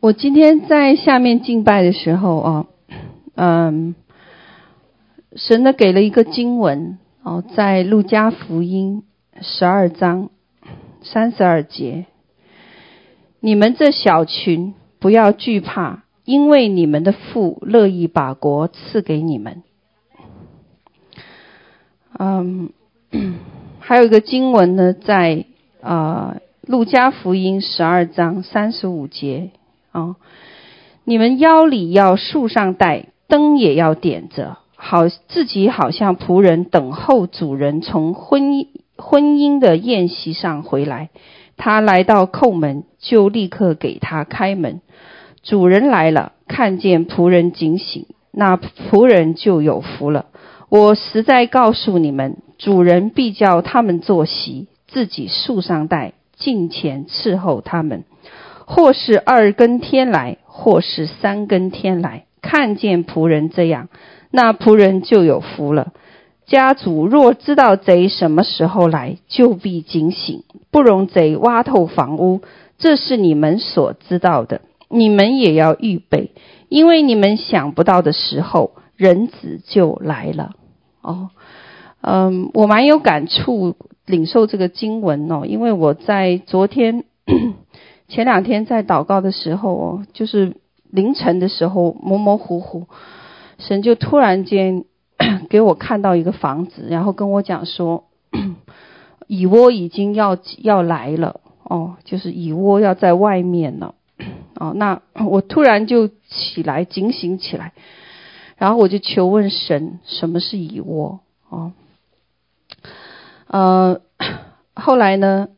我今天在下面敬拜的时候啊，嗯，神呢给了一个经文哦，在路加福音十二章三十二节，你们这小群不要惧怕，因为你们的父乐意把国赐给你们。嗯， 还有一个经文呢，在啊、呃路加福音十二章三十五节啊、哦你们腰里要束上带，灯也要点着，好自己好像仆人等候主人从婚姻婚姻的宴席上回来，他来到叩门，就立刻给他开门。主人来了，看见仆人警醒，那仆人就有福了。我实在告诉你们，主人必叫他们坐席，自己束上带，近前伺候他们。或是二更天来，或是三更天来，看见仆人这样，那仆人就有福了。家主若知道贼什么时候来，就必警醒，不容贼挖透房屋。这是你们所知道的，你们也要预备，因为你们想不到的时候，人子就来了。哦，嗯，我蛮有感触，领受这个经文哦，因为我在昨天前两天在祷告的时候哦，就是凌晨的时候模模糊糊，神就突然间 给我看到一个房子，然后跟我讲说，蚁窝已经要要来了哦，就是蚁窝要在外面了 哦。那我突然就起来警醒起来，然后我就求问神什么是蚁窝哦，呃，后来呢，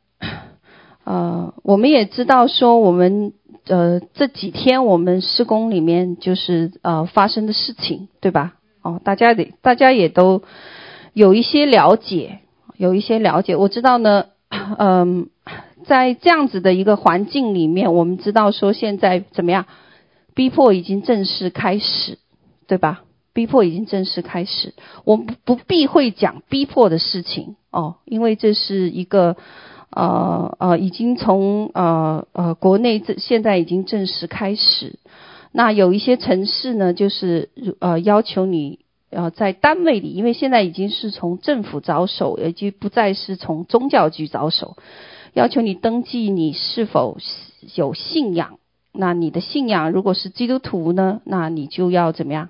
呃，我们也知道说，我们呃这几天我们施工里面就是呃发生的事情，对吧？哦，大家得大家也都有一些了解，有一些了解。我知道呢，嗯、在这样子的一个环境里面，我们知道说现在怎么样，逼迫已经正式开始，对吧？逼迫已经正式开始，我们不不避讳讲逼迫的事情哦，因为这是一个呃呃，已经从呃呃国内这现在已经正式开始。那有一些城市呢，就是呃要求你呃在单位里，因为现在已经是从政府招手，已经不再是从宗教局招手，要求你登记你是否有信仰。那你的信仰如果是基督徒呢，那你就要怎么样？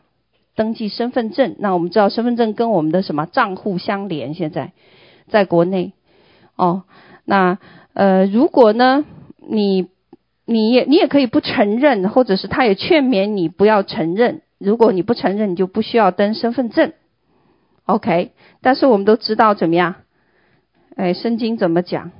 登记身份证。那我们知道身份证跟我们的什么账户相连，现在在国内哦。那呃，如果呢，你你也你也可以不承认，或者是他也劝勉你不要承认。如果你不承认，你就不需要登身份证。OK，但是我们都知道怎么样？哎，圣经怎么讲？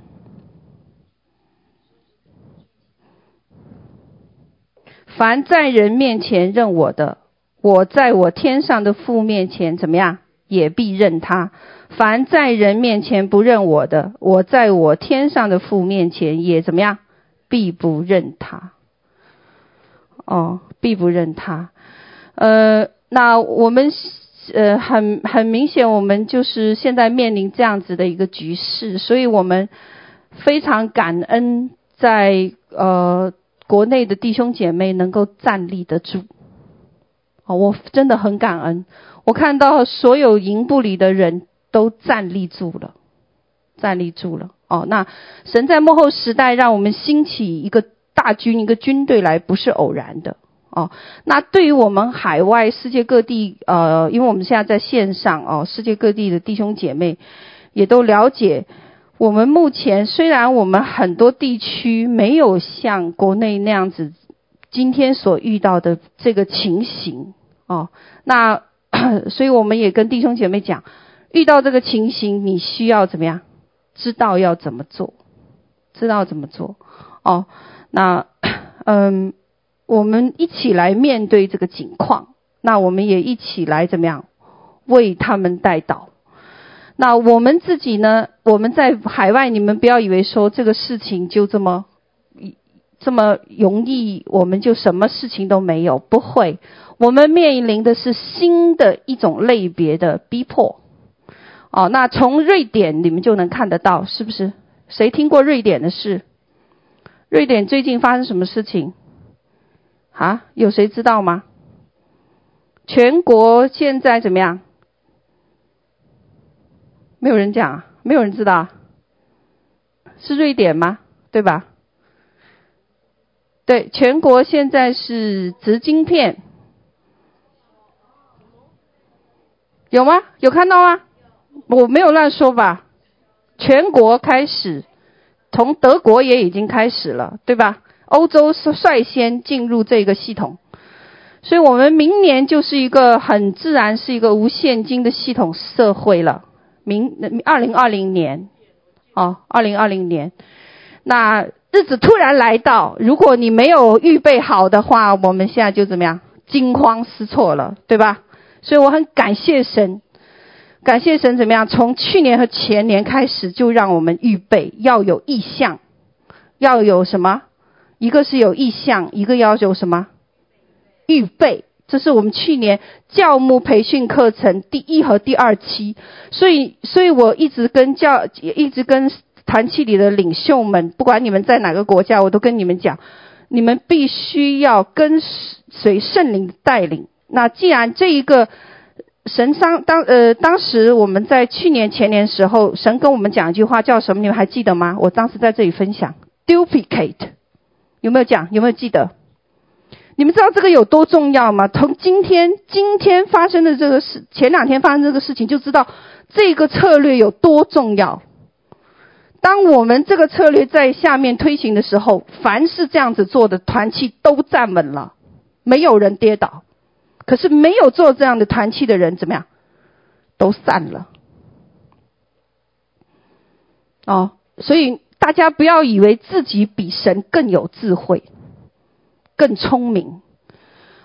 凡在人面前认我的，我在我天上的父面前怎么样？也必认他。凡在人面前不认我的，我在我天上的父面前也怎么样？必不认他。哦，必不认他。呃，那我们呃很很明显，我们就是现在面临这样子的一个局势，所以我们非常感恩在呃国内的弟兄姐妹能够站立得住。哦，我真的很感恩，我看到所有营部里的人都站立住了。站立住了。哦，那神在幕后时代让我们兴起一个大军、一个军队来，不是偶然的。哦，那对于我们海外世界各地，呃，因为我们现在在线上哦，世界各地的弟兄姐妹也都了解，我们目前虽然我们很多地区没有像国内那样子今天所遇到的这个情形哦，那 所以我们也跟弟兄姐妹讲，遇到这个情形，你需要怎么样？知道要怎么做，知道怎么做。哦，那嗯，我们一起来面对这个情况，那我们也一起来怎么样为他们带祷。那我们自己呢？我们在海外，你们不要以为说这个事情就这么这么容易，我们就什么事情都没有。不会，我们面临的是新的一种类别的逼迫。哦，那从瑞典你们就能看得到，是不是？谁听过瑞典的事？瑞典最近发生什么事情？啊，有谁知道吗？全国现在怎么样？没有人讲啊，没有人知道啊，是瑞典吗？对吧？对，全国现在是植晶片，有吗？有看到吗？我没有乱说吧？全国开始，从德国也已经开始了，对吧？欧洲是率先进入这个系统，所以我们明年就是一个很自然是一个无现金的系统社会了。明二零二零年，哦，二零二零年，那日子突然来到，如果你没有预备好的话，我们现在就怎么样惊慌失措了，对吧？所以我很感谢神。感谢神怎么样？从去年和前年开始，就让我们预备要有意向，要有什么？一个是有意向，一个要求什么？预备。这是我们去年教牧培训课程第一和第二期。所以，所以我一直跟教，一直跟团契里的领袖们，不管你们在哪个国家，我都跟你们讲，你们必须要跟随圣灵的带领。那既然这一个。神当当呃，当时我们在去年前年时候，神跟我们讲一句话，叫什么？你们还记得吗？我当时在这里分享，duplicate，有没有讲？有没有记得？你们知道这个有多重要吗？从今天今天发生的这个事，前两天发生这个事情，就知道这个策略有多重要。当我们这个策略在下面推行的时候，凡是这样子做的团契都站稳了，没有人跌倒。可是没有做这样的团契的人怎么样，都散了。哦，所以大家不要以为自己比神更有智慧、更聪明。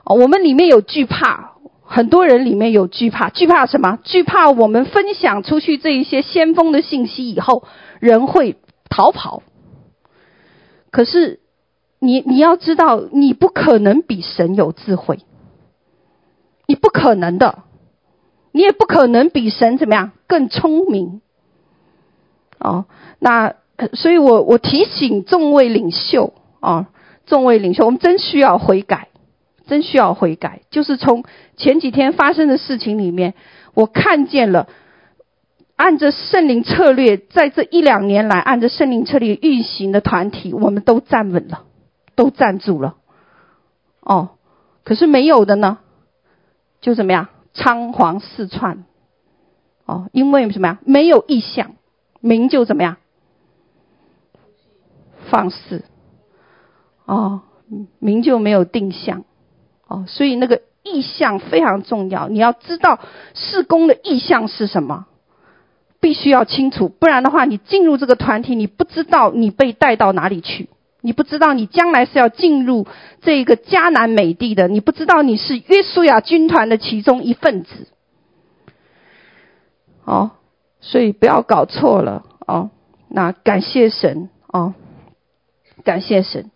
哦，我们里面有惧怕，很多人里面有惧怕，惧怕什么？惧怕我们分享出去这一些先锋的信息以后，人会逃跑。可是你你要知道，你不可能比神有智慧。你不可能的，你也不可能比神怎么样更聪明。哦，那所以我我提醒众位领袖啊、哦，众位领袖，我们真需要悔改，真需要悔改。就是从前几天发生的事情里面，我看见了，按着圣灵策略，在这一两年来，按着圣灵策略运行的团体，我们都站稳了，都站住了。哦，可是没有的呢？就怎么样仓皇四窜，哦，因为什么呀？没有意向，名就怎么样放肆，哦，名就没有定向，哦，所以那个意向非常重要。你要知道事工的意向是什么，必须要清楚，不然的话，你进入这个团体，你不知道你被带到哪里去。你不知道你将来是要进入这个迦南美地的，你不知道你是约书亚军团的其中一份子，哦，所以不要搞错了哦。那感谢神哦，感谢神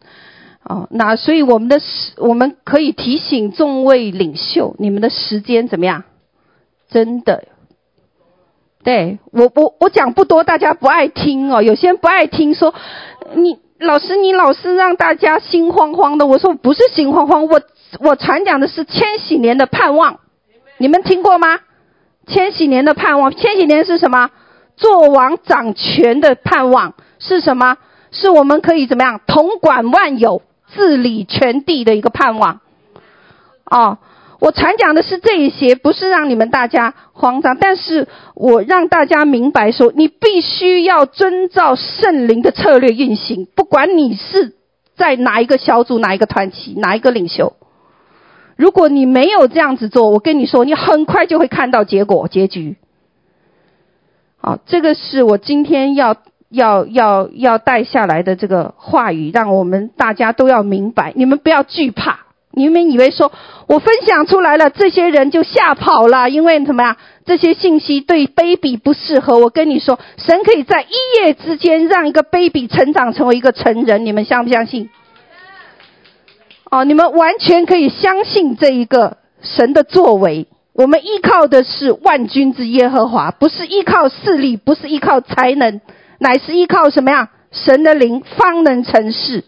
哦。那所以我们的时，我们可以提醒众位领袖，你们的时间怎么样？真的。对我我我讲不多，大家不爱听哦。有些人不爱听说，说你老师你老是让大家心慌慌的。我说不是心慌慌，我我传讲的是千禧年的盼望，你们听过吗？千禧年的盼望，千禧年是什么？做王掌权的盼望是什么？是我们可以怎么样统管万有、治理全地的一个盼望，哦。我传讲的是这一些，不是让你们大家慌张，但是我让大家明白说，你必须要遵照圣灵的策略运行，不管你是在哪一个小组、哪一个团体、哪一个领袖，如果你没有这样子做，我跟你说，你很快就会看到结果、结局。好，这个是我今天要。要要要带下来的这个话语，让我们大家都要明白，你们不要惧怕。你们以为说我分享出来了，这些人就吓跑了，因为什么呀？这些信息对 baby 不适合。我跟你说，神可以在一夜之间让一个 baby 成长成为一个成人，你们相不相信？哦，你们完全可以相信这一个神的作为。我们依靠的是万军之耶和华，不是依靠势力，不是依靠才能，乃是依靠什么呀？神的灵方能成事。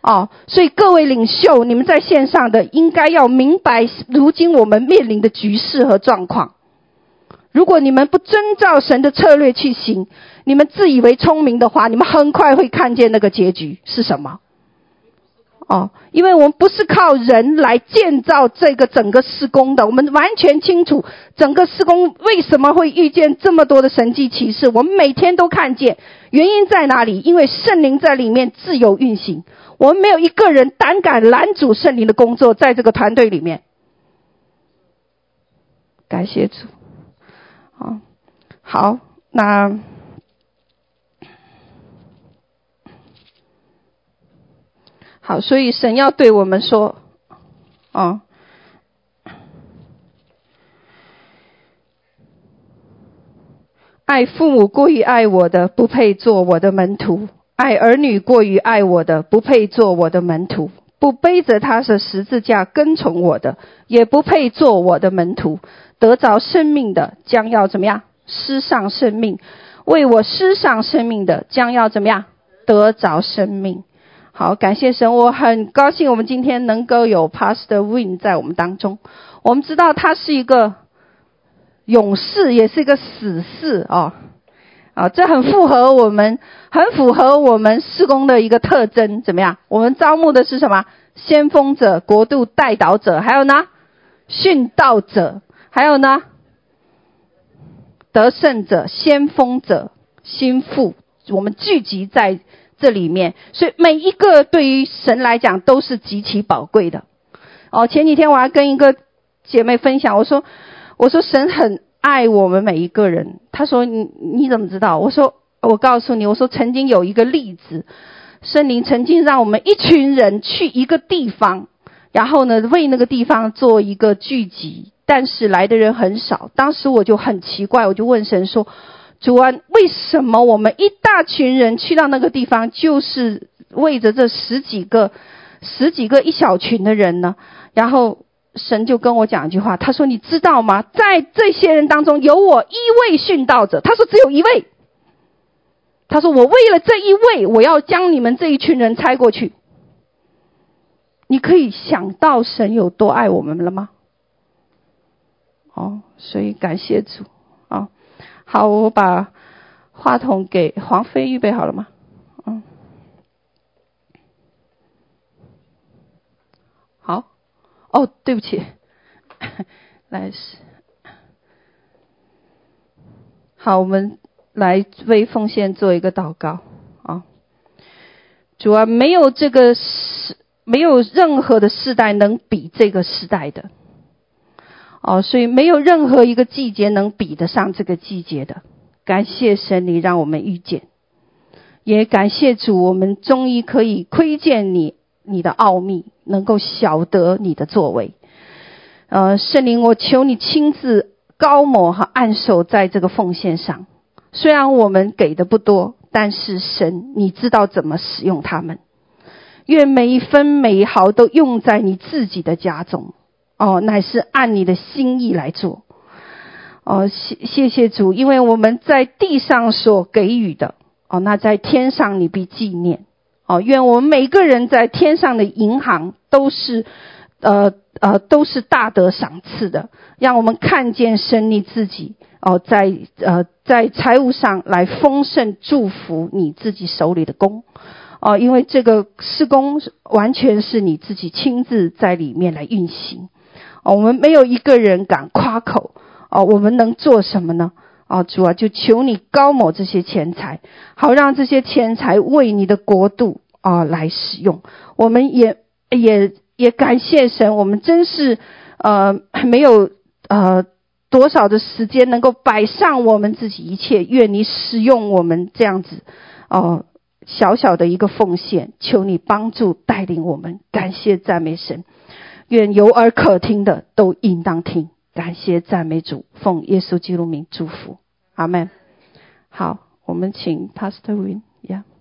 哦，所以各位领袖，你们在线上的应该要明白，如今我们面临的局势和状况。如果你们不遵照神的策略去行，你们自以为聪明的话，你们很快会看见那个结局是什么。哦，因为我们不是靠人来建造这个整个施工的，我们完全清楚整个施工为什么会遇见这么多的神迹奇事，我们每天都看见，原因在哪里？因为圣灵在里面自由运行，我们没有一个人胆敢拦阻圣灵的工作，在这个团队里面。感谢主，哦，好，那。好，所以神要对我们说，哦，爱父母过于爱我的，不配做我的门徒；爱儿女过于爱我的，不配做我的门徒；不背着他的十字架跟从我的，也不配做我的门徒。得着生命的，将要怎么样？失上生命；为我失上生命的，将要怎么样？得着生命。好，感谢神，我很高兴我们今天能够有 Pastor Win 在我们当中。我们知道他是一个勇士，也是一个死士哦，啊，这很符合我们，很符合我们施工的一个特征。怎么样？我们招募的是什么？先锋者、国度带导者，还有呢，殉道者，还有呢，得胜者、先锋者、心腹。我们聚集在。这里面，所以每一个对于神来讲都是极其宝贵的。哦，前几天我还跟一个姐妹分享，我说，我说神很爱我们每一个人。她说你你怎么知道？我说我告诉你，我说曾经有一个例子，圣灵曾经让我们一群人去一个地方，然后呢为那个地方做一个聚集，但是来的人很少。当时我就很奇怪，我就问神说。主啊，为什么我们一大群人去到那个地方，就是为着这十几个、十几个一小群的人呢？然后神就跟我讲一句话，他说：“你知道吗？在这些人当中，有我一位殉道者。”他说：“只有一位。”他说：“我为了这一位，我要将你们这一群人拆过去。”你可以想到神有多爱我们了吗？哦，所以感谢主啊！哦好，我把话筒给黄飞，预备好了吗？嗯，好。哦，对不起，来，好，我们来为奉献做一个祷告啊！主啊，没有这个世，没有任何的世代能比这个时代的。哦，所以没有任何一个季节能比得上这个季节的。感谢神，你让我们遇见，也感谢主，我们终于可以窥见你你的奥秘，能够晓得你的作为。呃，圣灵，我求你亲自高抹和按手在这个奉献上。虽然我们给的不多，但是神，你知道怎么使用它们。愿每一分每一毫都用在你自己的家中。哦，乃是按你的心意来做。哦，谢谢谢主，因为我们在地上所给予的，哦，那在天上你必纪念。哦，愿我们每个人在天上的银行都是，呃呃，都是大得赏赐的。让我们看见神你自己，哦，在呃在财务上来丰盛祝福你自己手里的工。哦，因为这个施工完全是你自己亲自在里面来运行。哦，我们没有一个人敢夸口。哦，我们能做什么呢？哦，主啊，就求你高某这些钱财，好让这些钱财为你的国度啊、哦、来使用。我们也也也感谢神，我们真是呃没有呃多少的时间能够摆上我们自己一切。愿你使用我们这样子哦。小小的一个奉献，求你帮助带领我们，感谢赞美神。愿有耳可听的都应当听，感谢赞美主，奉耶稣基督名祝福，阿门。好，我们请 Pastor Win 呀、yeah.。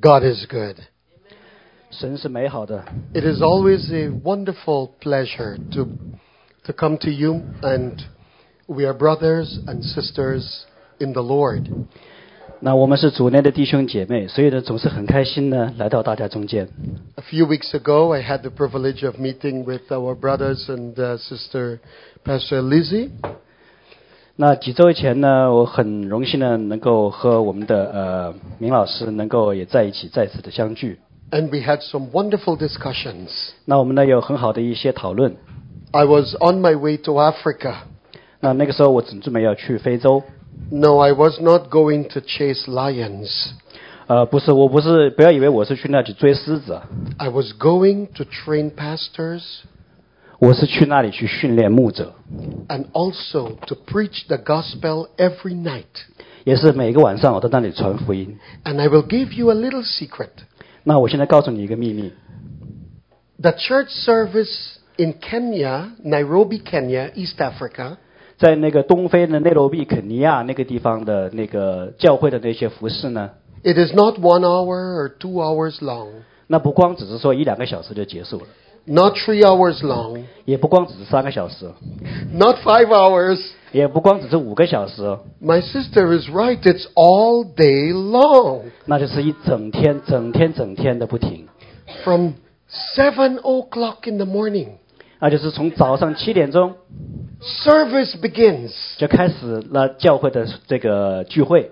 God is good. 神是美好的， It is always a wonderful pleasure to, to come to you, and we are brothers and sisters in the Lord. 那我们是主内的弟兄姐妹，所以呢总是很开心呢来到大家中间。 A few weeks ago, I had the privilege of meeting with our brothers and uh, sister Pastor Lizzie, 那几周前呢，我很荣幸呢能够和我们的呃明老师能够也在一起再次的相聚。 and we had some wonderful discussions. 那我们呢有很好的一些讨论。 I was on my way to Africa. 那那个时候我正准备要去非洲， No, I was not going to chase lions. 呃，不是，我不是，不要以为我是去那里追狮子，啊 I was going to train pastors 我是去那里去训练牧者， and also to preach the gospel every night. 也是每个晚上我到那里传福音。 And I will give you a little secret. 那我现在告诉你一个秘密， The church service in Kenya, Nairobi, Kenya, East Africa, 在那个东非的内罗毕、肯尼亚那个地方的那个教会的那些服饰呢， it is not one hour or two hours long, 那不光只是说一两个小时就结束了， not three hours long, 也不光只是三个小时， not five hours. 也不光只是五个小时， My sister is right, it's all day long. 那就是一整天、整天、整天的不停， From 7 o'clock in the morning, 那就是从早上七点钟 service begins. 就开始了教会的这个聚会。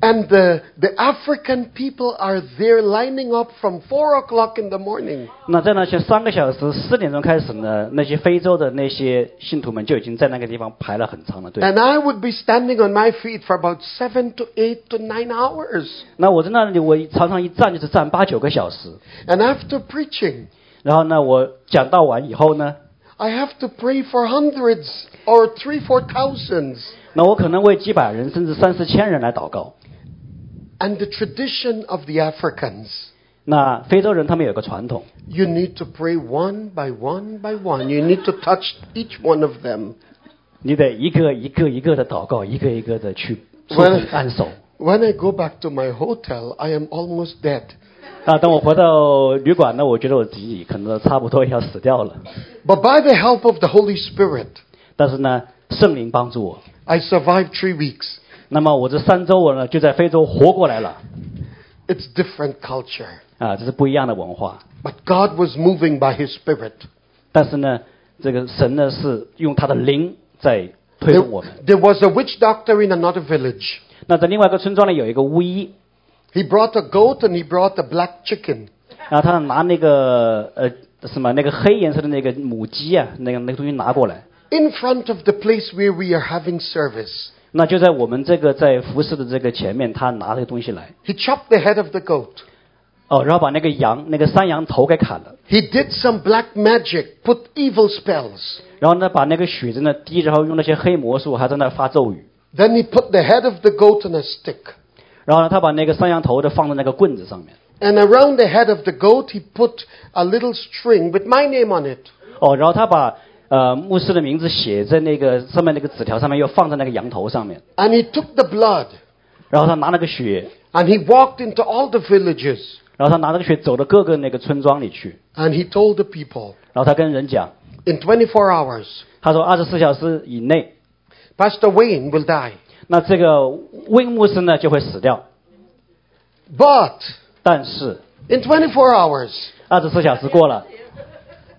And the, the African people are there lining up from 4 o'clock in the morning. 那在那些三个小时四点钟开始呢，那些非洲的那些信徒们就已经在那个地方排了很长的队。 And I would be standing on my feet for about seven to eight to nine hours. 那我在那里，我常常一站就是站八九个小时。 And after preaching, 然后呢，我讲到完以后呢， I have to pray for hundreds or three, four thousands. 那我可能为几百人甚至三四千人来祷告。 And the tradition of the Africans, 那非洲人他们有个传统， you need to pray one by one by one. You need to touch each one of them. 你得一个一个一个的祷告，一个一个的去触我碰按手。 When I go back to my hotel, I am almost dead. 那等我回到旅馆呢，我觉得我自己可能差不多要死掉了。 But by the help of the Holy Spirit, 但是呢，圣灵帮助我。 I survived three weeks. 那么我这三周我呢就在非洲活过来了。 It's different culture. 啊，这是不一样的文化。 But God was moving by His Spirit. 但是呢，这个神呢是用他的灵在推 There, 动我们。 there was a witch doctor in another village. 那在另外一个村庄呢，有一个巫医， He brought a goat and he brought a black chicken. 然后他拿那个呃什么那个黑颜色的那个母鸡啊，那个那个东西拿过来。 In front of the place where we are having service, 那就在我们这个在服饰的这个前面，他拿这个东西来， he chopped the head of the goat. 哦，然后把那个羊那个山羊头给砍了， He did some black magic, put evil spells. 然后呢把那个血在那滴，然后用那些黑魔术还在那发咒语， Then he put the head of the goat on a stick. 然后呢他把那个山羊头的放在那个棍子上面， And around the head of the goat, he put a little string with my name on it. 哦，然后他把呃牧师的名字写在那个上面那个纸条上面，又放在那个羊头上面， And he took the blood 然后他拿那个血， and he walked into all the villages 然后他拿那个血走到各个那个村庄里去， and he told the people 然后他跟人讲， in 24 hours, 他说二十四小时以内， Pastor Wayne will die. 那这个魏牧师呢就会死掉， But 但是 in 24 hours, 二十四小时过了。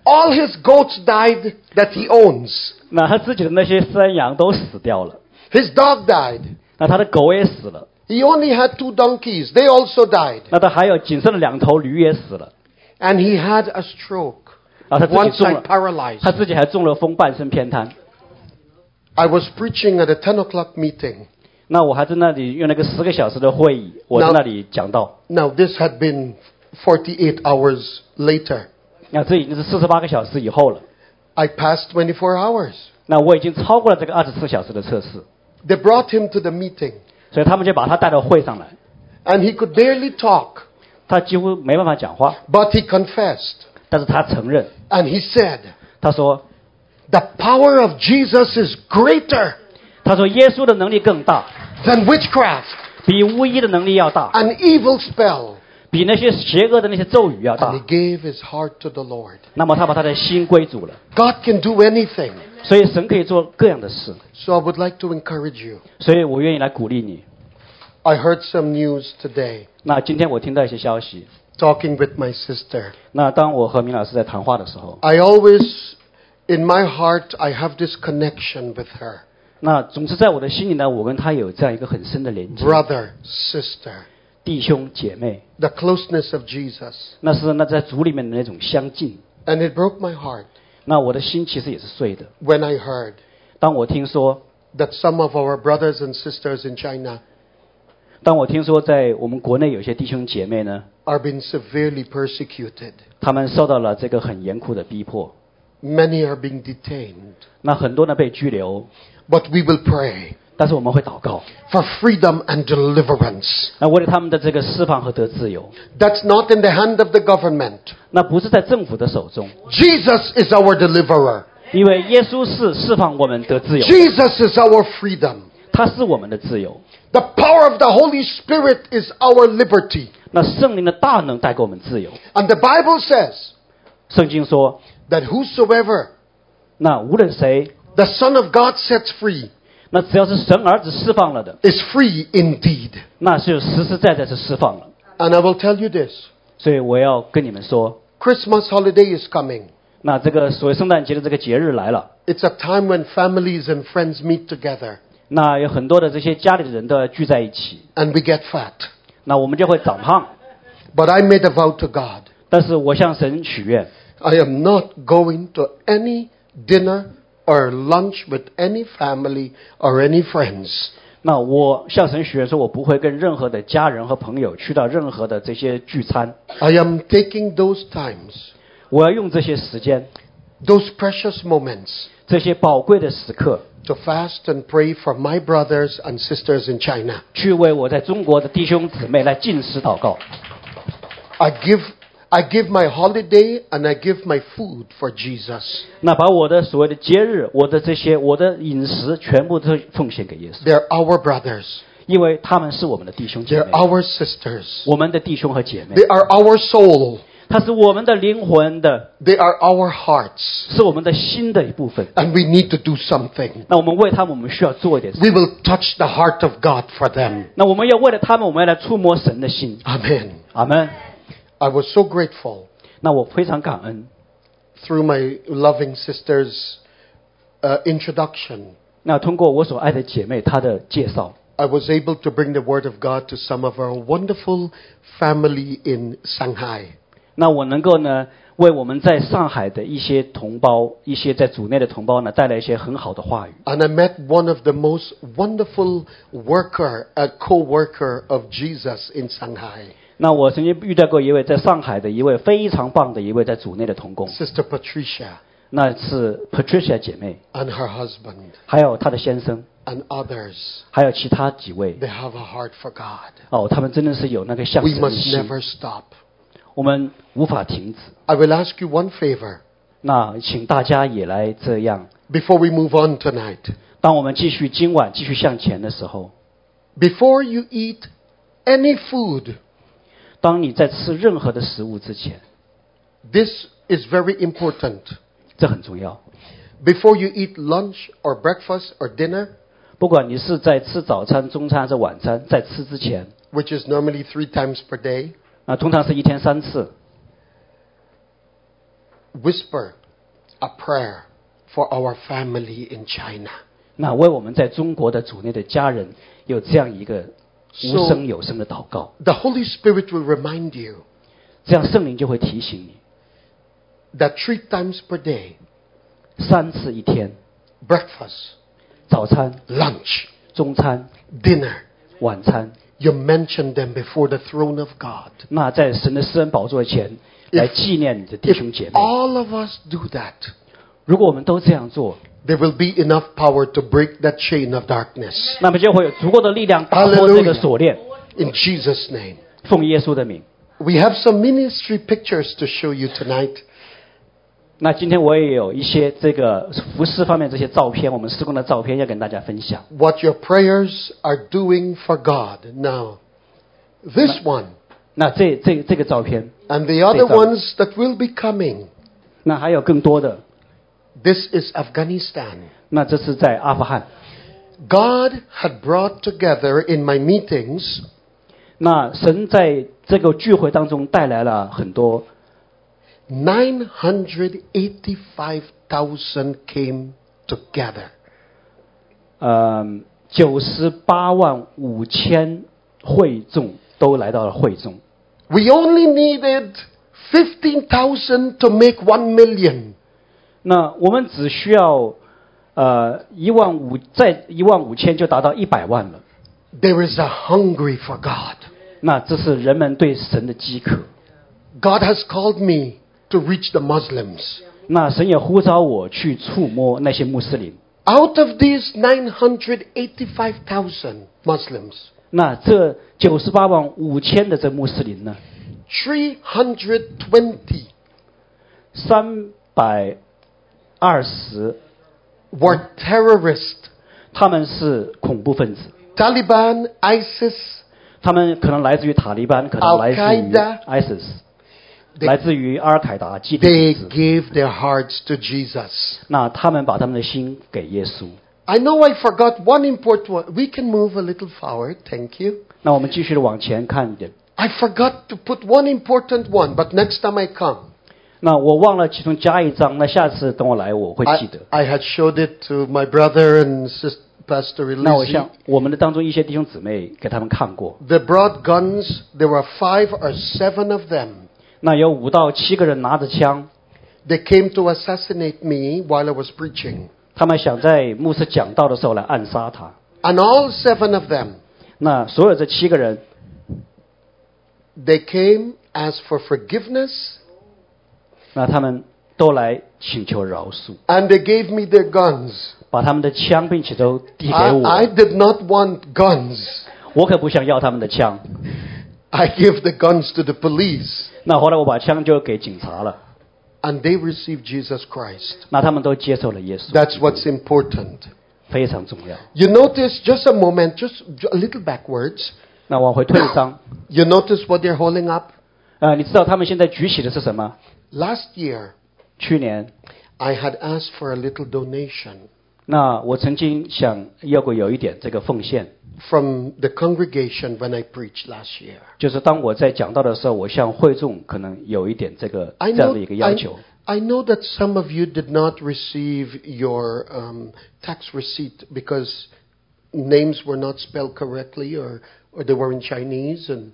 all his goats died that he owns. 那他自己的那些山羊都死掉了， His dog died. 那他的狗也死了， He only had two donkeys. They also died. 那他还有仅剩的两头驴也死了， And he had a stroke. 啊，他自 One 己中 side 了， paralyzed. 他自己还中了风，半身偏瘫。 I was preaching at a 10 o'clock meeting. 那我还在那里用那个十个小时的会议，我在那里讲到， Now, this had been 48 hours later. 那这已经是四十八个小时以后了。 I passed 24 hours. 那我已经超过了这个二十四小时的测试， They brought him to the meeting, 所以他们就把他带到会上来， and he could barely talk, 他几乎没办法讲话， but he confessed. 但是他承认， And he said, 他说， The power of Jesus is greater 他说耶稣的能力更大， than witchcraft 比巫医的能力要大， and evil spell. 比那些邪恶的那些咒语要大 And。he gave his heart to the Lord. 那么他把他的心归主了， God can do anything. 所以神可以做各样的事。 So I would like to encourage you. 所以我愿意来鼓励你。 I heard some news today 那今天我听到一些消息， talking with my sister. 那当我和明老师在谈话的时候， I always, in my heart, I have this connection with her. 那总是在我的心里呢，我跟他有这样一个很深的连接， Brother, sister, 弟兄姐妹， the closeness of Jesus. 那是那在主里面的那种相近。 And it broke my heart 那我的心其实也是碎的。 when I heard 当我听说， that some of our brothers and sisters in China 当我听说在我们国内有些弟兄姐妹呢， are being severely persecuted. 他们受到了这个很严酷的逼迫， Many are being detained. 那很多呢被拘留， But we will pray 但是我们会祷告， for freedom and deliverance. 那为了他们的这个释放和得自由， That's not in the hand of the government. 那不是在政府的手中， Jesus is our deliverer. 因为耶稣是释放我们得自由， Jesus is our freedom. 他是我们的自由。 The power of the Holy Spirit is our liberty. 那圣灵的大能带给我们自由。 And the Bible says 圣经说， that whosoever 那无论谁， the Son of God sets free 那只要是神儿子释放了的， is free indeed. 那就实实在在是释放了。 And I will tell you this 所以我要跟你们说， Christmas holiday is coming. 那这个所谓圣诞节的这个节日来了， It's a time when families and friends meet together 那有很多的这些家里的人都要聚在一起， and we get fat. 那我们就会长胖。 But I made a vow to God 但是我向神许愿， I am not going to any dinner or lunch with any family or any friends 那我向神许愿说，我不会跟任何的家人和朋友去到任何的这些聚餐， I am taking those times, 我要用这些时间， those precious moments, 这些宝贵的时刻， to fast and pray for my brothers and sisters in China. 去为我在中国的弟兄姊妹来进食祷告。 I give, I give my holiday and I give my food for Jesus. 那把我的所谓的节日，我的这些，我的饮食，全部都奉献给耶稣， They're our brothers, 因为他们是我们的弟兄姐 they're 妹， our sisters, 我们的弟兄和姐妹 they，are our soul, 他是我们的灵魂的， they are our hearts, 是我们的心的一部分。 and we need to do something. 那我们为他们，我们需要做一点事。 We will touch the heart of God for them. 那我们要为了他们，我们要来触摸神的心。 Amen. 阿门。 I was so grateful 那我非常感恩。 through my loving sister's uh, introduction. 那通过我所爱的姐妹她的介绍， I was able to bring the word of God to some of our wonderful family in Shanghai. 那我能够呢，为我们在上海的一些同胞、一些在组内的同胞呢，带来一些很好的话语。 And I met one of the most wonderful worker, a co-worker of Jesus in Shanghai, 那我曾经遇到过一位在上海的一位非常棒的一位在组内的童工， Sister Patricia 那是 Patricia 姐妹， and her husband 还有她的先生， and others. 还有其他几位 They have a heart for God. 哦，他们真的是有那个向 We 神的 must 心， never stop. 我们无法停止。 I will ask you one favor 那请大家也来这样。 before we move on tonight. 当我们继续今晚继续向前的时候， Before you eat any food, 当你在吃任何的食物之前， this is very important. 这很重要。 Before you eat lunch or breakfast or dinner, 不管你是在吃早餐、中餐还是晚餐，在吃之前， which is normally three times per day, 啊，通常是一天三次， whisper a prayer for our family in China. 那为我们在中国的主内的家人有这样一个无 So 声有声的祷告， the Holy Spirit will remind you 这样圣灵就会提醒你， that three times per day, 三次一天， breakfast, 早餐、 lunch, 中餐、 dinner, 晚餐， you mention them before the throne of God. 那在神的施恩宝座前来纪念你的弟兄姐 If 妹。 all of us do that, 如果我们都这样做， there will be enough power to break that chain of darkness. 那么就会有足够的力量打破这个锁链。 In Jesus' name. 奉耶稣的名。 We have some ministry pictures to show you tonight. 那今天我也有一些这个服饰方面这些照片，我们施工的照片要跟大家分享。 What your prayers are doing for God. Now, this one 那这这这个照片， and the other Take out. ones that will be coming. 那还有更多的， This is Afghanistan. 那这是在阿富汗。 God had brought together in my meetings 那神在这个聚会当中带来了很多， 985,000 came together. 呃，九十八万五千会众都来到了会众。 We only needed 15,000 to make 1 million. 那我们只需要，呃，一万五，在一万五千就达到一百万了。 There is a hungry for God. 那这是人们对神的饥渴。 God has called me to reach the Muslims. 那神也呼召我去触摸那些穆斯林。 Out of these 985,000 Muslims, 那这九十八万五千的这穆斯林呢， 320三百二十， were terrorists 他们是恐怖分子， Taliban, ISIS, 他们可能来自于塔利班，可能来自于 Al-Qaeda ISIS， They- 来自于阿尔凯达基地 they 组织。 gave their hearts to Jesus. 那他们把他们的心给耶稣。 I know I forgot one important one. We can move a little forward, thank you. 那我们继续的往前看一点。 I forgot to put one important one, but next time I come, 那我忘了其中加一张，那下次等我来我会 I, 记得。 I had showed it to my brother and sister, Pastor 那我 Elise. 向我们的当中一些弟兄姊妹给他们看过， They brought guns. There were five or seven of them. 那有五到七个人拿着枪， They came to assassinate me while I was preaching. 他们想在牧师讲道的时候来暗杀他。 And all seven of them, 那所有这七个人， they came, asked for forgiveness, 那他们都来请求饶恕， and they gave me their guns. 把他们的枪并且都递给 I, I 我。 did not want guns. 我可不想要他们的枪。 I gave the guns to the police. 那后来我把枪就给警察了， and they receive Jesus Christ. 那他们都接受了耶稣， That's what's important. 非常重要。 You notice, just a moment, just j- a little backwards. 那往回退一张， You notice what they're holding up? 呃，你知道他们现在举起的是什么？ Last year, 去年 I had asked for a little donation 那我曾经想要过有一点这个奉献， from the congregation when I preached last year. 就是当我在讲到的时候，我向会众可能有一点这个 I 这 know, 样的一个要 I, 求。 I know that some of you did not receive your um, tax receipt because names were not spelled correctly or, or they were in Chinese and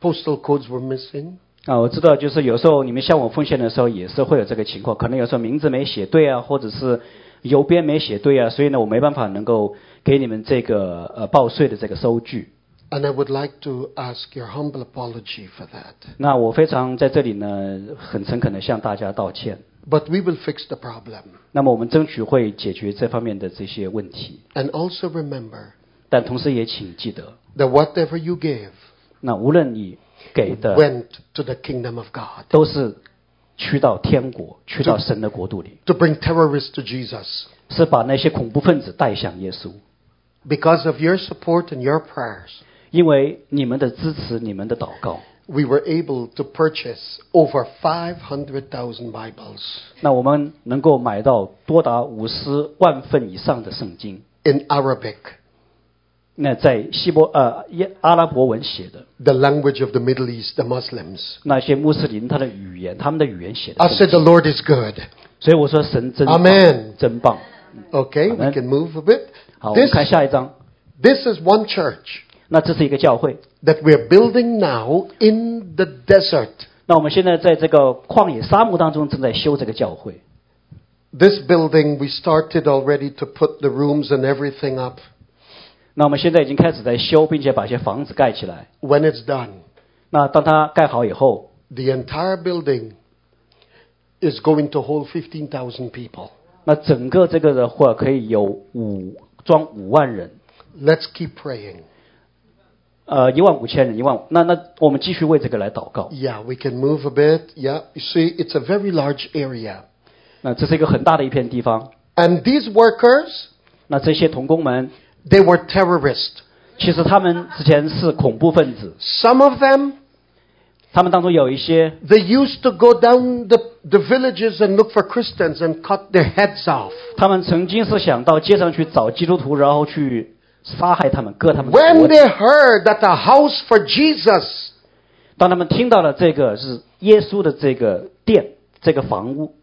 postal codes were missing. 啊，我知道，就是有时候你们向我奉献的时候，也是会有这个情况，可能有时候名字没写对啊，或者是邮编没写对啊，所以呢，我没办法能够给你们这个呃报税的这个收据。 And I would like to ask your humble apology for that. 那我非常在这里呢，很诚恳的向大家道歉。 But we will fix the problem. 那么我们争取会解决这方面的这些问题， And also remember 但同时也请记得， that whatever you gave 那无论你给的 went to the kingdom of God 都是去到天国，去到神的国度里， to bring terrorists to Jesus. 是把那些恐怖分子带向耶稣。 Because of your support and your prayers, 因为你们的支持，你们的祷告， we were able to purchase over 500,000 Bibles 那我们能够买到多达五十万份以上的圣经。 in Arabic, 那在希伯呃耶阿拉伯文写的 the language of the Middle East, the Muslims. 那些穆斯林，他的语言，他们的语言写的 I 圣 said the 经。 Lord is good. 所以我说神真棒 Amen 真棒。 Okay, we Amen. can move a bit. 好，我们 This, 看下一章。 this is one church. 那这是一个教会。 that we're building now in the desert. 那我们现在在这个旷野沙漠当中正在修这个教会。 This building, we started already to put the rooms and everything up. 那我们现在已经开始在修，并且把一些房子盖起来。 When it's done, 那当它盖好以后， the entire building is going to hold 15,000 people. 那整个这个的话可以有五装五万人， Let's keep praying. 呃，一万五千人，一万五。那那我们继续为这个来祷告。 Yeah, we can move a bit. Yeah, you see, it's a very large area. 那这是一个很大的一片地方。 And these workers, 那这些童工们， they were terrorists. 其实他们之前是恐怖分子， Some of them 他们当中有一些 They used to go down the, the villages and look for Christians and cut their heads off. 他们曾经是想到街上去找基督徒，然后去杀害他们，割他们的脖 When 子。 they heard that a house for Jesus 当他们听到了这个是耶稣的这个殿、这个房屋，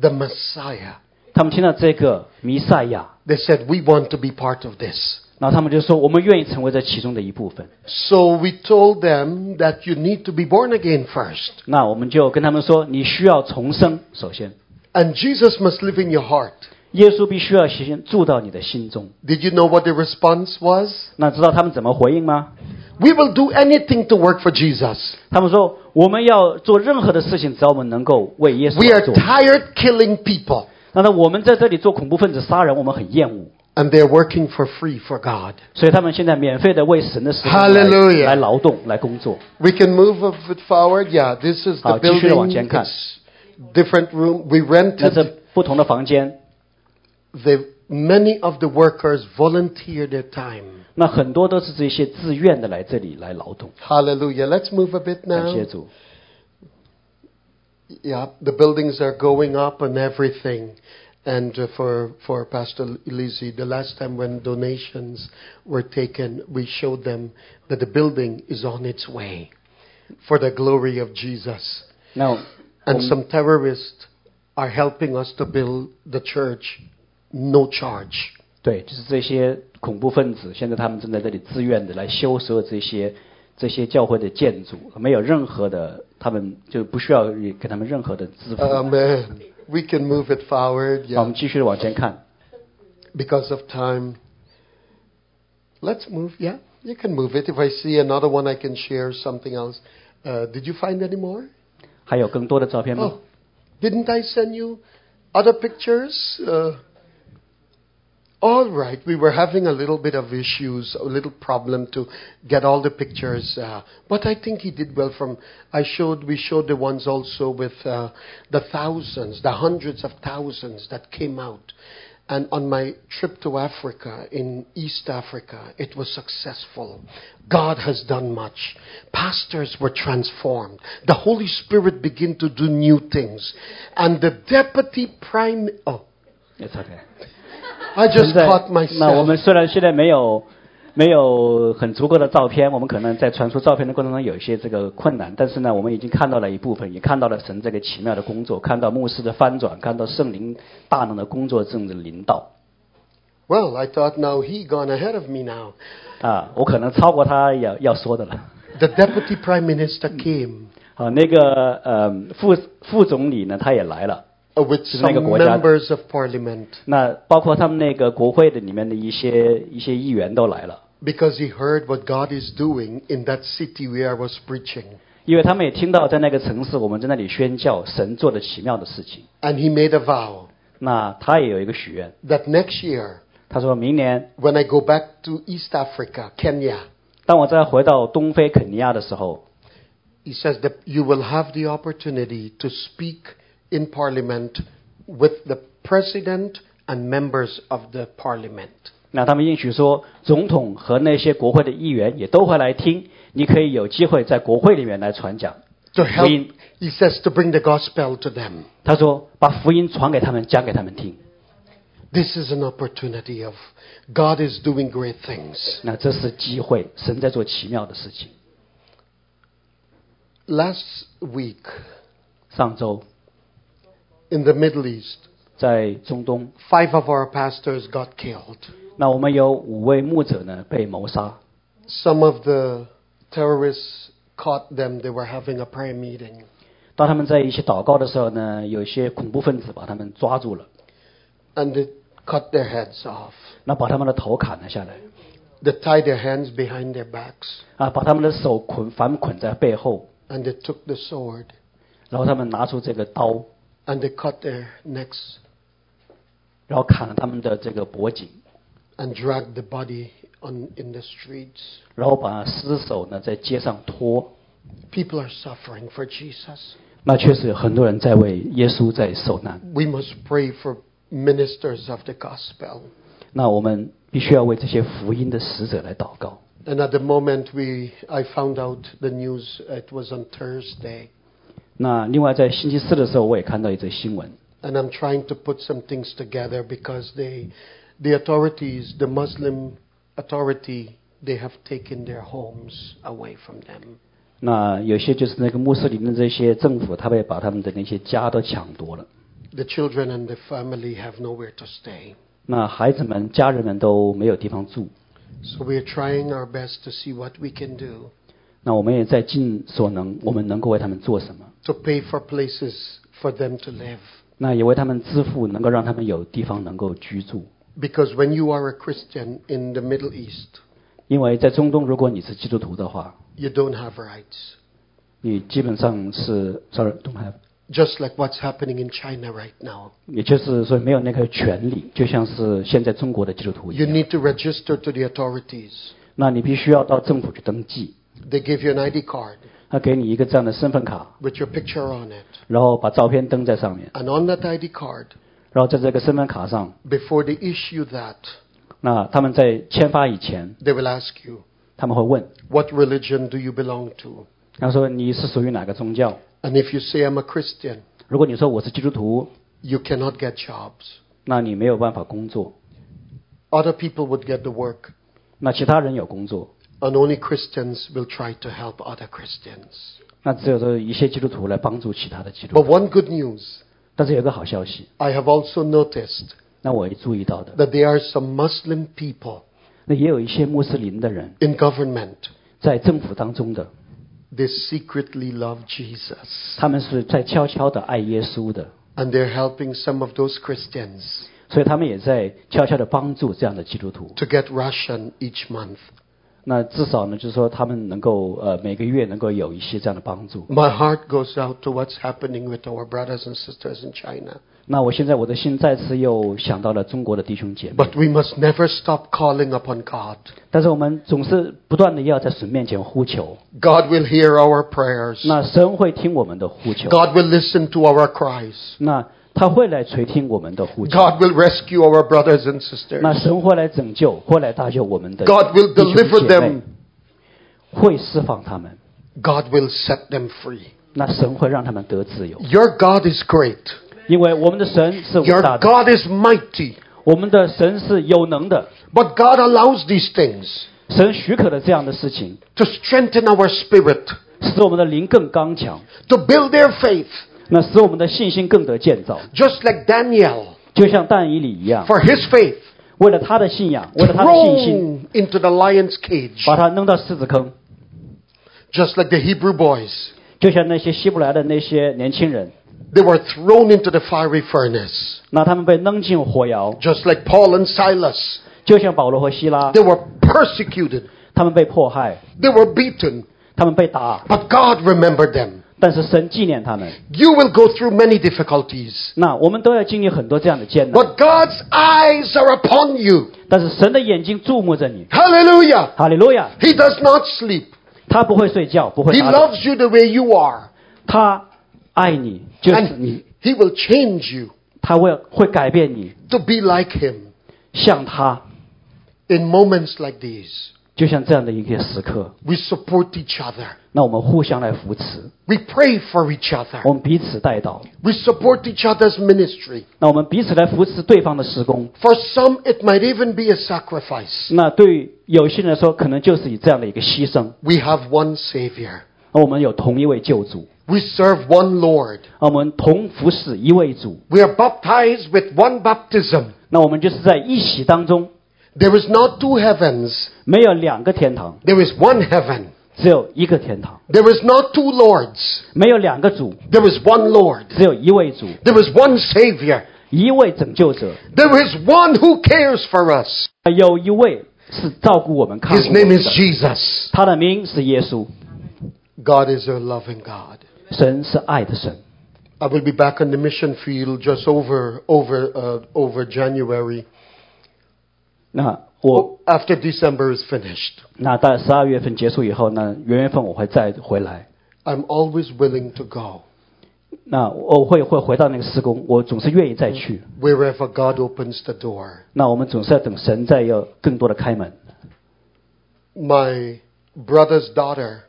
the Messiah. 他们听到这个弥赛亚， They said, We want to be part of this. 然后他们就说：“我们愿意成为这其中的一部分。 So we told them that you need to be born again first. ”那我们就跟他们说：“你需要重生，首先， And Jesus must live in your heart. 耶稣必须要先住到你的心中。 Did you know what the response was? ”那知道他们怎么回应吗？ We will do anything to work for Jesus. 他们说：“我们要做任何的事情，只要我们能够为耶稣 We 而 are 做。 tired killing people. ”那么我们在这里做恐怖分子杀人，我们很厌恶。 And they're working for free for God. 所以他们现在免费的为神的事 Hallelujah 来劳动、来工作。 We can move a bit forward. Yeah, this is the 好，继续往前看。 building. It's different room. We 那 rented. 这不同的房间， The, many of the workers volunteer their time. 那很多都是这些自愿的来这里来劳动。 Hallelujah. Let's move a bit 感 now. 谢主。 Yeah, the buildings are going up and everything. And uh, for for Pastor Lizzie, the last time when donations were taken, we showed them that the building is on its way for the glory of Jesus. 那我 And some terrorists are helping us to build the church, no charge. 对，就是这些恐怖分子，现在他们正在这里自愿的来修所有这些这些教会的建筑，没有任何的，他们就不需要给他们任何的支付。Um, Amen. uh, We can move it forward. 好，我 Yeah. 们继续往前看。 because of time. Let's move. Yeah, you can move it. If I see another one, I can share something else. Uh, did you find any more? 还有更多的照片吗 Oh,？didn't I send you other pictures? Uh, all right, we were having a little bit of issues, a little problem to get all the pictures, uh, but I think he did well. From I showed, we showed the ones also with uh, the thousands, the hundreds of thousands that came out, and on my trip to Africa in East Africa, it was successful. God has done much. Pastors were transformed. The Holy Spirit began to do new things, and the deputy prime. Oh. It's okay. I just 现在 caught 那我 myself. 们虽然现在没有没有很足够的照片，我们可能在传输照片的过程中有一些这个困难，但是呢，我们已经看到了一部分，也看到了神这个奇妙的工作，看到牧师的翻转，看到圣灵大能的工作正的领导 Well, I thought now he gone ahead of me now. 啊，我可能超过他要要说的了。 The deputy prime minister came 好，那个呃副副总理呢，他也来了。 uh, with some 就是那个国家的。 members of parliament 那包括他们那个国会的里面的一些一些议员都来了， because he heard what God is doing in that city where I was preaching. 因为他们也听到在那个城市我们在那里宣教神做的奇妙的事情。 And he made a vow 那他也有一个许愿， that next year, 他说明年 when I go back to East Africa, Kenya, 当我再回到东非肯尼亚的时候， he says that you will have the opportunity to speak in parliament with the president and members of the parliament. 那他们应许说，总统和那些国会的议员也都会来听，你可以有机会在国会里面来传讲 to help. We- He says to bring the gospel to them. 他说，把福音传给他们，讲给他们听。 This is an opportunity of God is doing great things. 那这是机会，神在做奇妙的事情。 Last week 上周 in the Middle East, 在中东， five of our pastors got killed. 那我们有五位牧者呢被谋杀， Some of the terrorists caught them. They were having a prayer meeting. 当他们在一起祷告的时候呢，有一些恐怖分子把他们抓住了， And they cut their heads off. 那把他们的头砍了下来。 They tied their hands behind their backs 啊，把他们的手捆反捆在背后， and they took the sword 然后他们拿出这个刀， and they cut their necks 然后砍了他们的这个脖颈， and dragged the body on in the streets. 然后把尸首呢在街上拖。 People are suffering for Jesus. 那确实有很多人在为耶稣在受难， We must pray for ministers of the gospel. 那我们必须要为这些福音的使者来祷告。 And at the moment we, I found out the news, it was on Thursday. 那另外在星期四的时候，我也看到一则新闻， And I'm trying to put some things together because they, the authorities, the Muslim authority, they have taken their homes away from them. 那有些就是那个穆斯林的这些政府，他被把他们的那些家都抢夺了， The children and the family have nowhere to stay. 那孩子们、家人们都没有地方住。 So we are trying our best to see what we can do 那我们也在尽所能，我们能够为他们做什么？ to pay for places for them to live. 那也为他们支付，能够让他们有地方能够居住。 Because when you are a Christian in the Middle East, 因为在中东，如果你是基督徒的话， you don't have rights. 你基本上是 sorry don't have， Just like what's happening in China right now. 也就是说没有那个权利，就像是现在中国的基督徒一 You 样。 need to register to the authorities. 那你必须要到政府去登记， They give you an ID card 他给你一个这样的身份卡， with your picture on it. 然后把照片登在上面， And on that ID card, 然后在这个身份卡上， before they issue that, 那他们在签发以前， they will ask you, 他们会问， What religion do you belong to? 他说你是属于哪个宗教？ And if you say, I'm a Christian, 如果你说我是基督徒， you cannot get jobs. 那你没有办法工作， Other people would get the work, 那其他人有工作， and only Christians will try to help other Christians. 那只有说一些基督徒来帮助其他的基督 But 徒。 one good news 但是有一个好消息， I have also noticed 那我也注意到的， that there are some Muslim people 那也有一些穆斯林的人 in government. 在政府当中的， They secretly love Jesus, 他们是在悄悄的爱耶稣的， and they're helping some of those Christians 所以他们也在悄悄的帮助这样的基督徒。 to get ration each month. 那至少呢，就是说他们能够呃每个月能够有一些这样的帮助。 My heart goes out to what's happening with our brothers and sisters in China. 那我现在我的心再次又想到了中国的弟兄姐妹， But we must never stop calling upon God. 但是我们总是不断的要在神面前呼求， God will hear our prayers. 那神会听我们的呼求， God will listen to our cries. 那他会来垂听我们的呼求， God will rescue our brothers and 那 sisters. 神会来拯救，会来搭救我们的 God will 弟兄 deliver 姐妹 them.，会释放他们， God will set them free. 那神会让他们得自由， Your God is great. 因为我们的神是伟 Your 大的， God is mighty. 我们的神是有能的， But God allows these things 神许可了这样的事情， to strengthen our spirit, 使我们的灵更刚强， to build their faith, 那使我们的信心更得建造， just like Daniel 就像但以理一样， for his faith. 为了他的信仰，为了他的信心， thrown into the lion's cage, 把他扔到狮子坑， just like the Hebrew boys. 就像那些希伯来的那些年轻人， They were thrown into the fiery furnace, 那他们被扔进火窑， just like Paul and Silas. 就像保罗和希拉 They，were persecuted, 他们被迫害， they were beaten, 他们被打， but God remembered them. 但是神纪念他们。 You will go through many difficulties, 那我们都要经历很多这样的艰难， but God's eyes are upon you. 但是神的眼睛注目着你。 Hallelujah! 哈利路亚， He does not sleep. 他不会睡觉，不会 He 打盹， loves you the way you are, 他爱你，就是你 and，He will change you 他会会改变你， to be like Him 像他， in moments like these. 就像这样的一个时刻， We support each other. 那我们互相来扶持， We pray for each other. 我们彼此带到， We support each other's ministry. 那我们彼此来扶持对方的施工。 For some, it might even be a sacrifice. 那对于有些人来说，可能就是以这样的一个牺牲。 We have one Savior. 而我们有同一位救主， We serve one Lord. 而我们同服侍一位主。 We are baptized with one baptism. 那我们就是在一洗当中， There is not two heavens. 没有两个天堂， There is one heaven. 只有一个天堂； There is not two lords. 没有两个主， There is one Lord. 只有一位主， There is one Savior. 一位拯救者， There is one who cares for us. 有一位是照顾我们、看顾 His 我 name 们 is 的。 Jesus. 他的名是耶稣， God is a loving God. 神是爱的神。 I will be back on the mission field just over over uh, over January. 那我 after December is finished. 那在十二月份结束以后呢，元月份我会再回来。 I'm always willing to go 那我会会回到那个施工，我总是愿意再去。嗯 wherever God opens the door. 那我们总是要等神再要更多的开门。 my brother's daughter,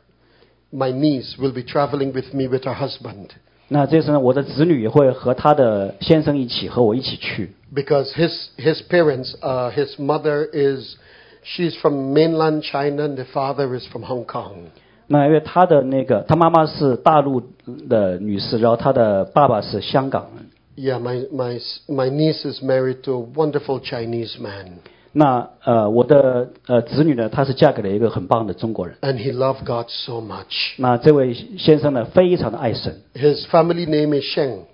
my niece, will be traveling with me with her husband 那这次呢，我的子女也会和他的先生一起和我一起去， because his his parents, uh, his mother is she's from mainland China and the father is from Hong Kong. 那因为他的那个他妈妈是大陆的女士，然后他的爸爸是香港人。 Yeah, my my s- my niece is married to a wonderful Chinese man, 那呃，我的呃子女呢，她是嫁给了一个很棒的中国人。 and he loved God so much. 那这位先生呢，非常的爱神。 His family name is Sheng.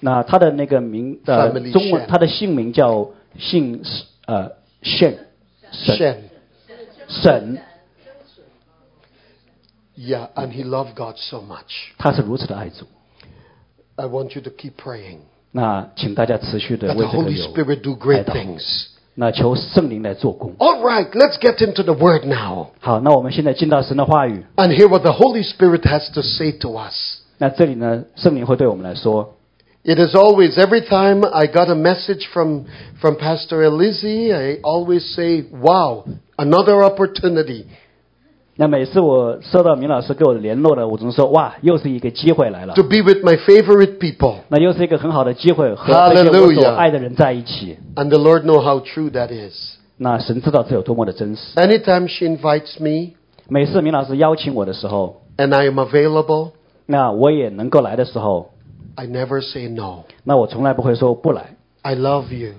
那他的那个名呃 Family 中文 Shen 他的姓名叫姓呃 Shen 沈 Shen. 沈， Yeah, and he loved God so much. 他是如此的爱主。 I want you to keep praying. 那请大家持续的 Let 为 the 这个 Holy 有 Spirit do great 开导。 things. 那求圣灵来做工。 All right, let's get into the Word now 好，那我们现在进到神的话语。 and hear what the Holy Spirit has to say to us. 那这里呢，圣灵会对我们来说， It is always, every time I got a message from, from Pastor Elizzi, I always say, wow, another opportunity. 那每次我收到明老师给我的联络呢，我总是说哇，又是一个机会来了 to，be with my favorite people. 那又是一个很好的机会和这些我所 Hallelujah 爱的人在一起。 And the Lord know how true that is. 那神知道这有多么的真实。 Anytime she invites me 每次明老师邀请我的时候， and I am available, 那我也能够来的时候， I never say no. 那我从来不会说不来， I love you.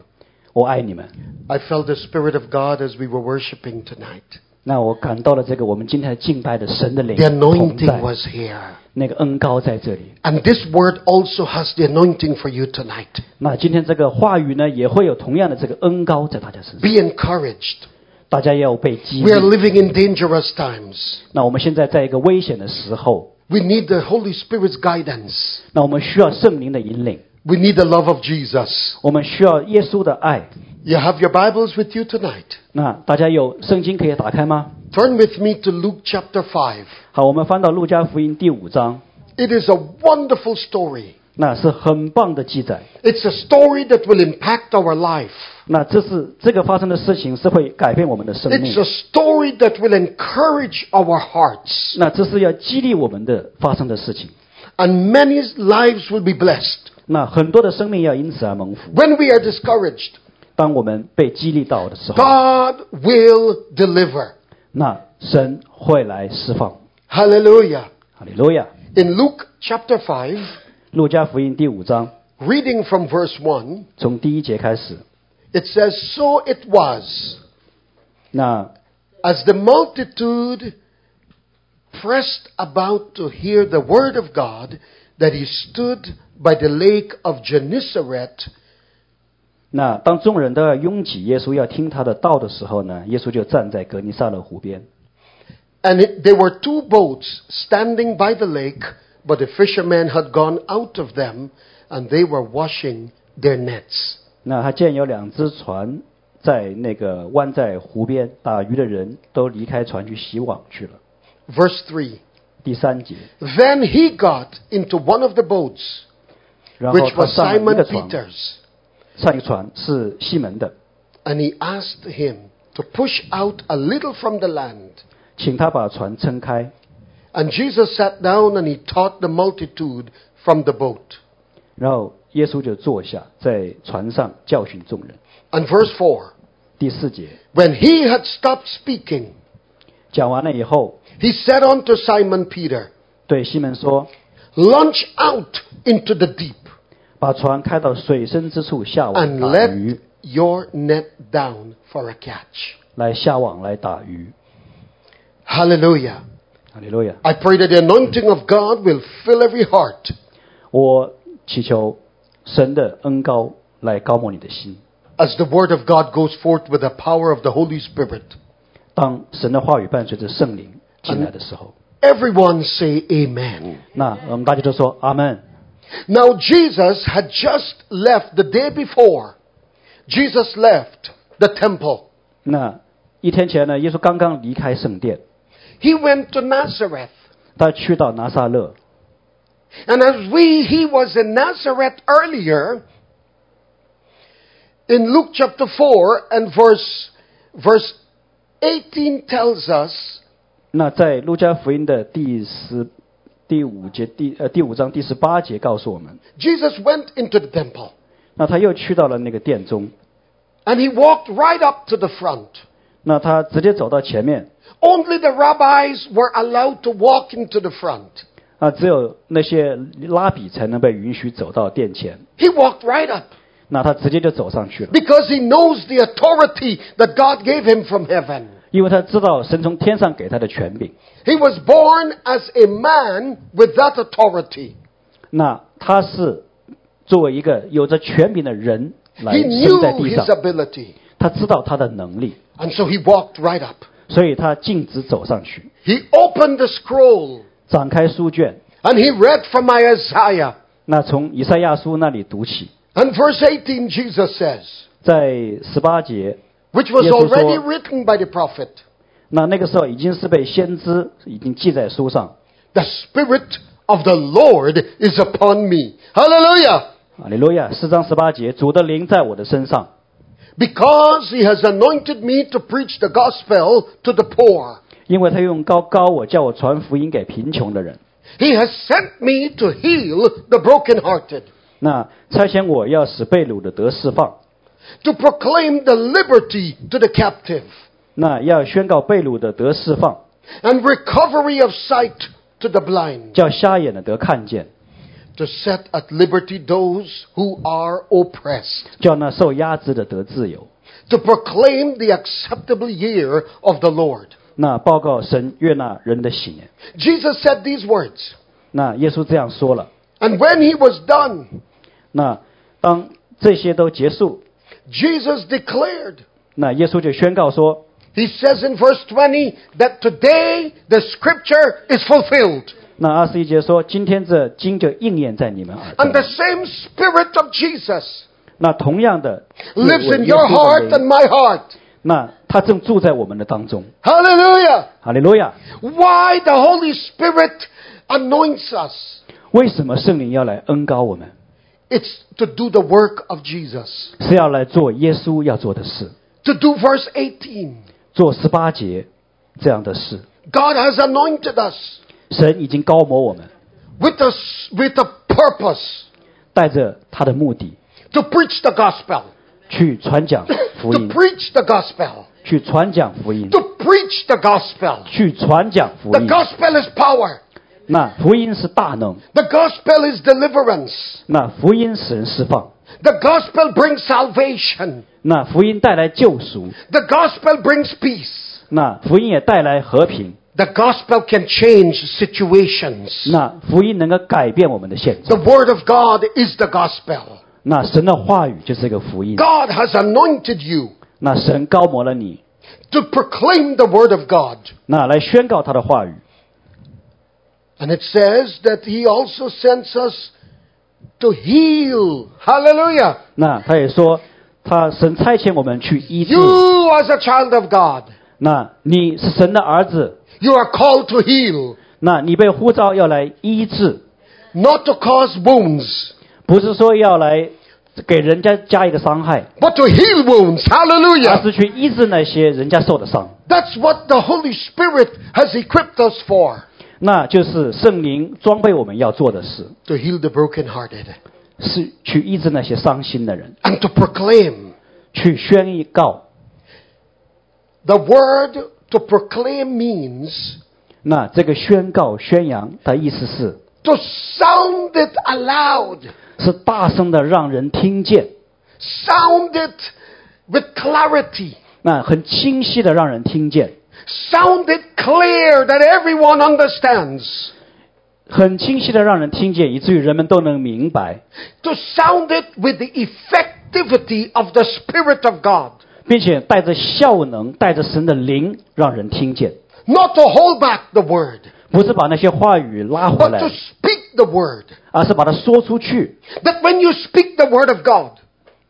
我爱你们。 I felt the Spirit of God as we were worshiping tonight. 那我感到了这个我们今天的敬拜的神的灵 The 同 anointing 在， was here. 那个恩高在这里。 And this word also has the anointing for you tonight. 那今天这个话语呢，也会有同样的这个恩高在大家身上， Be encouraged. 大家要被激 We are 励。 living in dangerous times. 那我们现在在一个危险的时候， We need the Holy Spirit's guidance. 那我们需要圣灵的引领， We need the love of Jesus. 我们需要耶稣的爱。 You have your Bibles with you tonight. 那大家有圣经可以打开吗？ Turn with me to Luke chapter 5. 好，我们翻到路加福音第五章， It is a wonderful story. 那是很棒的记载。 It's a story that will impact our life. 那这是这个发生的事情是会改变我们的生 It's 命， a story that will encourage our hearts. 那这是要激励我们的发生的事情。 And many lives will be blessed. 那很多的生命要因此而蒙福。 When we are discouraged, 当我们被激励到的时候， God will deliver. 那神会来释放。 Hallelujah. 哈利路亚！ In Luke chapter 5, 路加福音第五章， reading from verse 1, 从第一节开始。 it says, So it was, 那 as the multitude pressed about to hear the word of God, that he stood by the lake of Gennesaret 那当众人都要拥挤耶稣要听他的道的时候呢，耶稣就站在格尼萨勒湖边。 And it- there were two boats standing by the lake, but the fishermen had gone out of them, and they were washing their nets. 那他见有两只船在那个湾在湖边，打鱼的人都离开船去洗网去了。 Verse 3. 第三节， Then he got into one of the boats, 然后 which 他 was 上了一 Simon 个船， Peter's, 上一个船是西门的， and he asked him to push out a little from the land. 请他把船撑开。 And Jesus sat down and he taught the multitude from the boat. 然后耶稣就坐下，在船上教训众人。 And verse 4. 第四节 When he had stopped speaking, 讲完了以后， he said unto Simon Peter, 对西门说 launch out into the deep：“ 把船开到水深之处下网 and 打鱼 let，your net down for a catch. 来下网来打鱼。 Hallelujah. ”哈利路亚！ I pray that the anointing of God will fill every heart. 我祈求神的恩高来高抹你的心。 As the word of God goes forth with the power of the Holy Spirit, 当神的话语伴随着圣灵进来的时候， everyone say amen. 那我们大家都说阿门。 Now Jesus had just left the day before. Jesus left the temple. 那一天前呢，耶稣刚刚离开圣殿， He went to Nazareth. 他去到拿撒勒。 And as we, he was in Nazareth earlier, in Luke chapter 4 and verse, verse 18 tells us 那在路加福音的第十、第五节、第呃第五章第十八节告诉我们， Jesus went into the temple 那他又去到了那个殿中， and he walked right up to the front. 那他直接走到前面， Only the rabbis were allowed to walk into the front. 啊，只有那些拉比才能被允许走到殿前， He walked right up 那他直接就走上去了， because he knows the authority that God gave him from heaven. 因为他知道神从天上给他的权柄， He was born as a man with that authority. 那他是作为一个有着权柄的人来 He 生在 knew 地 his 上， ability. 他知道他的能力， And so he walked right up. 所以他径直走上去， He opened the scroll 展开书卷， and he read from Isaiah. 那从以赛亚书那里读起， And verse 18, Jesus says, 在十八节， which was Yes, also- already written by the prophet, 那那个时候已经是被先知已经记在书上， The Spirit of the Lord is upon me. Hallelujah! 啊，利路亚，四章十八节，主的灵在我的身上。 Because he has anointed me to preach the gospel to the poor. 因为他用高高我，叫我传福音给贫穷的人。 He has sent me to heal the brokenhearted, 那差遣我要使被掳的得释放， to proclaim the liberty to the captive, 那要宣告被掳的得释放， and recovery of sight to the blind, 叫瞎眼的得看见， to set at liberty those who are oppressed, 叫那受压制的得自由。 to proclaim the acceptable year of the Lord. 那报告神悦纳人的喜年。 Jesus said these words, 那耶稣这样说了。 and when he was done, 那当这些都结束， Jesus declared, 那耶稣就宣告说， He says in verse 20 that today the scripture is fulfilled. 那二十一节说，今天这经就应验在你们耳 And 中 the。same spirit of Jesus 那同样的， lives 我 in 耶 your 稣 heart 的 and 灵 my heart. 那他正住在我们的当中。 Hallelujah. 哈利路亚。 Why the Holy Spirit anoints us? 为什么圣灵要来恩高我们？ It's to do the work of Jesus. 是要来做耶稣要做的事， To do verse 18. 做十八节这样的事。 God has anointed us 神已经高摩我们， with a, s- with a purpose 带着他的目的 to preach the gospel. 去传讲福 To 音， preach the gospel. 去传讲福音， To preach the gospel. 去传讲福 The 音。 gospel is power. 那福音是大能， The gospel is deliverance. 那福音使人释放， The gospel brings salvation. 那福音带来救赎， The gospel brings peace. 那福音也带来和平， The gospel can change situations. 那福音能够改变我们的现状。 The word of God is the gospel. 那神的话语就是一个福音。 God has anointed you 那神高摩了你， to proclaim the word of God. 那来宣告他的话语。 And it says that he also sends us to heal. Hallelujah. 那他也说，他神差遣我们去医 Hmm. 治。 You as a child of God, 那你是神的儿子， you are called to heal, 那你被呼召要来医治， not to cause wounds, 不是说要来给人家加一个伤害， but to heal wounds. Hallelujah. 而是去医治那些人家受的伤。 That's what the Holy Spirit has equipped us for. 那就是圣灵装备我们要做的事， To heal the brokenhearted 是去医治那些伤心的人， and to proclaim 去宣告。 the word to proclaim means 那这个宣告、宣扬的意思是， to sound it aloud, 是大声的让人听见， sound it with clarity, 那很清晰的让人听见。 sound it clear that everyone understands, 很清晰的让人听见，以至于人们都能明白， to sound it with the effectivity of the Spirit of God, 并且带着效能，带着神的灵让人听见， not to hold back the word, 不是把那些话语拉回 but 来 to，speak the word. 而是把它说出去。 That when you speak the word of God,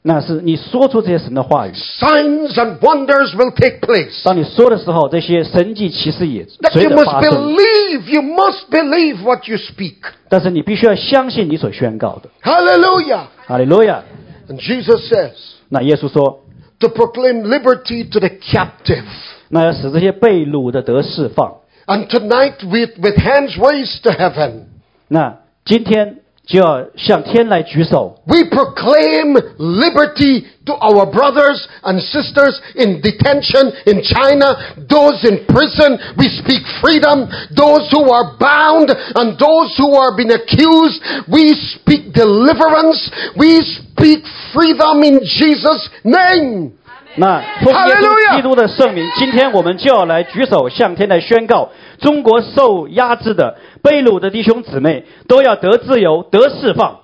那是你说出这些神的话语， signs and wonders will take place. 当你说的时候，这些神迹其实也 That 随 you 着 must 发生。 believe, you must believe what you speak. 但是你必须要相信你所宣告的。 Hallelujah. 哈利路亚！ And Jesus says, 那耶稣说， to proclaim liberty to the captive 那要使这些被掳的得释放。 And tonight, with, with hands raised to heaven, 那今天就要向天来举手， we proclaim liberty to our brothers and sisters in detention in China, those in prison. We speak freedom. Those who are bound and those who are being accused, we speak deliverance. We speak freedom in Jesus' name. 那奉耶稣基督的圣名，今天我们就要来举手向天来宣告：中国受压制的、被掳的弟兄姊妹都要得自由、得释放。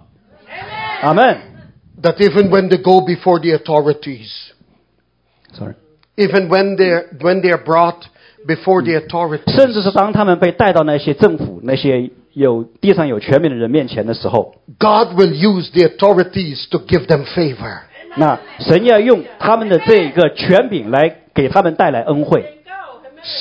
阿门。 That even when they go before the authorities, Sorry。 even when they're, when they're brought before the authorities, 甚至是当他们被带到那些政府、那些有地上有权柄的人面前的时候， God will use the authorities to give them favor. 那神要用他们的这个权柄来给他们带来恩惠。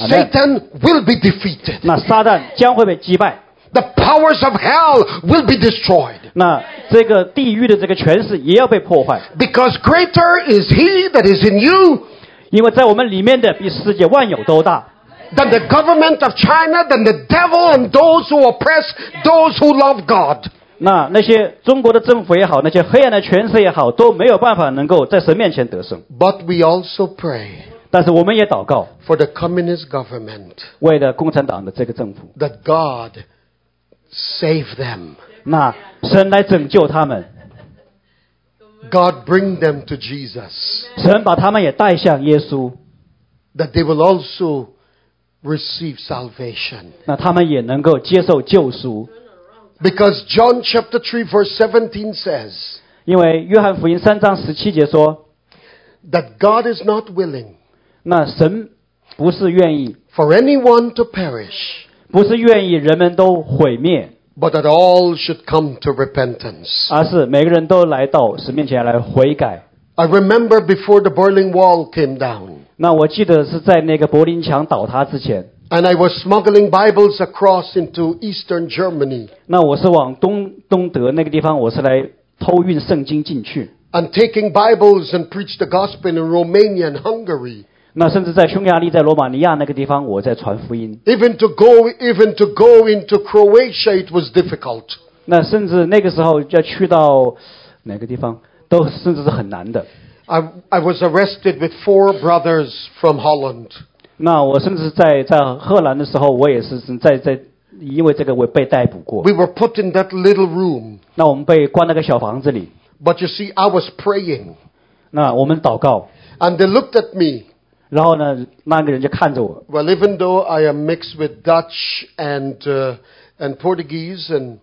Amen. Satan will be defeated. 那撒旦将会被击败， The powers of hell will be destroyed. 那这个地狱的这个权势也要被破坏， Because greater is he that is in you 因为在我们里面的比世界万有都大。 than the government of China, than the devil, and those who oppress those who love God. 那那些中国的政府也好，那些黑暗的权势也好，都没有办法能够在神面前得胜。 But we also pray 但是我们也祷告， for the communist government 为了共产党的这个政府， that God save them. 那神来拯救他们， God bring them to Jesus. 神把他们也带向耶稣， That they will also receive salvation. 那他们也能够接受救赎。 Because John chapter 3 verse 17 says 因为约翰福音三章十七节说， that God is not willing 那神不是愿意， for anyone to perish, 不是愿意人们都毁灭， but that all should come to repentance. 而是每个人都来到神面前来悔改。 I remember before the Berlin Wall came down, 那我记得是在那个柏林墙倒塌之前， and I was smuggling Bibles across into eastern Germany 那我是往东东德那个地方，我是来偷运圣经进去。 and taking Bibles and preached the gospel in Romania and Hungary. 那甚至在匈牙利、在罗马尼亚那个地方，我在传福音。 Even to go, even to go into Croatia, it was difficult. 那甚至那个时候要去到哪个地方，都甚至是很难的。 I, I was arrested with four brothers from Holland. 那我甚至在在荷兰的时候，我也是在在因为这个我被逮捕过 We。were put in that little room, 那我们被关那个小房子里， but you see, I was praying, 那我们祷告， and they looked at me. 然后呢，那个人就看着我。 Well, even though I am mixed with Dutch and uh, and Portuguese, and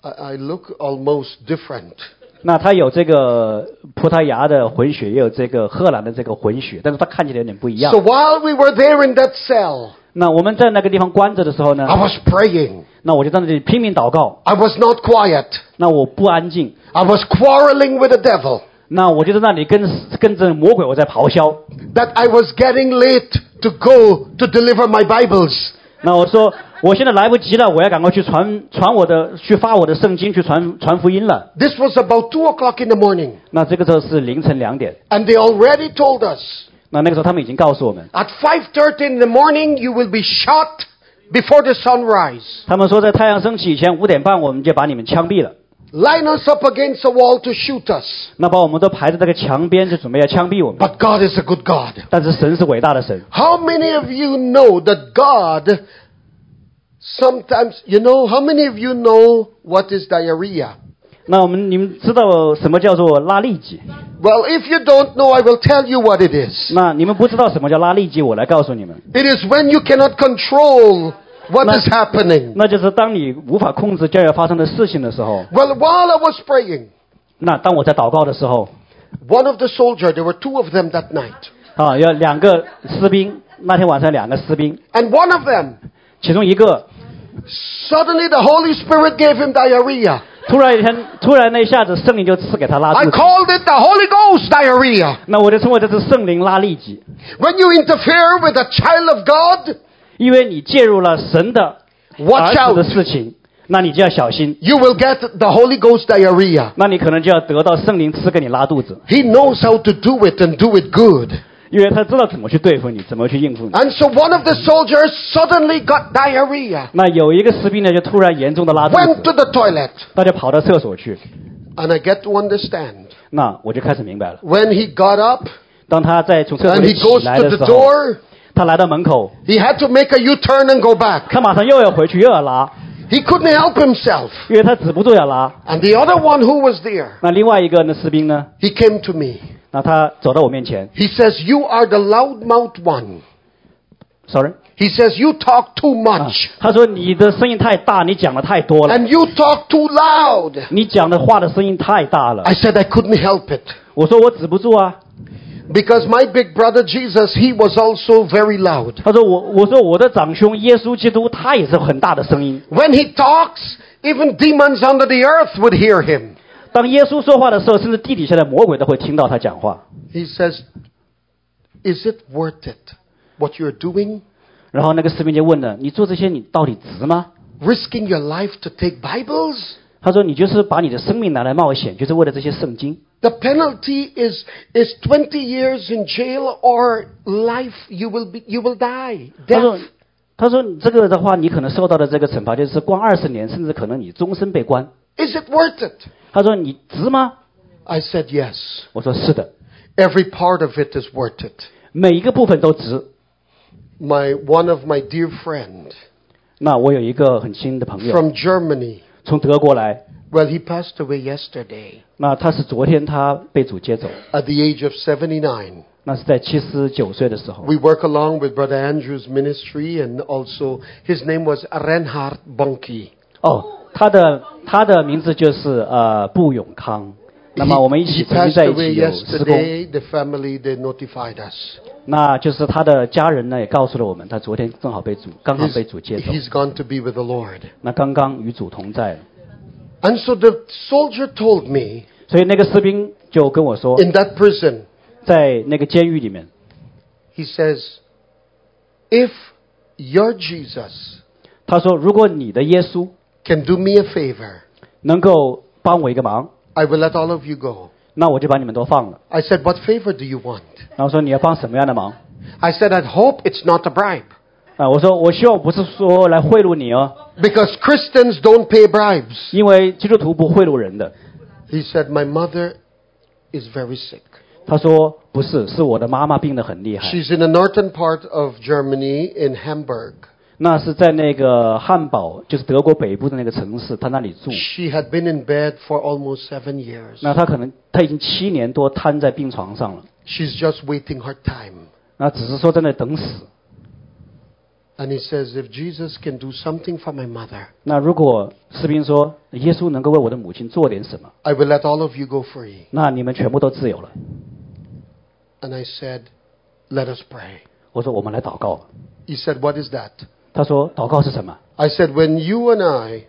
I, I look almost different, 那他有这个葡萄牙的混血，也有这个荷兰的这个混血，但是他看起来有点不一样 so。while we were there in that cell, 那我们在那个地方关着的时候呢， I was praying. 那我就在那里拼命祷告， I was not quiet. 那我不安静， I was quarreling with the devil 那我就在那里跟跟着魔鬼我在咆哮。 that I was getting late to go to deliver my Bibles. 那我说我现在来不及了，我要赶快去传传我的，去发我的圣经，去传传福音了。 This was about two o'clock in the morning, 那这个时候是凌晨两点， and they already told us 那那个时候他们已经告诉我们， at five thirty in the morning you will be shot before the sunrise. 他们说在太阳升起以前五点半我们就把你们枪毙了。 line us up against the wall to shoot us. 那把我们都排在这个墙边，就准备要枪毙我们。 But God is a good God. 但是神是伟大的神。 How many of you know that God sometimes, you know, how many of you know what is diarrhea? 那我们你们知道什么叫做拉力机？ Well, if you don't know, I will tell you what it is. 那你们不知道什么叫拉力机，我来告诉你们， It is when you cannot control what is happening. 那就是当你无法控制将要发生的事情的时候。 Well, while I was praying, 那当我在祷告的时候， one of the soldiers, there were two of them that night, 啊，有两个士兵，那天晚上两个士兵， and one of them, 其中一个 suddenly the Holy Spirit gave him diarrhea. 突然一天，突然那一下子圣灵就赐给他拉 I 肚子。 called it the Holy Ghost diarrhea. 那我就称为这是圣灵拉力机， When you interfere with a child of God, 因为你介入了神的 Watch 儿 out. 子的事情，那你就要小心， you will get the Holy Ghost diarrhea. 那你可能就要得到圣灵赐给你拉肚子。 He knows how to do it and do it good. 因为他知道怎么去对付你，怎么去应付你。 And so one of the soldiers suddenly got diarrhea, 那有一个士兵呢，就突然严重的拉肚 went to 子， the toilet. 大家跑到厕所去。 And I get to understand. 那我就开始明白了， When he got up 当他在从厕所 and he 里起 goes 来 to 的 the 时候， door, 他来到门口， he had to make a U turn and go back. 他马上又要回去，又要拉， He couldn't help himself. 因为他止不住要拉。 And the other one who was there, 那另外一个呢，士兵呢， he came to me. 那他走到我面前 He says, You are the loudmouth one. ，sorry， He says, You talk too 啊 much. 他说你的声音太大，你讲的太多了， And you talk too loud. 你讲的话的声音太大了。 I said, I couldn't help it. 我说我止不住啊。 Because my big brother Jesus, he was also very loud. 他说我我说我的长兄耶稣基督他也是很大的声音。 When he talks, even demons under the earth would hear him. 当耶稣说话的时候，甚至地底下的魔鬼都会听到他讲话。 He says, Is it worth it? What you're doing? 然后那个士兵就问了：“你做这些你到底值吗 Risking your life to take Bibles?？” 他说：“你就是把你的生命拿来冒险，就是为了这些圣经。 The penalty is, is 20 years in jail or life, you will, be, you will die. ”他说 Death.：“ 他说你这个的话，你可能受到的这个惩罚就是关二十年，甚至可能你终身被关。 Is it worth it? ”他说：“你值吗 I said, Yes.？” 我说：“是的， Every part of it is worth it. 每一个部分都值。 My, one of my dear friend ”那我有一个很亲的朋友， from Germany, 从德国来， well, he passed away yesterday 那他是昨天他被主接走， at the age of 79. 那是在七十九岁的时候。 We work along with Brother Andrew's ministry, and also his name was Reinhard Bunke. 哦，他的他的名字就是呃布永康。那么我们一 he 起 he 曾 passed 经在一 away 起有施工， yesterday. The family they notified us. 那就是他的家人呢也告诉了我们，他昨天正好被主刚好被主接走， he's gone to be with the Lord. 那刚刚与主同在了， And so the soldier told me 所以那个士兵就跟我说， in that prison, 在那个监狱里面， he says, "If your Jesus 他说如果你的耶稣 can do me a favor, 能够帮我一个忙， I will let all of you go." 那我就把你们都放了。 I said, "What favor do you want?" 然后说你要帮什么样的忙？ I said, "I hope it's not a bribe." 啊，我说我希望不是说来贿赂你哦， Because Christians don't pay bribes. 因为基督徒不贿赂人的。 He said, My mother is very sick. 他说不是，是我的妈妈病得很厉害。 She's in the northern part of Germany in Hamburg. 那是在那个汉堡，就是德国北部的那个城市，他那里住。 She had been in bed for almost seven years. 那他可能他已经七年多瘫在病床上了， She's just waiting her time. 那只是说在那等死。 And he says, If Jesus can do something for my mother, 那如果士兵说耶稣能够为我的母亲做点什么， I will let all of you go free. 那你们全部都自由了。 And I said, Let us pray. 我说我们来祷告吧。 He said, What is that? 他说祷告是什么？ I said, When you and I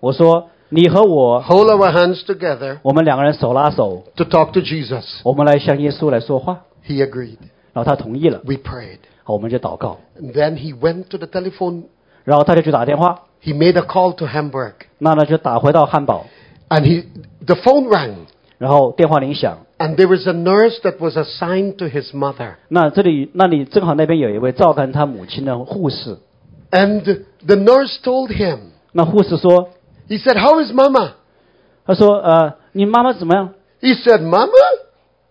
我说你和我， hold our hands together 我们两个人手拉手， to talk to Jesus, 我们来向耶稣来说话。 he agreed. 然后他同意了， We prayed. 好，我们就祷告。 And then he went to the telephone 然后他就去打电话， He made a call to Hamburg, 那呢就打回到汉堡， and he, the phone rang, 然后电话铃响， and there was a nurse that was assigned to his mother. 那这里，那里正好那边有一位照看他母亲的护士。 And the nurse told him, 那护士说 he said, How is Mama? 他说：“呃，你妈妈怎么样 He said, Mama?？”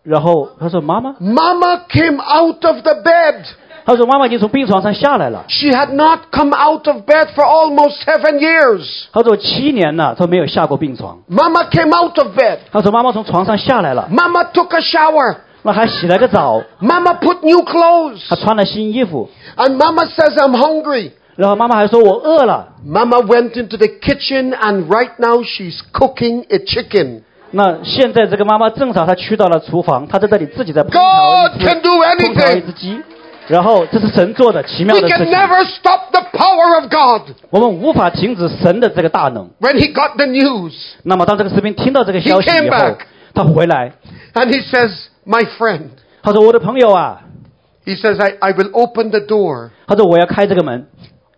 然后他说：“妈妈。 Mama came out of the bed. ”他说：“妈妈已经从病床上下来了。 She had not come out of bed for almost seven years. ”他说：“七年了，她没有下过病床。 Mama came out of bed. ”他说：“妈妈从床上下来了， Mama took a shower. 那还洗了个澡， Mama put new clothes. 她穿了新衣服。 And Mama says, I'm hungry. 然后妈妈还说：‘我饿了。 Mama went into the kitchen, and right now she's cooking a chicken. ’那现在这个妈妈正好她去到了厨房，她在这里自己在烹 God 调一 can 只 do 烹调一 anything. 只鸡。然后这是神做的奇妙 We 的事 can 情， never stop the power of God. 我们无法停止神的这个大能。 When he got the news, 那么当这个士兵听到这个消息 He came 以后 back.，他回来， and he says, My friend, 他说：“我的朋友啊， he says, I, I will open the door. 他说我要开这个门，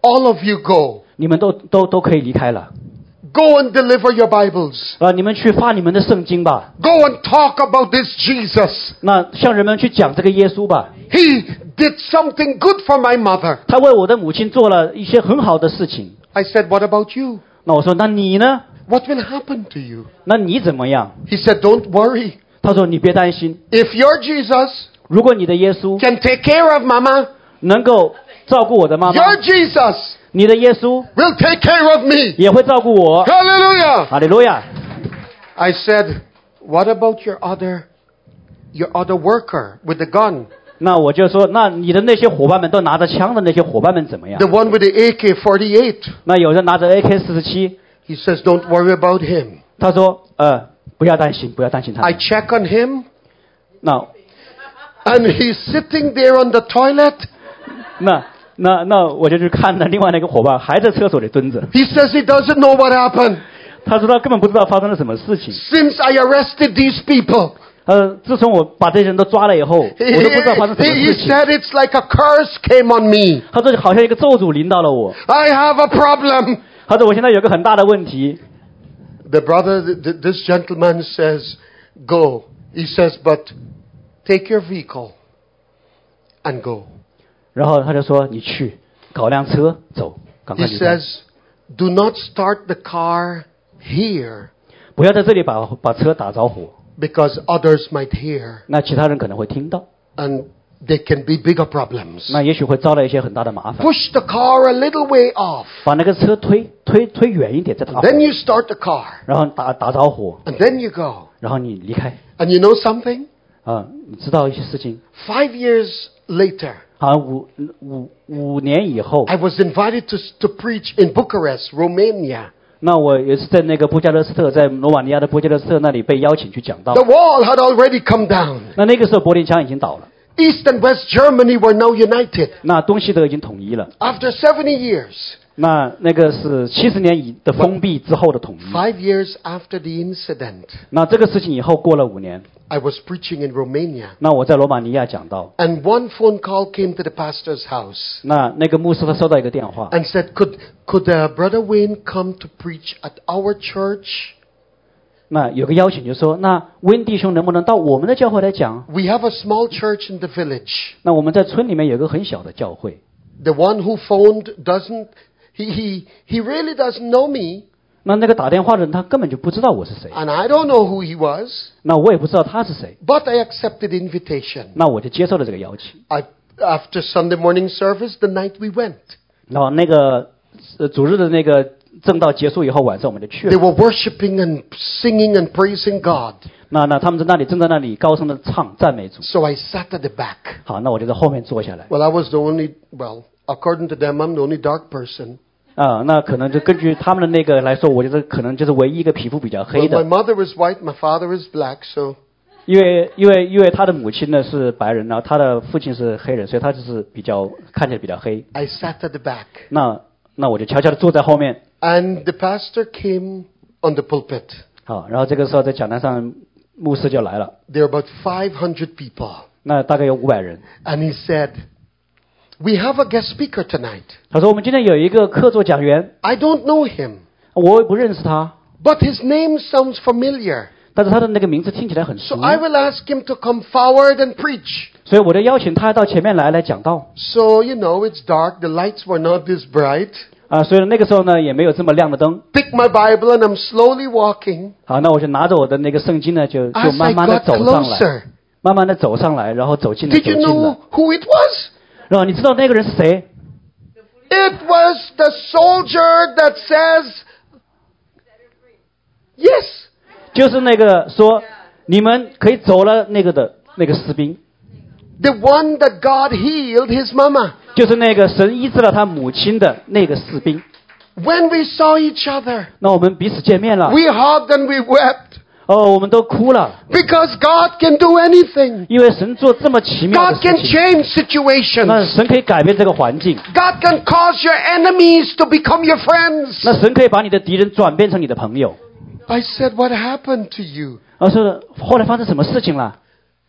All of you go. 你们都都都可以离开了。 Go and deliver your Bibles. 呃，你们去发你们的圣经吧， Go and talk about this Jesus. 那向人们去讲这个耶稣吧。 He did something good for my mother. 他为我的母亲做了一些很好的事情。 I said, What about you? 那我说，那你呢？ What will happen to you? 那你怎么样？ He said, Don't worry. 他说，你别担心， If your Jesus 如果你的耶稣 can take care of Mama, 能够照顾我的妈妈， your Jesus 你的耶稣 will take care of me. 也会照顾我。 Hallelujah. 哈利路亚！ I said, What about your other your other worker with the gun? 那我就说，那你的那些伙伴们都拿着枪的那些伙伴们怎么样 The？one with the AK 48. 那有人拿着 AK 四十七， He says, Don't worry about him. 他说，呃，不要担心，不要担心他 I。check on him 那 and he's sitting there on the toilet. 那那那我就去看了另外那个伙伴还在厕所里蹲着， He says he doesn't know what happened. 他说他根本不知道发生了什么事情。 Since I arrested these people, 呃，自从我把这些人都抓了以后，我都不 he, he- 知道发生什么 he 事情。 said it's like a curse came on me. 他说好像一个咒诅临到了我， I have a problem. 他说我现在有个很大的问题。 The brother, th- th- this gentleman says, Go. He says, But take your vehicle and go. 然后他就说你去搞辆车走，赶快 He 离开， says, Do not start the car here 不要在这里把把车打着火， because others might hear 那其他人可能会听到， and there can be bigger problems. 那也许会招来一些很大的麻烦。 Push the car a little way off. 把那个车推推推远一点再打火， Then you start the car 然后打打着火， and then you go. 然后你离开 And you know something? 啊、你知道一些事情。 Five years later, 好像五五五年以后， I was invited to, to preach in Bucharest, Romania. 那我也是在那个布加勒斯特，在罗马尼亚的布加勒斯特那里被邀请去讲道 The。wall had already come down. 那那个时候柏林墙已经倒了， East and West Germany were now united. 那东西德已经统一了。 After 70 years, 那那个是七十年以的封闭之后的统一。 five years after the incident, 那这个事情以后过了五年， I was preaching in Romania. 那我在罗马尼亚讲道， And one phone call came to the pastor's house 那那个牧师他收到一个电话， and said, Could, could uh, Brother Wayne come to preach at our church? 那有个邀请就说，那温弟兄能不能到我们的教会来讲？ We have a small church in the village. 那我们在村里面有个很小的教会， The one who phoned doesn't, he, he, he really doesn't know me, 那那个打电话的人他根本就不知道我是谁， and I don't know who he was, 那我也不知道他是谁， but I accepted the invitation. 那我就接受了这个邀请。 I, after Sunday morning service, the night we went, 然后那个呃主日的那个正道结束以后，晚上我们就去 they 了。 were worshiping and singing and praising God. 那那他们在那里正在那里高声的唱赞美主。 So I sat at the back. 好，那我就在后面坐下来 Well, I was the only, well, according to them, I'm the only dark person. 啊、那可能就根据他们的那个来说，我觉得可能就是唯一一个皮肤比较黑 Well, my 的， mother is white, my father is black, so 因为因为因为他的母亲呢是白人，然后他的父亲是黑人，所以他就是比较看起来比较黑。 I sat at the back. 那那我就悄悄的坐在后面 And the pastor came on the pulpit. 好，然后这个时候在讲台上，牧师就来了， There are about 500 people. 那大概有五百人。 And he said, We have a guest speaker tonight. 他说我们今天有一个客座讲员， I don't know him, 我也不认识他， but his name sounds familiar. 但是他的那个名字听起来很熟 So，I will ask him to come forward and preach. 所以我就邀请他到前面来来讲道 So, you know, it's dark, the lights were not this bright. 啊。所以那个时候呢也没有这么亮的灯， Pick my Bible and I'm slowly walking. 好，那我就拿着我的那个圣经呢，就就 As I 慢慢的 got 走上来， closer, 慢慢的走上来，然后走进了 did 走 you 进了， know who it was? 然后你知道那个人是谁？ It was the soldier that says, Yes, 就是那个说你们可以走了那个的那个士兵， the one that God healed his mama. 就是那个神医治了他母亲的那个士兵。 When we saw each other, 那我们彼此见面了， We hugged and we wept 哦，我们都哭了， because God can do anything. 因为神做这么奇妙 God 的 can 事情， change 那 situations. 神可以改变这个环境， God can cause your enemies to become your friends. 那神可以把你的敌人转变成你的朋友。 I said, What happened to you? 而是后来发生什么事情了？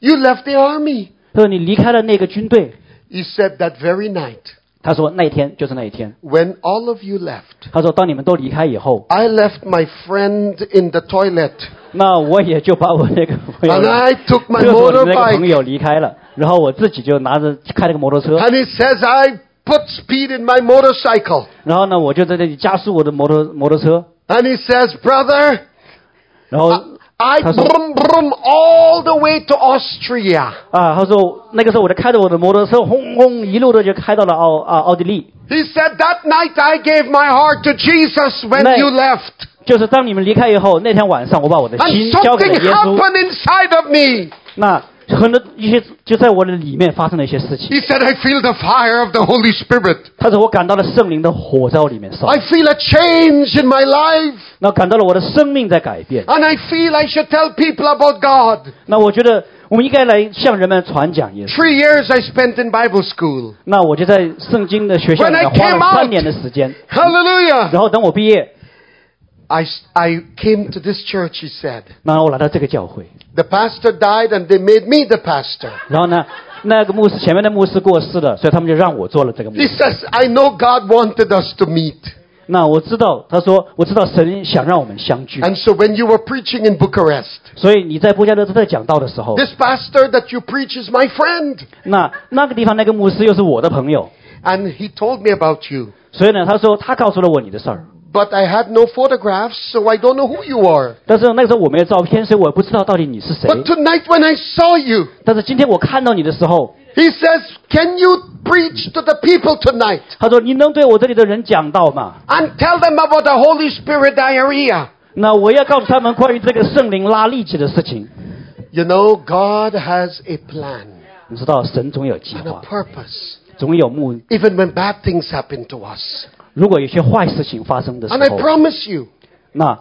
You left the army. 他说你离开了那个军队， He said that very night. 他说那一天就是那一天。 When all of you left, 他说当你们都离开以后， I left my friend in the toilet 那我也就把我那个朋友 and I took my 厕所的那个朋 motorbike 友离开了，然后我自己就拿着开了个摩托车， and he says I put speed in my motorcycle 然后呢我就在这里加速我的摩托摩托车， and he says, brother, 然后 I, I That's all. brum brum all the way to Austria. 啊，他说那个时候我就开着我的摩托车，轰轰一路的就开到了奥啊奥地利。 He said that night I gave my heart to Jesus when Night. you left, 就是当你们离开以后，那天晚上我把我的 and 心交给了 something 耶稣， happened inside of me. 那很多一些就在我的里面发生了一些事情。 He said, I feel the fire of the Holy Spirit. 他说我感到了圣灵的火在我里面烧， I feel a change in my life. 那感到了我的生命在改变。 And I feel I should tell people about God. 那我觉得我们应该来向人们传讲耶稣。 Three years I spent in Bible school. 那我就在圣经的学校里 When I 面花 came out- 了三年的时间， Hallelujah. 然后等我毕业， I, I came to this church, he said. 然后我来到这个教会， The pastor died and they made me the pastor. 然后呢，那个牧师前面的牧师过世了，所以他们就让我做了这个牧 He 师。 says, I know God wanted us to meet. 那我知道，他说我知道神想让我们相聚， And so when you were preaching in Bucharest, 所以你在布加勒斯特讲道的时候， this pastor that you preach is my friend. 那那个地方那个牧师又是我的朋友， And he told me about you. 所以呢，他说他告诉了我你的事儿， But I had no photographs, so I don't know who you are. 但是那个时候我没有照片，所以我不知道到底你是谁。 But tonight when I saw you, 但是今天我看到你的时候， he says, Can you preach to the people tonight? 他说你能对我这里的人讲道吗？ and tell them about the Holy Spirit diarrhea. 那我要告诉他们关于这个圣灵拉力气的事情。 You know, God has a plan 你知道神总有计 and a 划， purpose, 总有目。 even when bad things happen to us. 如果有些坏事情发生的时 And I 候， promise you, 那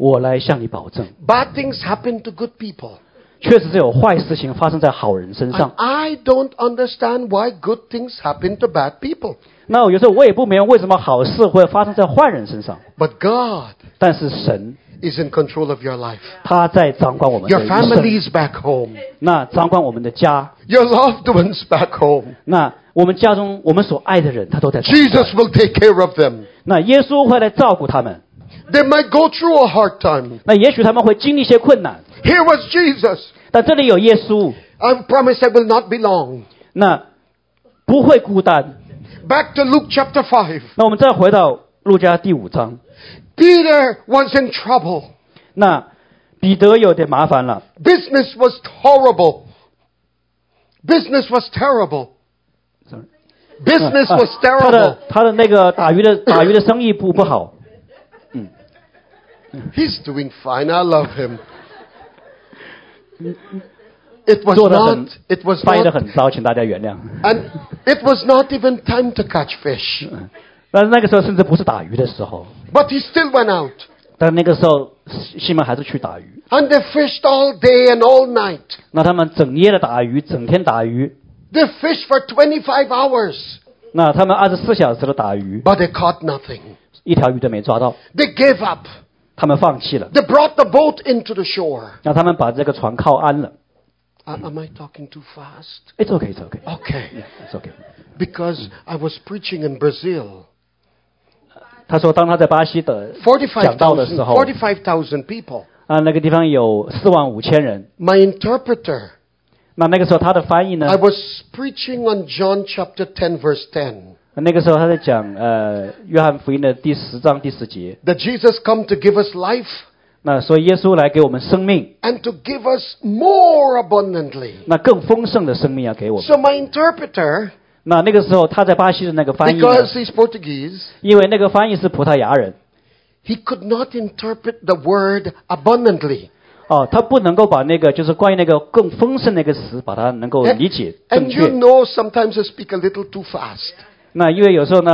我来向你保证， bad things happen to good people. 确实是有坏事情发生在好人身 And 上。 I don't understand why good things happen to bad people. 那有时候我也不明白为什么好事会发生在坏人身上， But God 但是神 is in control of your life. 他在掌管我们 Your 的一 family 生， is back home. 那掌管我们的家， Your loved ones back home. 那我们家中我们所爱的人，他都在掌管。 Jesus will take care of them. 那耶稣会来照顾他们， They might go through a hard time. 那也许他们会经历一些困难， Here was Jesus. 但这里有耶稣， I promise I will not be long. 那不会孤单。 Back to Luke chapter 5. 那我们再回到路加第五章， Peter was in trouble. 那彼得有点麻烦了， Business was horrible. Business was terrible. Sorry. Business 啊 was 他的 terrible. 他的那个 打鱼的打鱼的生意不不好， He's doing fine. I love him. It was 做的很 not. It was 翻译的 not. 很糟，请大家原谅。 And it was not even time to catch fish. 但是那个时候甚至不是打鱼的时候， But he still went out. 但那个时候西西门还是去打鱼， And they fished all day and all night. 那他们整夜的打鱼，整天打鱼， They fished for 25 hours. 那他们二十四小时的打鱼， But they caught nothing. 一条鱼都没抓到， They gave up. 他们放弃了， They brought the boat into the shore. 那他们把这个船靠岸了。哎 Uh, am I talking too fast? It's okay, it's okay, Okay. it's okay。 Because I was preaching in Brazil. 他说，当他在巴西的讲到的45,000时候， 45,000 people. 啊，那个地方有四万五千人。 My interpreter, 那那个时候他的翻译呢 I？was preaching on John chapter 10, verse 10. 那个时候他在讲呃约翰福音的第十章第十节。 That Jesus come to give us life 那说耶稣来给我们生命， and to give us more abundantly. 那更丰盛的生命要给我们。 So my interpreter, 那那个时候他在巴西的那个翻译呢， because he's Portuguese, 因为那个翻译是葡萄牙人 he could not interpret the word abundantly. 哦，他不能够把那个就是关于那个更丰盛那个词把它能够理解 And 正 you 确。 know sometimes I speak a little too fast. 那因为有时候呢，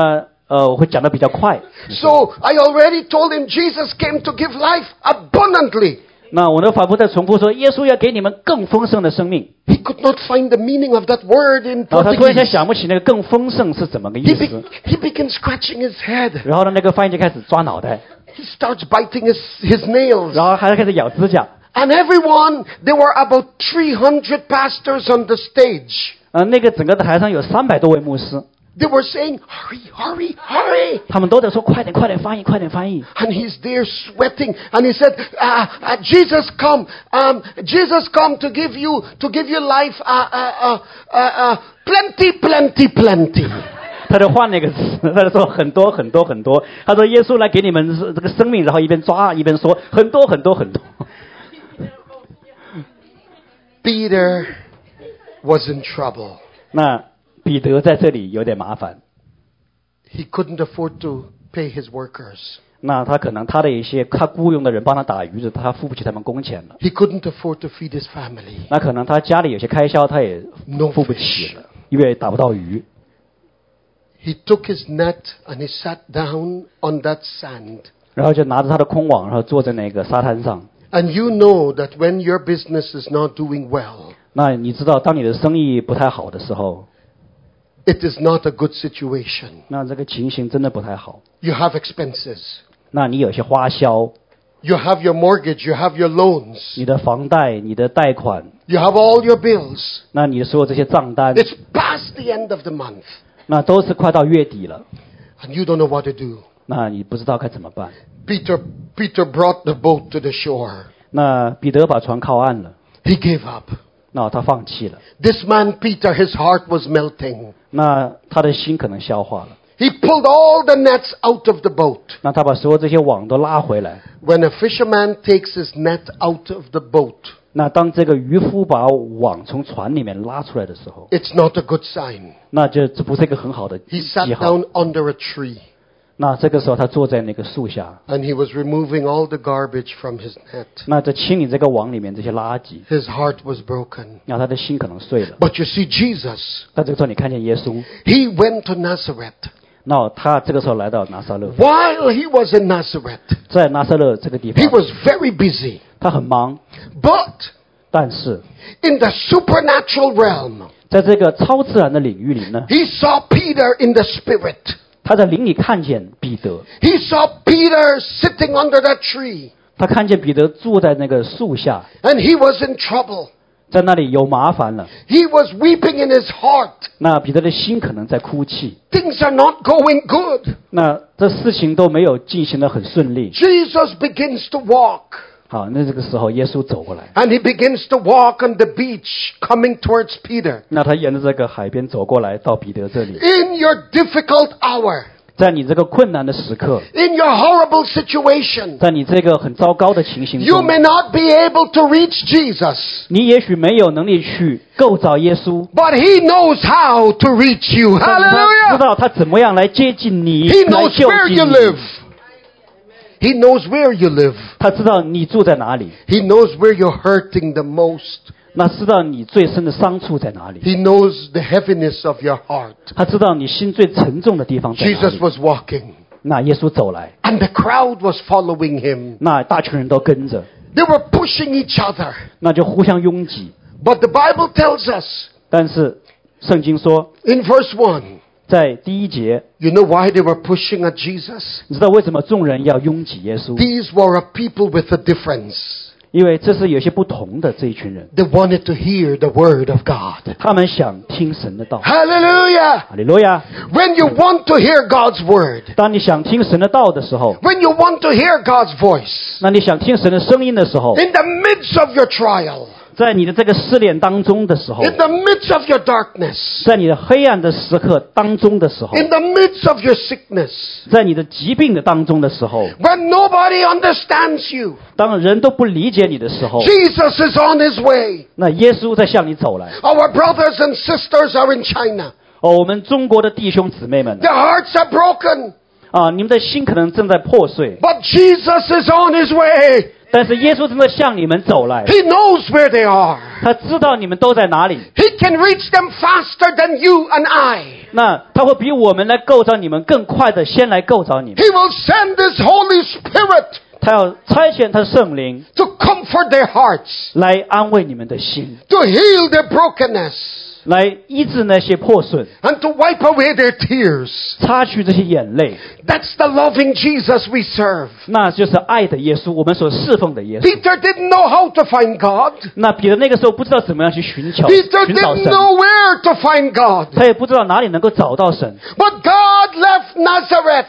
呃，我会讲的比较快。 So I already told him Jesus came to give life abundantly. 那我呢反复在重复说，耶稣要给你们更丰盛的生命。 He could not find the meaning of that word in 然后他突然间 Portuguese. 想不起那个更丰盛是怎么个意 He, 思 be-。he began scratching his head. 然后呢，那个翻译就开始抓脑袋， He starts biting his, his nails. 然后还开始咬指甲。 And everyone, there were about 300 pastors on the stage. 呃，那个整个台上有三百多位牧师， They were saying, hurry, hurry, hurry. 他们都在说快点，快点翻译，快点翻译。 And he's there sweating. And he said, ah, ah, Jesus come. Um, Jesus come to give you, to give you life, uh, uh, uh, uh, uh, plenty, plenty, plenty. 他就换了一个词，他就说很多很多很多。他说耶稣来给你们是这个生命，然后一边抓一边说很多很多很多。 Peter was in trouble. 那彼得在这里有点麻烦， He couldn't afford to pay his workers. 那他可能他的一些他雇佣的人帮他打鱼的，他付不起他们工钱了。 He couldn't afford to feed his family. 那可能他家里有些开销，他也 No 付不起了，因为打不到鱼。 He took his net and he sat down on that sand. 然后就拿着他的空网，然后坐在那个沙滩上。 And you know that when your business is not doing well, 那你知道，当你的生意不太好的时候， it is not a good situation. 那这个情形真的不太好。 You have expenses. 那你有些花销， You have your mortgage, you have your loans, 你的房贷、你的贷款， you have all your bills. 那你的所有这些账单， It's past the end of the month 那都是快到月底了， and you don't know what to do. 那你不知道该怎么办。 Peter Peter brought the boat to the shore. 那彼得把船靠岸了， He gave up. 那他放弃了， This man Peter his heart was melting. 那他的心可能消化了， He pulled all the nets out of the boat. 那他把所有这些网都拉回来。 When a fisherman takes his net out of the boat, 那当这个渔夫把网从船里面拉出来的时候， it's not a good sign. 那就这不是一个很好的 He sat 记号。 down under a tree 那这个时候他坐在那个树下， and he was removing all the garbage from his net. 那在清理这个网里面这些垃圾， His heart was broken. 那他的心可能碎了。 But you see, Jesus, 但这个时候你看见耶稣， he went to Nazareth. 那他这个时候来到拿撒勒， While he was in Nazareth, 在拿撒勒这个地 he 方， was very busy. 他很忙， But 但是 in the supernatural realm, 在这个超自然的领域里呢， he saw Peter in the spirit. 他在灵里看见彼得， He saw Peter sitting under that tree 他看见彼得住在那个树下， and he was in trouble. 在那里有麻烦了。 He was weeping in his heart. 那彼得的心可能在哭泣， Things are not going good. 那这事情都没有进行的很顺利。 Jesus begins to walk. 好，那这个时候耶稣走过来， And he begins to walk on the beach, coming towards Peter. 那他沿着这个海边走过来到彼得这里， In your difficult hour, 在你这个困难的时刻， in your horrible situation, 在你这个很糟糕的情形 you 中， may not be able to reach Jesus, 你也许没有能力去构造耶稣， but he knows how to reach you. 但是他知 Hallelujah! 道他怎么样来接近你， He 来 knows 救 where 济 you 你 live.。He knows where you live. 他知道你住在哪里， He knows where you're hurting the most. 那知道你最深的伤处在哪里， He knows the heaviness of your heart. 他知道你心最沉重的地方在哪 Jesus 里。 was walking. 那耶稣走来， And the crowd was following him. 那大群人都跟着， They were pushing each other. 那就互相拥挤。 But the Bible tells us 但是圣经说， in verse 1, 在第一节， you know why they were pushing at Jesus? 你知道为什么众人要拥挤耶稣？ These were a people with a difference. 因为这是有些不同的这一群人， They wanted to hear the word of God. 他们想听神的道。 Hallelujah! 哈利路亚！ When you want to hear God's word, 当你想听神的道的时候， when you want to hear God's voice, 那你想听神的声音的时候， in the midst of your trial, 在你的这个试炼当中的时候， in the midst of your darkness, 在你的黑暗的时刻当中的时候， in the midst of your sickness, 在你的疾病的当中的时候， when nobody understands you, 当人都不理解你的时候， Jesus is on his way. 那耶稣在向你走来。 Our brothers and sisters are in China. 哦，我们中国的弟兄姊妹们 Their hearts are broken, 啊，你们的心可能正在破碎， but Jesus is on his way. 但是耶稣正在向你们走来， He knows where they are. 他知道你们都在哪里， He can reach them faster than you and I. 那他会比我们来构造你们更快的先来构造你们， He will send his Holy Spirit 他要差遣他圣灵 to comfort their hearts, 来安慰你们的心， to heal their brokenness, 来医治那些破损， and to wipe away their tears. 擦去这些眼泪。 That's the loving Jesus we serve. 那就是爱的耶稣，我们所侍奉的耶稣。 Peter didn't know how to find God. 那彼得那个时候不知道怎么样去寻求 Peter 寻找 didn't 神， know where to find God. 他也不知道哪里能够找到神。 But God left Nazareth.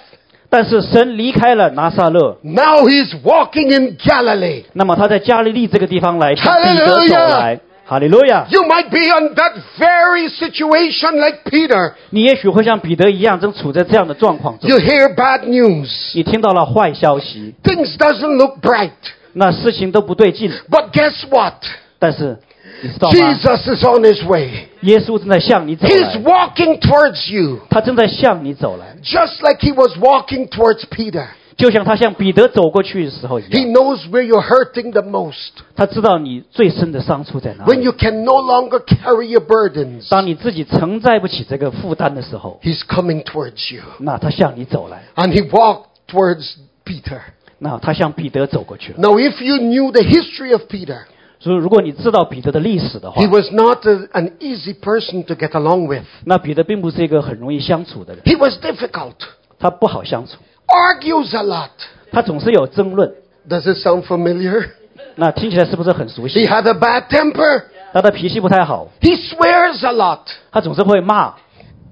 但是神离开了拿撒勒， Now he's walking in Galilee. 那么他在加利利这个地方来向彼得 Hallelujah 走来。哈利路亚！ You might be on that very situation like Peter. 你也许会像彼得一样，正处在这样的状况中。 You hear bad news. 你听到了坏消息， Things doesn't look bright. 那事情都不对劲。 But guess what? 但是你知道吗？ Jesus is on his way. 耶稣正在向你走 He's 来， walking towards you. 他正在向你走来， Just like he was walking towards Peter. 就像他向彼得走过去的时候一 He 样。 knows where you're hurting the most. 他知道你最深的伤处在哪 When 里 you。can no longer carry your burdens. 当你自己承载不起这个负担的时候， He's coming towards you. 那他向你走来， And he walked towards Peter. 那他向彼得走过去了。 Now, if you knew the history of Peter, 所以，如果你知道彼得的历史的话 he，was not a, an easy person to get along with. 那彼得并不是一个很容易相处的人， He was difficult, 他不好相处， argues a lot. 他总是有争论。 Does it sound familiar? 那听起来是不是很熟 He 悉？ had a bad temper. 他的脾气不太好， He swears a lot. 他总是会骂。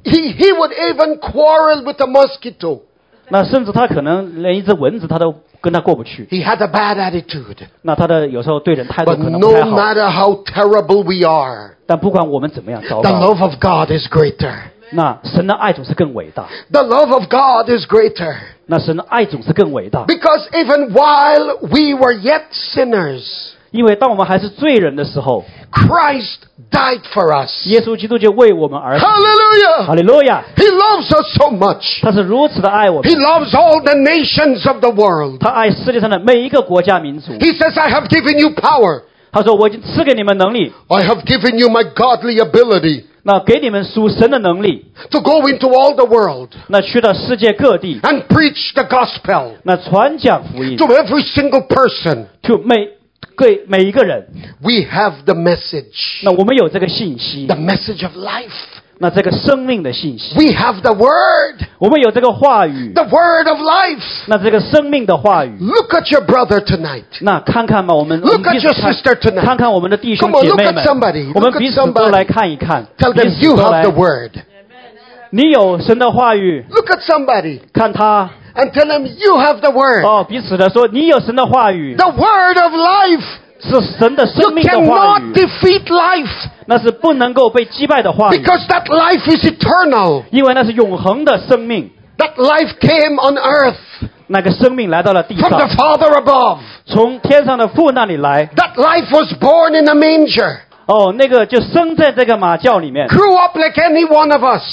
He, he would even quarrel with a mosquito. 那甚至他可能连一只蚊子他都跟他过不去。 He had a bad attitude. 那他的有时候对人态度 But 可能不太 no 好， matter how terrible we are, 但不管我们怎么样糟 the 糕， love of God is greater. 那神的爱总是更伟大， The love of God is greater. 那神的爱总是更伟大。 Because even while we were yet sinners, 因为当我们还是罪人的时候， Christ died for us. 耶稣基督就为我们而死。哈 Hallelujah! 利路亚！ He loves us so much. 他是如此的爱我 He 们， loves all the nations of the world. 他爱世界上的每一个国家民族。 He says, I have given you power. 他说：“我已经赐给你们能力， I have given you my godly ability 那给你们属神的能力， to go into all the world 那去到世界各地， and preach the gospel 那传讲福音 to every single person. to 每对每一个人。 We have the message. 那我们有这个信息 The，message of life. 那这个生命的信息， We have the word. 我们有这个话语， The word of life. 那这个生命的话语。 Look at your brother tonight. 那看看吧，我们 Look 我们彼 at 此 your 看 sister tonight. 看看我们的弟兄 Come on, 姐 look 妹 at somebody. 们，我们 Look at 彼此都 somebody. 来看一看， Tell them 彼此 you 都 have 来 the。word. 你有神的话语， Look at somebody 看他 and tell them you have the word. 哦，彼此的说，你有神的话语， The word of life. 是神的生 You 命的话 cannot 语， defeat life 那是不能够被击败的话语， because that life is eternal. 因为那是永恒的生命。 That life came on earth 那个生命来到了地 from 上 the，Father above. 从天上的父那里来。 That life was born in a manger, 哦，那个就生在这个马厩里面 grew up like any one of us,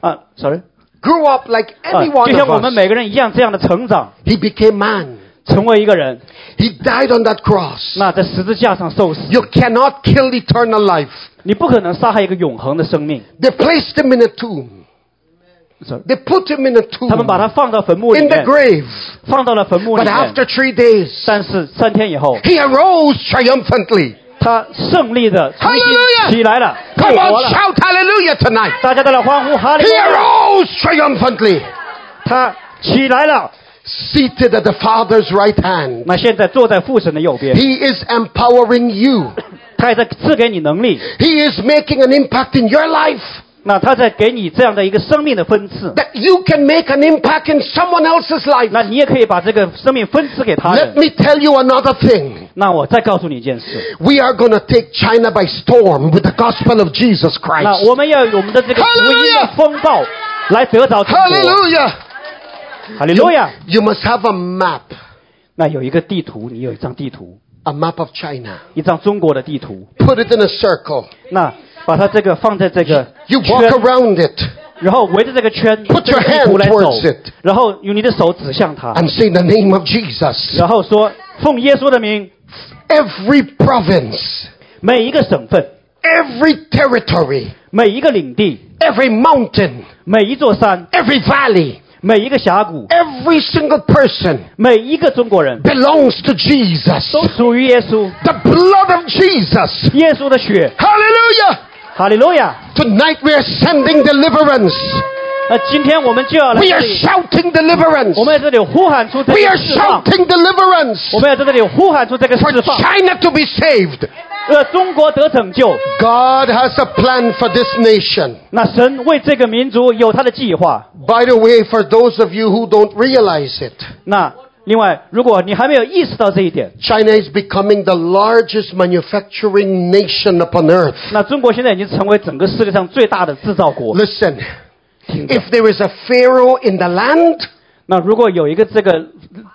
啊，sorry， grew up like 啊 any，one 就像 of 我们 us. 每个人一样这样的成长， He became man. 成为一个人。 He died on that cross. 那在十字架上受死， You cannot kill eternal life. 你不可能杀害一个永恒的生命。 They placed him in a tomb. Sorry They put him in a tomb 他们把他放到坟墓里 in the 面， grave. 放到了坟墓里 But 面。 after three days, 但是三天以后， he arose triumphantly. 他胜利的重 Hallelujah！新起来了，复 Come 活 on, 了。 shout hallelujah tonight. 大家都来欢呼哈利 He 路亚！ arose triumphantly, 他起来了。 seated at the Father's right hand. 那现在坐在父神的右边， He is empowering you. 他也在赐给你能力。 He is making an impact in your life 那他在给你这样的一个生命的分赐， that you can make an impact in someone else's life. 那你也可以把这个生命分赐给他 Let 人。 me tell you another thing. 那我再告诉你一件事， We are going to take China by storm with the gospel of Jesus 那 Christ. 我们要有我们的这个福音 Hallelujah！的风暴来得着中国。 Hallelujah. 哈利路亚！ You must have a map, 那有一个地图，你有一张地图， a map of China. 一张中国的地图。 Put it in a circle. 那把它这个放在这个 You 圈 walk，around it 然后围着这个圈， Put 这个 your 地图 hand 来走 towards it，然后用你的手指向它， and say the name of Jesus. 然后说奉耶稣的名， Every province, 每一个省份、 every territory, 每一个领地、 every mountain, 每一座山、 every valley, 每一个峡谷、 every single person 每一个中国人 belongs to Jesus. 都属于耶稣， The blood of Jesus. 耶稣的血， Hallelujah. 哈利路亚！ Tonight we are sending deliverance. 那今天我们就要来 We 这 are 里， shouting deliverance. 我们在这里呼喊出这 We are 个释放， shouting deliverance 我们要在这里呼喊出这个 for 释放， China to be saved. 呃，中国得拯救。 God has a plan for this nation. 那神为这个民族有他的计划。 By the way, for those of you who don't realize it, 那另外，如果你还没有意识到这一点， China is becoming the largest manufacturing nation upon earth. 那中国现在已经成为整个世界上最大的制造国。 Listen, 听着 if there is a Pharaoh in the land, 那如果有一个这个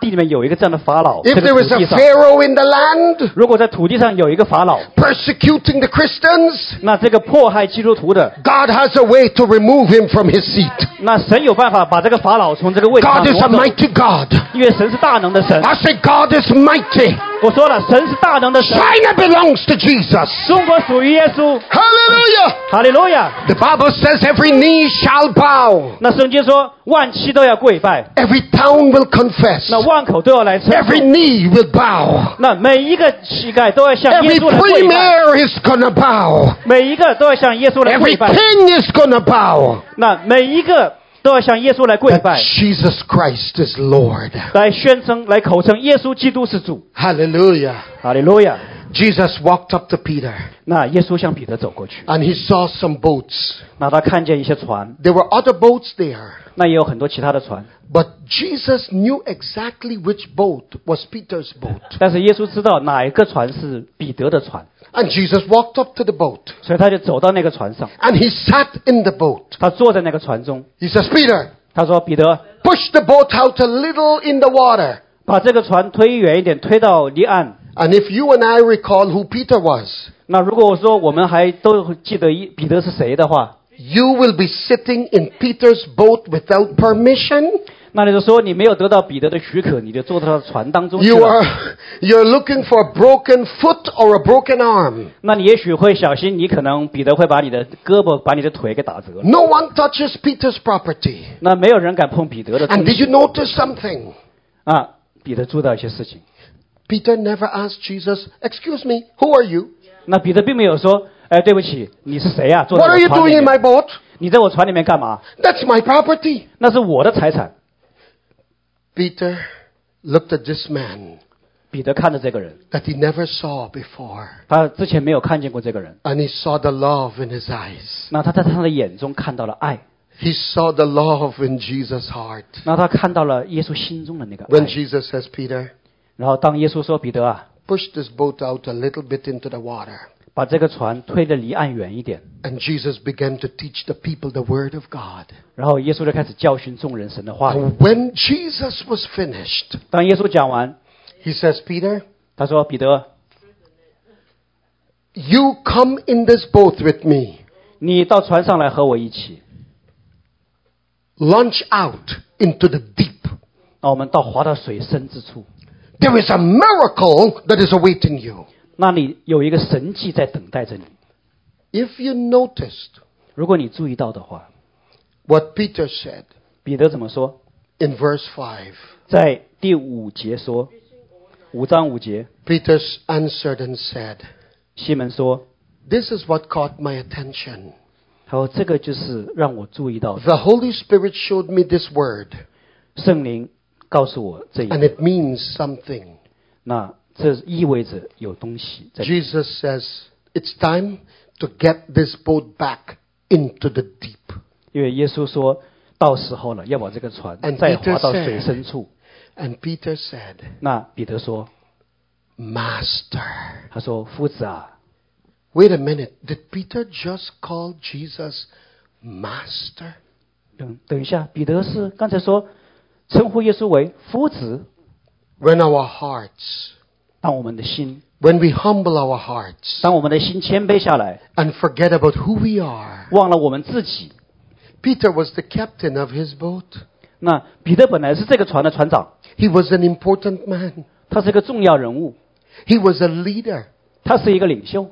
地里面有一个这样的法老，这 if 个 there 土 is 地 a 上， Pharaoh in the land 如果在土地上有一个法老， persecuting the Christians, 那这个迫害基督徒的， God has a way to remove him from his seat. 那神有办法把这个法老从这个位置上 God is a 挪走， mighty God. 因为神是大能的神。 I say God is mighty. 我说了，神是大能的神， China belongs to Jesus. 中国属于耶稣， Hallelujah. 哈利路亚。 The Bible says every knee shall bow. 那圣经说，万膝都要跪拜， Every tongue will confess. 那万口都要来称颂 Every knee will bow. 那每一个膝盖都要向耶 Every 稣来跪拜， premier is gonna bow. 每一个都要向耶稣来 Every 跪拜， king is gonna bow. 那每一个都要向耶稣来跪拜 That，Jesus Christ is Lord. 来宣称、来口称耶稣基督是主。 Hallelujah. 哈利路亚！ Jesus walked up to Peter 那耶稣向彼得走过去， and he saw some boats. 那他看见一些船， There were other boats there. 那也有很多其他的船， But Jesus knew exactly which boat was Peter's boat. 但是耶稣知道哪一个船是彼得的船， And Jesus walked up to the boat 所以他就走到那个船上， and he sat in the boat. 他坐在那个船中， He says, Peter, 他说：“彼得， push the boat out a little in the water. 把这个船推远一点，推到离岸。 And if you and I recall who Peter was, ”那如果我说我们还都记得一彼得是谁的话， you will be sitting in Peter's boat without permission. 那你就说你没有得到彼得的许可，你就坐到他的船当中去 You 了。 are you're looking for a broken foot or a broken arm. 那你也许会小心，你可能彼得会把你的胳膊、把你的腿给打折了。 No one touches Peter's property. 那没有人敢碰彼得的东 And 西 did you notice something? 啊！彼得注意到一些事情， Peter never asked Jesus, "Excuse me, who are you? 那彼得并没有说：“哎，对不起，你是谁啊？坐在 What are 我 you 船里 doing in 面 my boat? 你在我船里面干嘛？ That's my property." 那是我的财产。 Peter looked at this man ”彼得看着这个人， that he never saw before, 他之前没有看见过这个人， and he saw the love in his eyes. 那他在他的眼中看到了爱， He saw the love in Jesus' heart. 那他看到了耶稣心中的那个 When 爱。 Jesus says, Peter, 然后当耶稣说：“彼得啊， push this boat out a little bit into the water. 把这个船推得离岸远一点。 And Jesus began to teach the people the word of God. ”然后耶稣就开始教训众人神的话语。 And when Jesus was finished, 当耶稣讲完， he says, Peter, 他说：“彼得， you come in this boat with me. 你到船上来和我一起， Launch out into the deep. 那我们到滑到水深之处， There is a miracle that is awaiting you. 那里有一个神迹在等待着你。 If you noticed 如果你注意到的话， what Peter said 彼得怎么说？ in verse 5, 在第五节说，五章五节， Peter answered and said, 西门说， This is what caught my attention. 他说这个就是让我注意到的 The Holy Spirit showed me this word, 圣灵告诉我这一 and 点， it means something. 那这意味着有东西在。 Jesus says, It's time to get this boat back into the deep. 因为耶稣说到时候了，要把这个船 And 再滑 Peter 到 said- 水深处。 And Peter said, 那彼得说， Master. 他说夫子啊， Wait a minute. Did Peter just call Jesus Master? 等等一下，彼得是刚才说称呼耶稣为夫子， When our hearts, 当我们的心， when we humble our hearts 当我们的心谦卑下来， and forget about who we are, 忘了我们自己。 Peter was the captain of his boat. 那彼得本来是这个船的船长， He was an important man. 他是一个重要人物， He was a leader. 他是一个领袖，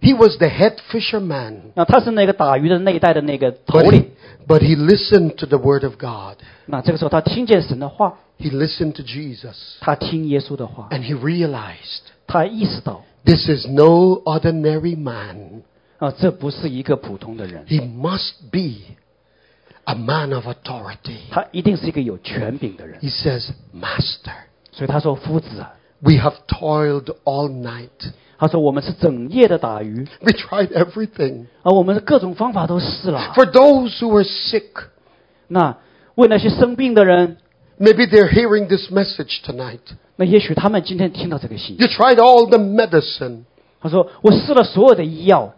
He was the head fisherman. 那他是那个打鱼的那一代的那个头 But he, 领。 but he listened to the word of God. 那这个时候他听见神的话， He listened to Jesus 他听耶稣的话， and he realized 他意识到 this is no ordinary man. 啊，这不是一个普通的人， He must be a man of authority. 他一定是一个有权柄的人。 He says, Master, 所以他说：“夫子啊， we have toiled all night. 他说我们是整夜的打鱼， We tried everything. 啊，我们各种方法都试了。 For those who are sick, 那为那些生病的人， maybe they're hearing this message tonight. 那也许他们今天听到这个信息， You tried all the medicine. 他说我试了所有的医药。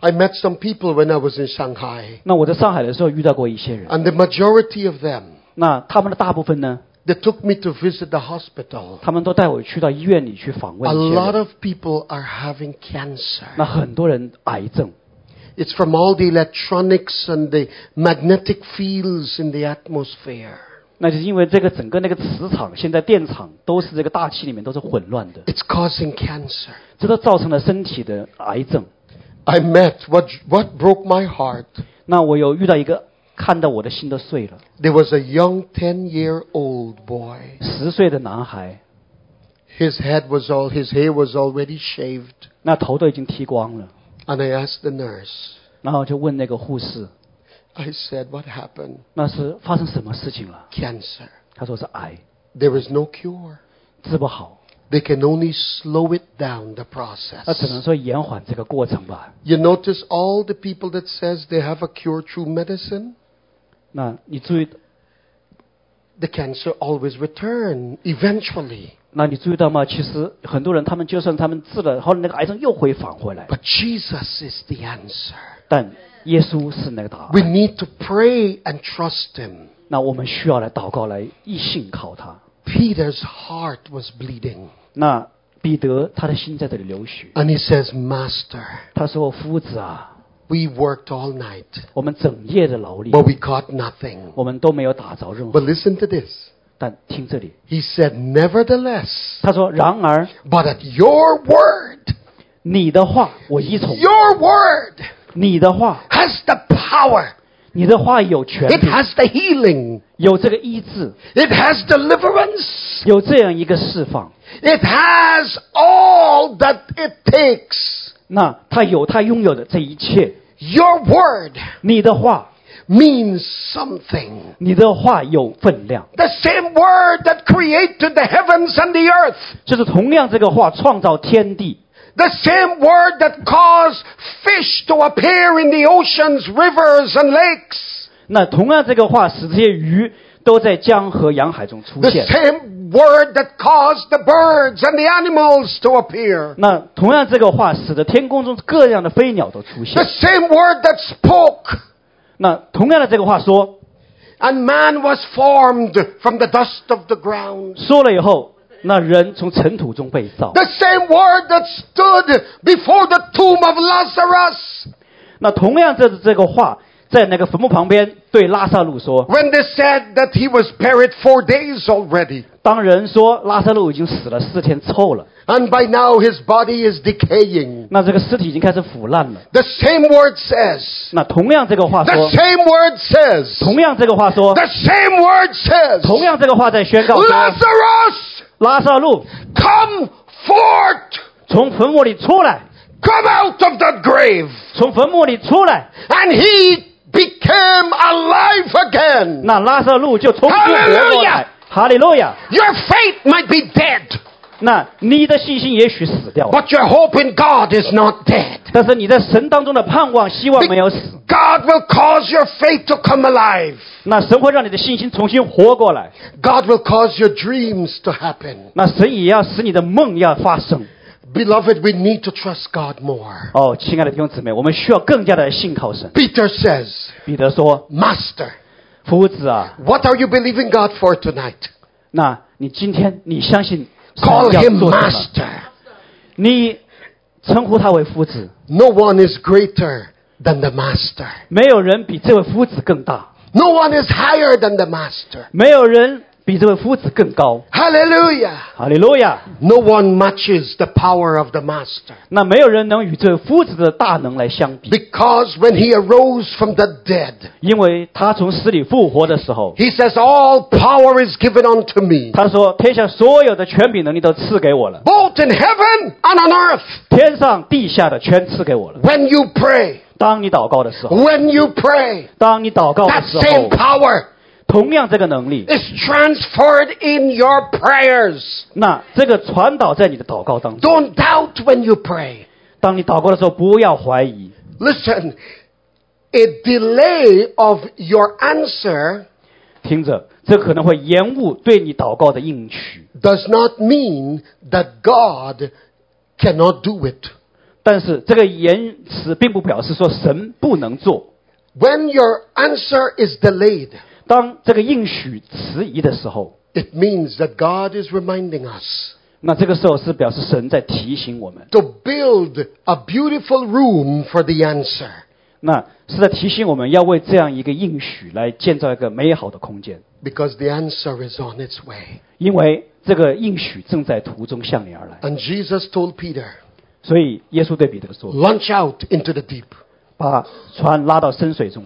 I met some people when I was in Shanghai, 那我在上海的时候遇到过一些人， and the majority of them, 那他们的大部分呢， they took me to visit the hospital. 他们都带我去到医院里去访 A 问一些 lot 人。 of people are having cancer. 那很多人癌症， It's from all the electronics and the magnetic fields in the atmosphere. 那就是因为这个整个那个磁场，现在电场都是这个大气里面都是混乱的， It's causing cancer. 这都造成了身体的癌症。 I met what, what broke my heart. 那我有遇到一个看到我的心都碎了， There was a young 10 year old boy. 十岁的男孩， His head was all, his hair was already shaved. 那头都已经剃光了。 And I asked the nurse, 然后就问那个护士， I said, What happened? 那是发生什么事情了？ Cancer. 他说是癌， There is no cure. 治不好， They can only slow it down, the 那只能 process. 说延缓这个过程吧。 You notice all the people that says they have a cure through medicine? 那你注意， the cancer always return eventually. 那你注意到吗？其实很多人他们就算他们治了，后来那个癌症又会返回来， But Jesus is the answer. 但耶稣是那个答 We 案。 need to pray and trust him. 那我们需要来祷告，来一信靠他。 Peter's heart was bleeding 那彼得他的心在这里流血， and he says, "Master, 他说：“夫子啊， we worked all night, 我们整夜的劳力， but we got nothing." 我们都没有打着任何 But。listen to this. ”但听这里， He said, "Nevertheless, 他说：“然而 but at your word, 你的话我依从， your word 你的话 has the power. 你的话有权 It 柄， has the healing. 有这个医治， It has deliverance. 有这样一个释放。 It has all that it takes. 那他有他拥有的这一切。 Your word 你的话， means something. 你的话有分量， The same word that created the heavens and the earth. 就是同样这个话创造天地， The same word that caused fish to appear in the oceans, rivers, and lakes. 那同样这个话使这些鱼都在江河洋海中出 The 现。 same word that caused the birds and the animals to appear. 那同样这个话使得天空中各样的飞鸟都出 The 现。 same word that spoke. 那同样的这个话说 And man was formed from the dust of the ground. 说了以后，那人从尘土中被造。 The same word that stood before the tomb of Lazarus 那同样这这个话在那个坟墓旁边对拉萨路说， when they said that he was buried four days already. 当人说拉萨路已经死了四天臭了， And by now his body is decaying. 那这个尸体已经开始腐烂了。 The same word says, 那同样这个话 the 说， same word says, 同样这个话说， the same word says, 同样这个话在宣告说， Lazarus, 拉萨路 come forth, 从坟墓里出来， come out of that grave. 从坟墓里出来， And he became alive again. 那拉萨路就重新活过来。哈利路亚！ Your faith might be dead, 那你的信心也许死掉了， but your hope in God is not dead. 但是你在神当中的盼望、希望没有死。 God will cause your faith to come alive. 那神会让你的信心重新活过来。 God will cause your dreams to happen. 那神也要使你的梦要发生。 Beloved, we need to trust God more. 哦，亲爱的弟兄姊妹，我们需要更加的信靠神。 Peter says, 彼得说 Master,：“ 夫子啊， what are you believing God for tonight? 那你今天你相信神 Call 要 him 做什么？ Master. 你称呼他为夫子， No one is greater than the Master. 没有人比这位夫子更大， No one is higher than the Master. 没有人比这位夫子更高。 Hallelujah! 哈利路亚！ No one matches the power of the Master. 那没有人能与这位夫子的大能来相比， Because when he arose from the dead, 因为他从死里复活的时候， he says, All power is given unto me, 他说：“天下所有的权柄能力都赐给我了， both in heaven and on earth. 天上地下的全赐给我了。 When you pray, ”当你祷告的时候， when you pray, 当你祷告的哦 that 时 same 候， power 同样这个能力， is transferred in your prayers. 那这个传导在你的祷告当中。 Don't doubt when you pray. 当你祷告的时候，不要怀疑。 Listen, a delay of your answer 听着，这可能会延误对你祷告的应许， does not mean that God cannot do it. 但是这个延迟并不表示说神不能做。 When your answer is delayed, 当这个应许迟疑的时候， it means that God is reminding us 那这个时候是表示神在提醒我们， to build a beautiful room for the answer. 那是在提醒我们要为这样一个应许来建造一个美好的空间， Because the answer is on its way. 因为这个应许正在途中向你而来。 And Jesus told Peter, 所以耶稣对彼得说 launch out into the deep.：“ 把船拉到深水中。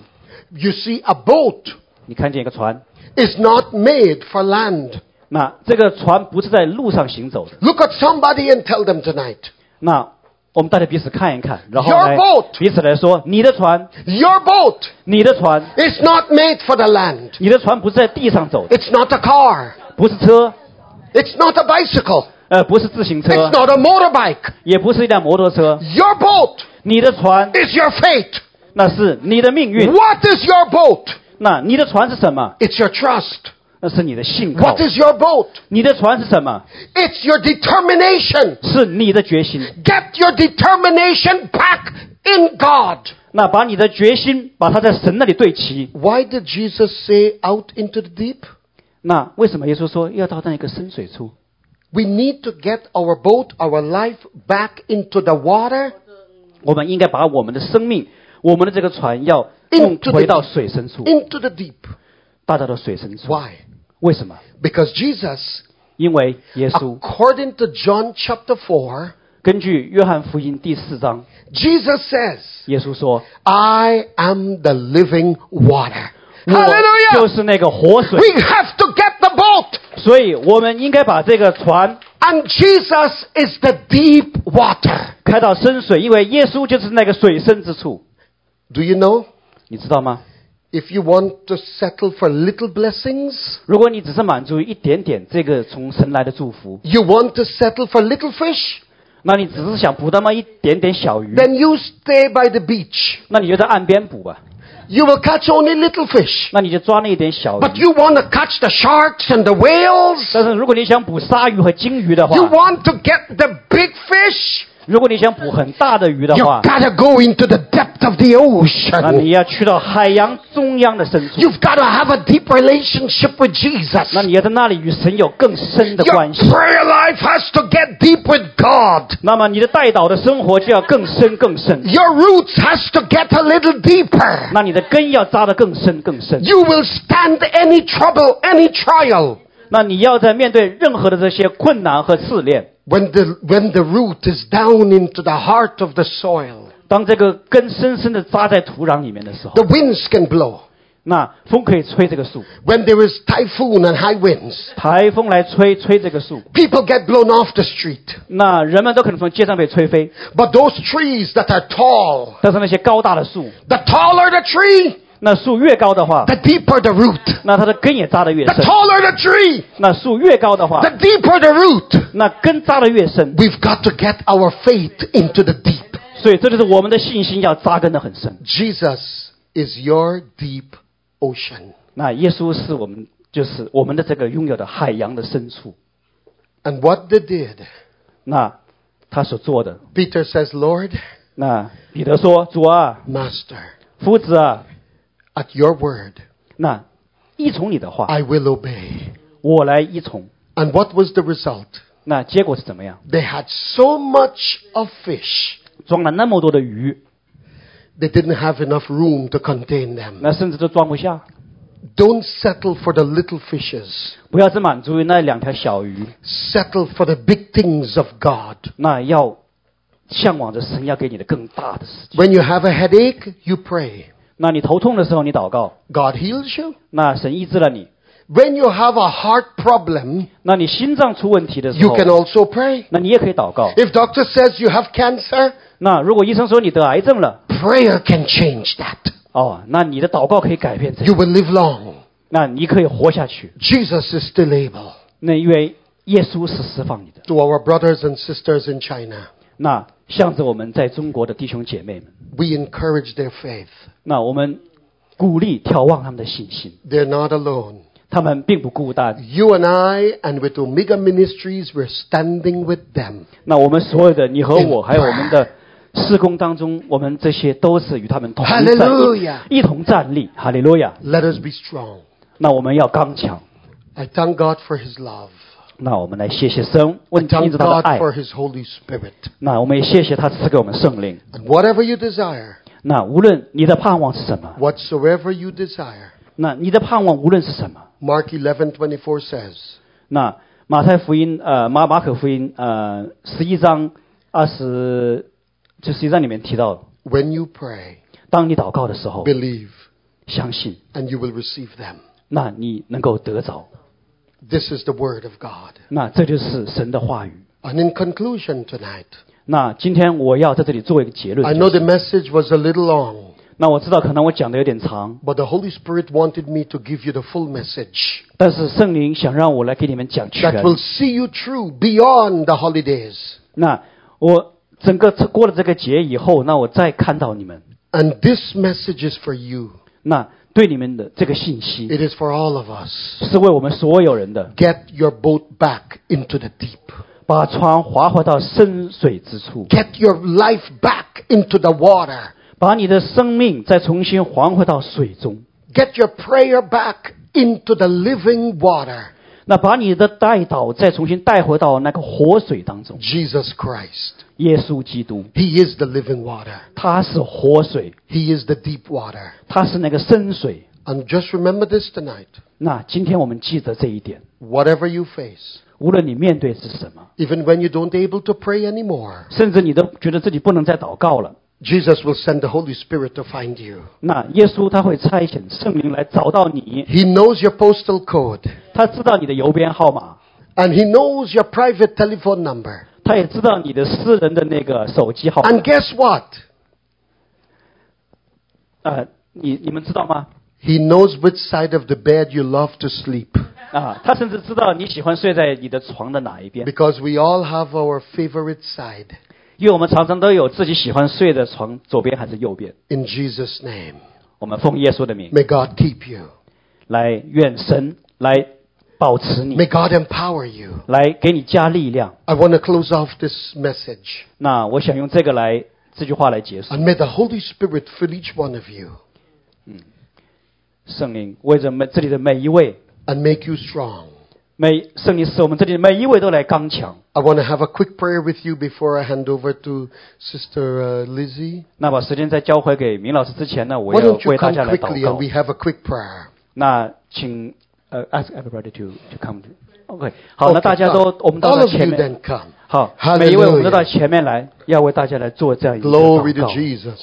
You see, a boat ”你看见一个船， is not made for land. 那这个船不是在路上行走的。 Look at somebody and tell them tonight, 那我们大家彼此看一看，然后 Your 来 boat 彼此来说：你的船， your boat 你的船， is not made for the land. 你的船不是在地上走的， It's not a car. 不是车， It's not a bicycle. 呃，不是自行车 It's，not a motorbike. 也不是一辆摩托车。 Your boat 你的船， is your fate. 那是你的命运。 What is your boat? 那你的船是什么？ It's your trust. 那是你的信靠 What。is your boat? 你的船是什么？ It's your determination. 是你的决心。 Get your determination back in God. 那把你的决心，把它在神那里对齐。 Why did Jesus say out into the deep? 那为什么耶稣说要到那一个深水处？ We need to get our boat, our life back into the water, 我们应该把我们的生命，我们的这个船要 Into 弄 the- 回到水深处， into the deep. 大大的水深处。 Why? 为什么？ Because Jesus, 因为耶稣啊 according to John chapter 4, 根据约翰福音第四章， Jesus says, 耶稣说 I am the living water.：“ 我就 Hallelujah! 是那个活水。 We have to get the boat. ”所以，我们应该把这个船 And Jesus is the deep water. 开到深水，因为耶稣就是那个水深之处， Do you know? 你知道吗？ If you want to settle for little blessings, 如果你只是满足于一点点这个从神来的祝福， you want to settle for little fish, 那你只是想捕那么一点点小鱼， then you stay by the beach. 那你就在岸边捕吧， You will catch only little fish. 那你就抓那一点小 But 鱼。 you want to catch the sharks and the whales. 但是如果你想捕鲨鱼和金鱼的 You 话， want to get the big fish. 如果你想捕很大的鱼的 You 话， gotta go into the depth of the 那你 ocean. 要去到海洋中央的深处。 You've gotta have a deep relationship with Jesus. 那你要在那里与神有更深的 Your 关系。 prayer life has to get deep with God. 那么你的代祷的生活就要更深更深， Your roots has to get a little deeper. 那你的根要扎得更深更深。 You will stand any trouble, any trial. 那你要在面对任何的这些困难和试炼， When the, when the root is down into the heart of the soil, 当这个根深深的扎在土壤里面的时候， the winds can blow. 那风可以吹这个树， When there is typhoon and high winds, 台风来吹吹这个树， people get blown off the street. 那人们都可能从街上被吹飞。 But those trees that are tall, 但是那些高大的树， the taller the tree, 那树越高的话， the deeper the root. 那它的根也扎得越 The 深。 taller the tree, 那树越高的话， the deeper the root. 那根扎得越深。 We've got to get our faith into the deep. 所以这就是我们的信心要扎根的很深。 Jesus is your deep ocean. 那耶稣是我们，就是我们的这个拥有的海洋的深处。 And what they did, 那他所做的， Peter says, Lord, 那彼得说：“主啊， Master, 夫子啊， at your word, 那依从你的话， I will obey. 我来依从。 And what was the result? ”那结果是怎么样？ They had so much of fish, 装了那么多的鱼， they didn't have enough room to contain them. 那甚至都装不下。 Don't settle for the little fishes. 不要只满足于那两条小鱼， Settle for the big things of God. 那要向往着神要给你的更大的事情。 When you have a headache, you pray. 那你头痛的时候，你祷告， God heals you. 那神医治了你； When you have a heart problem, 那你心脏出问题的时 you 候， can also pray. 那你也可以祷告。 If doctor says you have cancer, 那如果医生说你得癌症了， prayer can change that. 哦，那你的祷告可以改变这 You 个， will live long. 那你可以活下去。 Jesus is still able. 那因为耶稣是释放你的。 To our brothers and sisters in China, 那向着我们在中国的弟兄姐妹们， we encourage their faith. 那我们鼓励眺望他们的信心， They're not alone. 他们并不孤单。 You and I, and with Omega Ministries, we're standing with them. 那我们所有的你和我，还有我们的施工当中，我们这些都是与他们同站 Hallelujah 一同站立。哈利路亚！ Let us be strong. 那我们要刚强。 I thank God for His love. 那我们来谢谢神， I 问听 thank 着他的 God 爱。 for His Holy Spirit. 那我们也谢谢他赐给我们圣灵。 And whatever you desire, 那无论你的盼望是什么， whatsoever you desire, 那你的盼望无论是什么， Mark 11:24 says, 那马太福音呃马马可福音呃十一章二十就十一章里面提到， "When you pray, 当你祷告的时候， believe, 相信， and you will receive them." 那你能够得着。 This is the word of God. 那这就是神的话语。 And in conclusion tonight, 那今天我要在这里做一个结 I 论、就 know 是 the message was a little long, 那我知道可能我讲的有点长， but the Holy Spirit wanted me to give you the full message 但是圣灵想让我来给你们讲全 that。will see you through beyond the holidays. 那我整个过了这个节以后，那我再看到你们， And this message is for you. 那对你们的这个信息 It is for all of us. 是为我们所有人的， Get your boat back into the deep. 把船划回到深水之处， Get your life back into the water. 把你的生命再重新还回到水中， Get your prayer back into the living water. 那把你的带导再重新带回到那个活水当中。 Jesus Christ. 耶稣基督， He is the living water. 他是活水， He is the deep water. 他是那个深水。 And just remember this tonight. 那今天我们记得这一点， Whatever you face, 无论你面对是什么， even when you don't able to pray anymore, 甚至你都觉得自己不能再祷告了， Jesus will send the Holy Spirit to find you. 那耶稣他会差遣圣灵来找到你， He knows your postal code 他知道你的邮编号码， and he knows your private telephone number. 他也知道你的私人的那个手机号码。 And guess what? 呃，你你们知道吗？ He knows which side of the bed you love to sleep 啊，他甚至知道你喜欢睡在你的床的哪一边， because we all have our favorite side. 因为我们常常都有自己喜欢睡的床左边还是右边。 In Jesus' name, 我们奉耶稣的名 may God keep you. 来，愿神来保持你， May God empower you. 来给你加力量。 I want to close off this message. 那我想用这个来这句话来结束。 And may the Holy Spirit fill each one of you 圣灵为着每这里的每一位， and make you strong. 每圣灵使我们这里的每一位都来刚强。 I want to have a quick prayer with you before I hand over to Sister uh, Lizzie. 那把时间在交回给明老师之前呢，我 Why 要 don't you 为大 come 家来 quickly 祷 and 告 we。have a quick prayer? 那请呃，ask everybody to to come. OK，好， Okay, 那大家都 come. 我们到 All 了 of 前 you 面 then。come. 好 Hallelujah.，每一位我们都到前面来，要为大家来做这样一个 Glory 祷 to 告。 Jesus.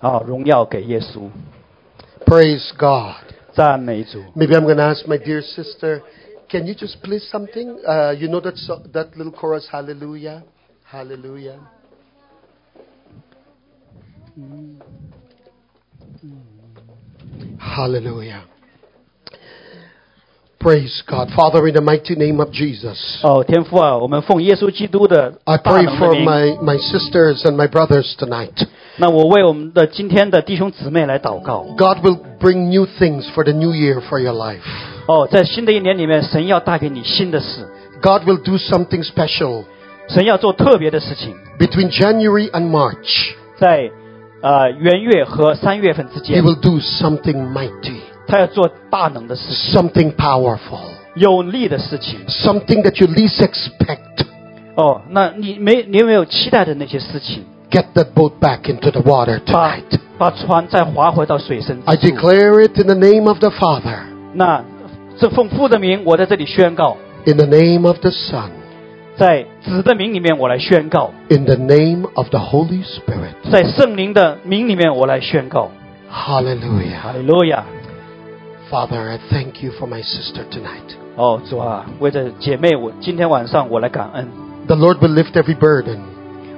好，荣耀给耶稣， Praise God. 赞美主。 Maybe I'm going to ask my dear sister, can you just play something? Uh, you know that, so, that little chorus, Hallelujah, Hallelujah. Hallelujah. Praise God. Father, in the mighty name of Jesus, 哦，天父啊，我们奉耶稣基督的 I 大 pray 能的 for 名， my, my sisters and my brothers tonight. 那我为我们的今天的弟兄姊妹来祷告。 God will bring new things for the new year for your life. 哦，在新的一年里面，神要带给你新的事， God will do something special 神要做特别的事情， between January and March. 在呃元月和三月份之 He 间， will do something mighty, 他要做大能的事情， something powerful, 有力的事情。 something that you least expect. 哦，那你没你有没有期待的那些事情？ Get that boat back into the water 把 tonight. 把船再划回到水深 I 之处。 declare it in the name of the Father, 那这奉父的名，我在这里宣告， In the name of the Son, 在子的名里面我来宣告， in the name of the Holy Spirit. 在圣灵的名里面我来宣告。哈 Hallelujah. 利路亚！ Father, I thank you for my sister tonight. 哦，主啊，为着姐妹，我今天晚上我来感恩。 The Lord will lift every burden.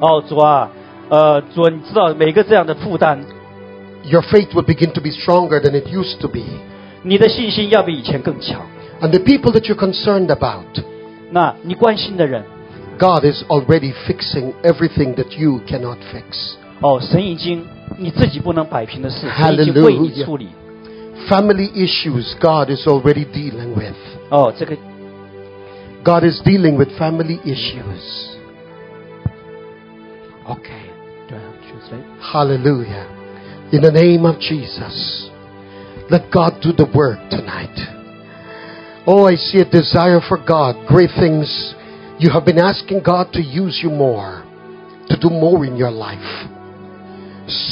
哦，主啊，呃，主啊，你知道每个这样的负担， Your faith will begin to be stronger than it used to be. 你的信心要比以前更强。 And the people that you're concerned about, 那你关心的人， God is already fixing everything that you cannot fix. 哦，神已经你自己不能摆平的事，神已经为你处理。 Family issues, God is already dealing with. 哦，这个 God is dealing with family issues. Okay. 对，啊谁？ Hallelujah. In the name of Jesus, let God do the work tonight. Oh, I see a desire for God, great things. You have been asking God to use you more, to do more in your life.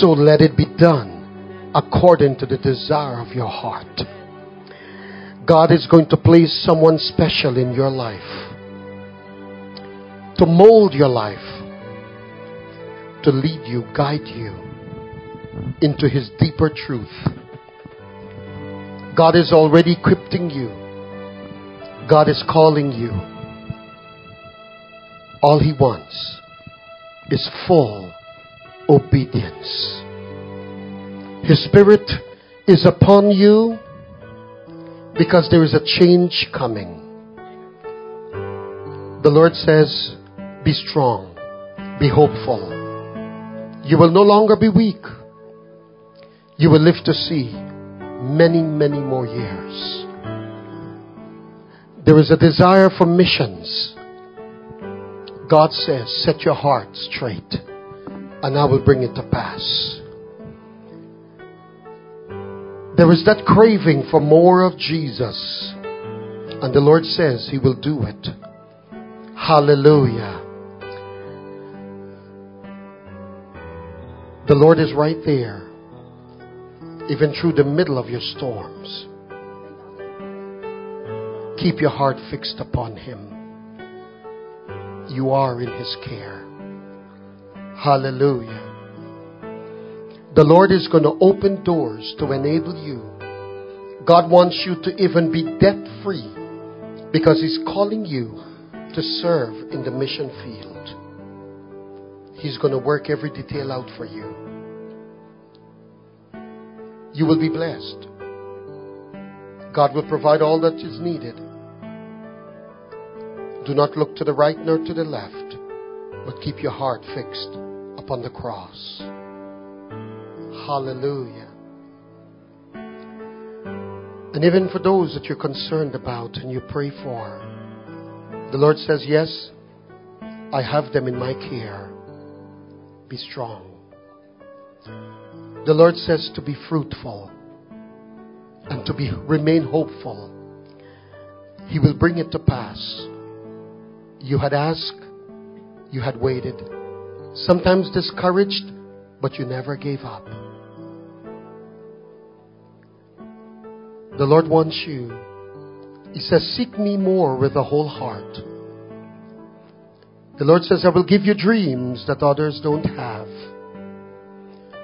So let it be done according to the desire of your heart. God is going to place someone special in your life to mold your life to lead you, guide you into His deeper truth. God is already equipping you, God is calling you. All He wants is full obedience. His Spirit is upon you because there is a change coming. The Lord says, Be strong, be hopeful. You will no longer be weak. You will live to see many, many more years. There is a desire for missions. God says, Set your heart straight, and I will bring it to pass. There is that craving for more of Jesus, and the Lord says He will do it. Hallelujah. The Lord is right there, even through the middle of your storms. Keep your heart fixed upon Him. You are in His care. Hallelujah. The Lord is going to open doors to enable you. God wants you to even be debt free because He's calling you to serve in the mission field. He's going to work every detail out for you. You will be blessed. God will provide all that is needed. Do not look to the right nor to the left, but keep your heart fixed upon the cross. Hallelujah. And even for those that you're concerned about and you pray for, the Lord says, Yes, I have them in my care. Be strong. The Lord says to be fruitful and to be remain hopeful. He will bring it to pass. You had asked, you had waited, sometimes discouraged, but you never gave up. The Lord wants you. He says, Seek me more with a whole heart. The Lord says, I will give you dreams that others don't have.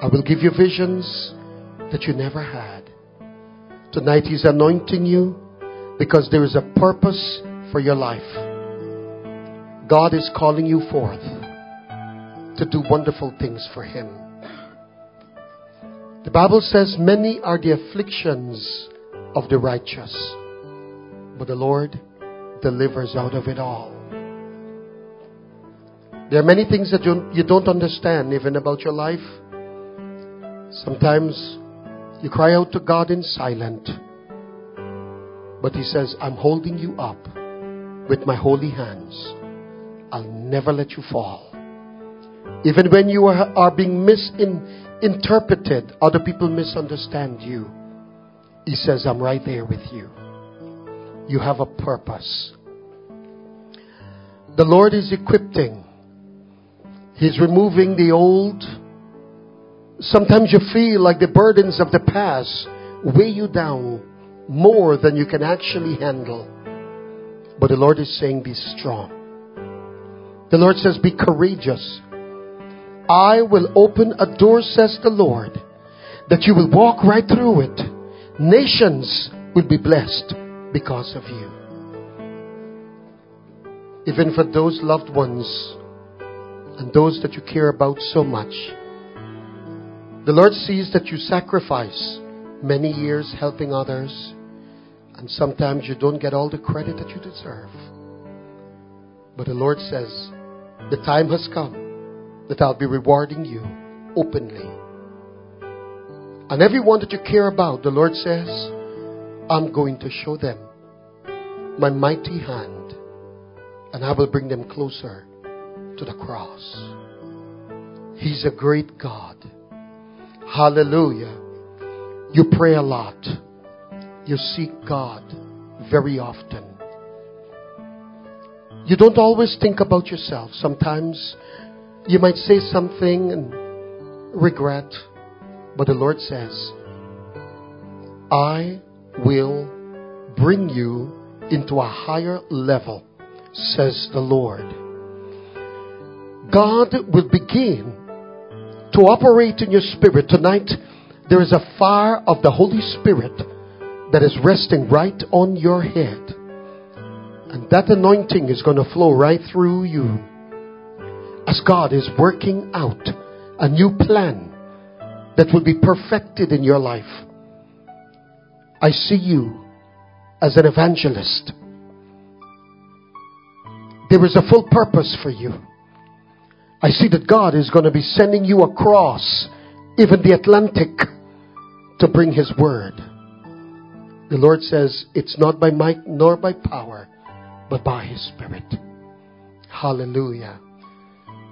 I will give you visions that you never had. Tonight, He's anointing you because there is a purpose for your life. God is calling you forth to do wonderful things for Him. The Bible says, Many are the afflictions of the righteous, but the Lord delivers out of it all. There are many things that you, you don't understand, even about your life. Sometimes you cry out to God in silent, but He says, I'm holding you up with my holy hands. I'll never let you fall. Even when you are, are being misinterpreted, other people misunderstand you, He says, I'm right there with you. You have a purpose. The Lord is equipping. He's removing the old. Sometimes you feel like the burdens of the past weigh you down more than you can actually handle. But the Lord is saying, be strong. The Lord says, be courageous. I will open a door, says the Lord, that you will walk right through it. Nations will be blessed because of you. Even for those loved ones and those that you care about so much, the Lord sees that you sacrifice many years helping others, and sometimes you don't get all the credit that you deserve. But the Lord says, The time has come that I'll be rewarding you openly. And everyone that you care about, the Lord says, I'm going to show them my mighty hand, and I will bring them closer to the cross. He's a great God. Hallelujah. You pray a lot. You seek God very often. You don't always think about yourself. Sometimes you might say something and regret, but the Lord says, I will bring you into a higher level, says the Lord. God will begin to operate in your spirit. Tonight, there is a fire of the Holy Spirit that is resting right on your head. And that anointing is going to flow right through you as God is working out a new plan that will be perfected in your life. I see you as an evangelist. There is a full purpose for you. I see that God is going to be sending you across even the Atlantic to bring His word. The Lord says, It's not by might nor by power, but by His Spirit. Hallelujah.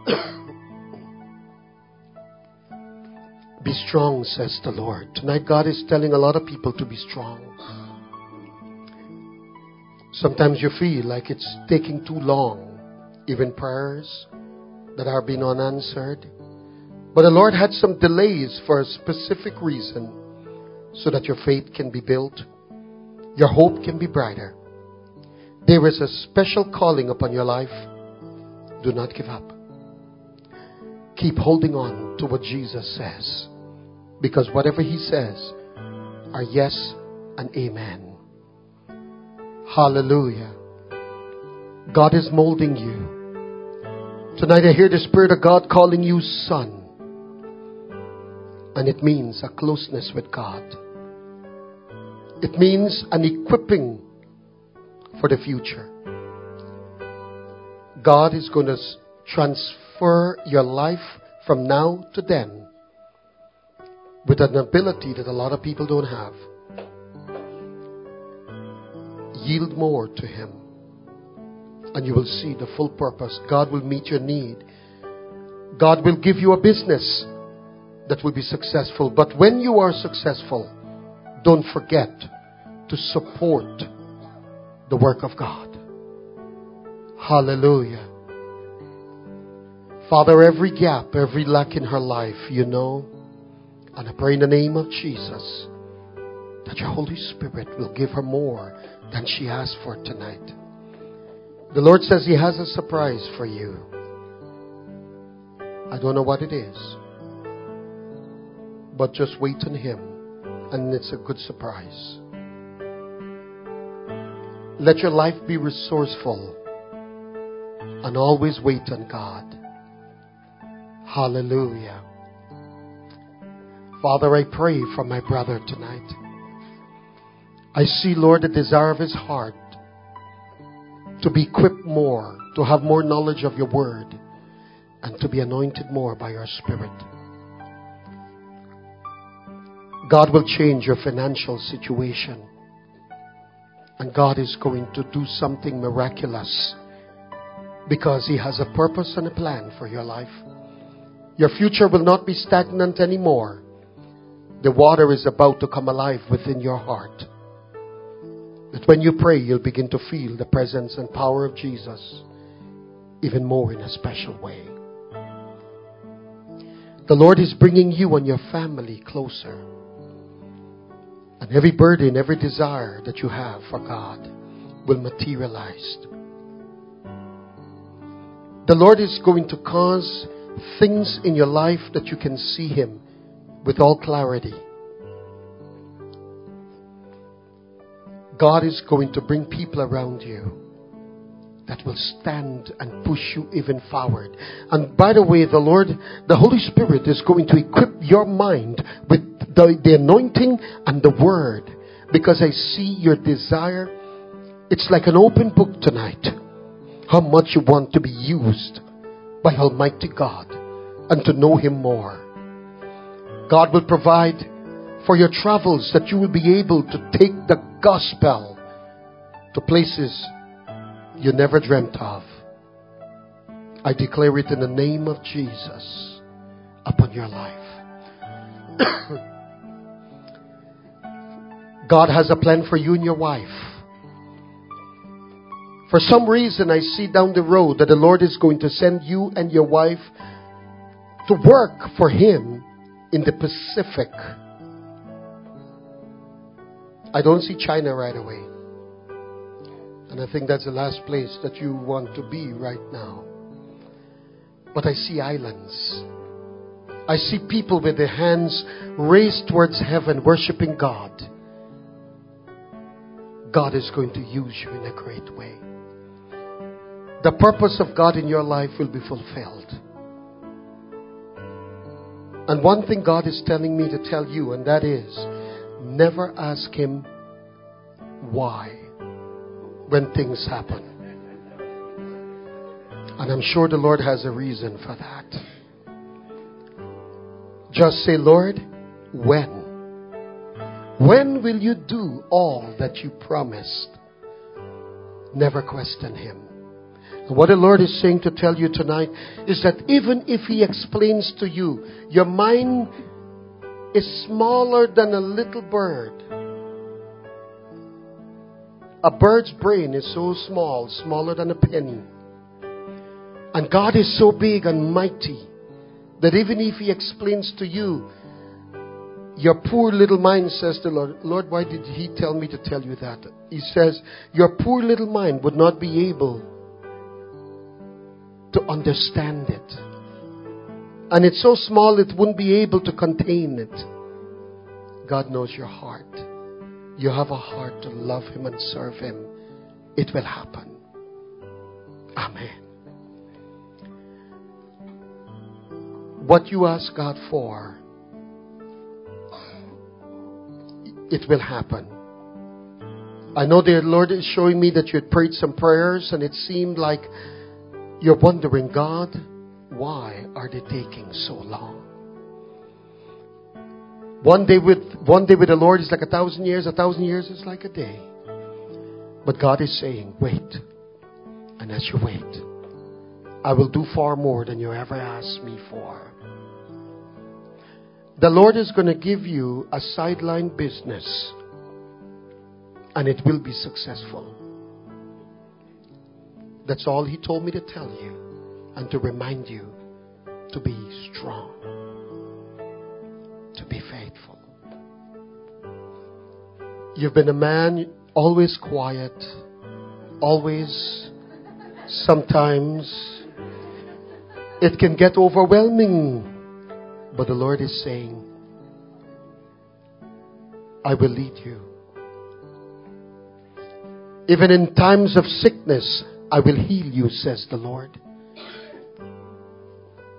be strong, says the Lord. Tonight, God is telling a lot of people to be strong. Sometimes you feel like it's taking too long, even prayers that are being unanswered. But the Lord had some delays for a specific reason so that your faith can be built, your hope can be brighter. There is a special calling upon your life. Do not give up. Keep holding on to what Jesus says because whatever He says are yes and amen. Hallelujah. God is molding you. Tonight I hear the Spirit of God calling you son. And it means a closeness with God. It means an equipping for the future. God is going to s- transfer your life from now to then with an ability that a lot of people don't have. Yield more to Him and you will see the full purpose. God will meet your need. God will give you a business that will be successful. But when you are successful, don't forget to support the work of God. Hallelujah. Father, every gap, every lack in her life, you know. And I pray in the name of Jesus that your Holy Spirit will give her more than she asked for tonight. The Lord says He has a surprise for you. I don't know what it is, but just wait on Him, and it's a good surprise. Let your life be resourceful and always wait on God. Hallelujah. Father, I pray for my brother tonight. I see, Lord, the desire of his heart to be equipped more, to have more knowledge of your word, and to be anointed more by your spirit. God will change your financial situation. And God is going to do something miraculous because He has a purpose and a plan for your life. Your future will not be stagnant anymore. The water is about to come alive within your heart that when you pray, you'll begin to feel the presence and power of Jesus even more in a special way. The Lord is bringing you and your family closer. And every burden, every desire that you have for God will materialize. The Lord is going to cause things in your life that you can see Him with all clarity. God is going to bring people around you that will stand and push you even forward. And by the way, the Lord, the Holy Spirit is going to equip your mind with the, the anointing and the word because I see your desire. It's like an open book tonight. How much you want to be used by Almighty God and to know Him more. God will provide for your travels that you will be able to take the gospel to places you never dreamt of. I declare it in the name of Jesus upon your life. God has a plan for you and your wife. For some reason, I see down the road that the Lord is going to send you and your wife to work for Him in the Pacific. I don't see China right away. And I think that's the last place that you want to be right now. But I see islands. I see people with their hands raised towards heaven, worshiping God. God is going to use you in a great way. The purpose of God in your life will be fulfilled. And one thing God is telling me to tell you, and that is never ask Him why when things happen. And I'm sure the Lord has a reason for that. Just say, Lord, when? When will you do all that you promised? Never question Him. And what the Lord is saying to tell you tonight is that even if He explains to you, your mind is smaller than a little bird. A bird's brain is so small, smaller than a penny. And God is so big and mighty that even if He explains to you, your poor little mind says to the Lord, Lord, why did He tell me to tell you that? He says, Your poor little mind would not be able to understand it. And it's so small it wouldn't be able to contain it. God knows your heart you have a heart to love Him and serve Him, it will happen. Amen. What you ask God for, it will happen. I know the Lord is showing me that you had prayed some prayers and it seemed like you're wondering, God, why are they taking so long? One day with one day with the Lord is like a thousand years, a thousand years is like a day. But God is saying, wait. And as you wait, I will do far more than you ever asked me for. The Lord is going to give you a sideline business, and it will be successful. That's all He told me to tell you and to remind you to be strong to be faithful. You've been a man always quiet, always, sometimes. It can get overwhelming, but the Lord is saying, I will lead you. Even in times of sickness, I will heal you, says the Lord.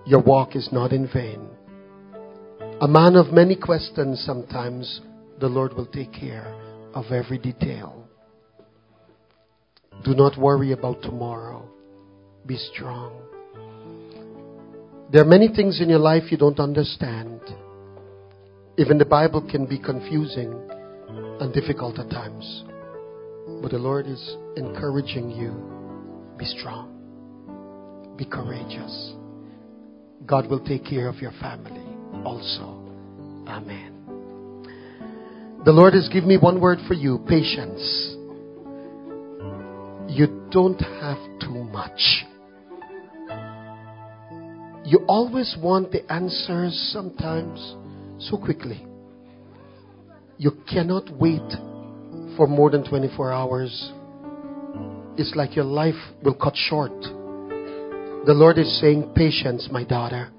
Your walk is not in vain a man of many questions sometimes the lord will take care of every detail do not worry about tomorrow be strong there are many things in your life you don't understand even the bible can be confusing and difficult at times but the lord is encouraging you be strong be courageous god will take care of your family also. Amen. The Lord has given me one word for you patience. You don't have too much. You always want the answers sometimes so quickly. you cannot wait for more than 24 hours. It's like your life will cut short. The Lord is saying, Patience, my daughter.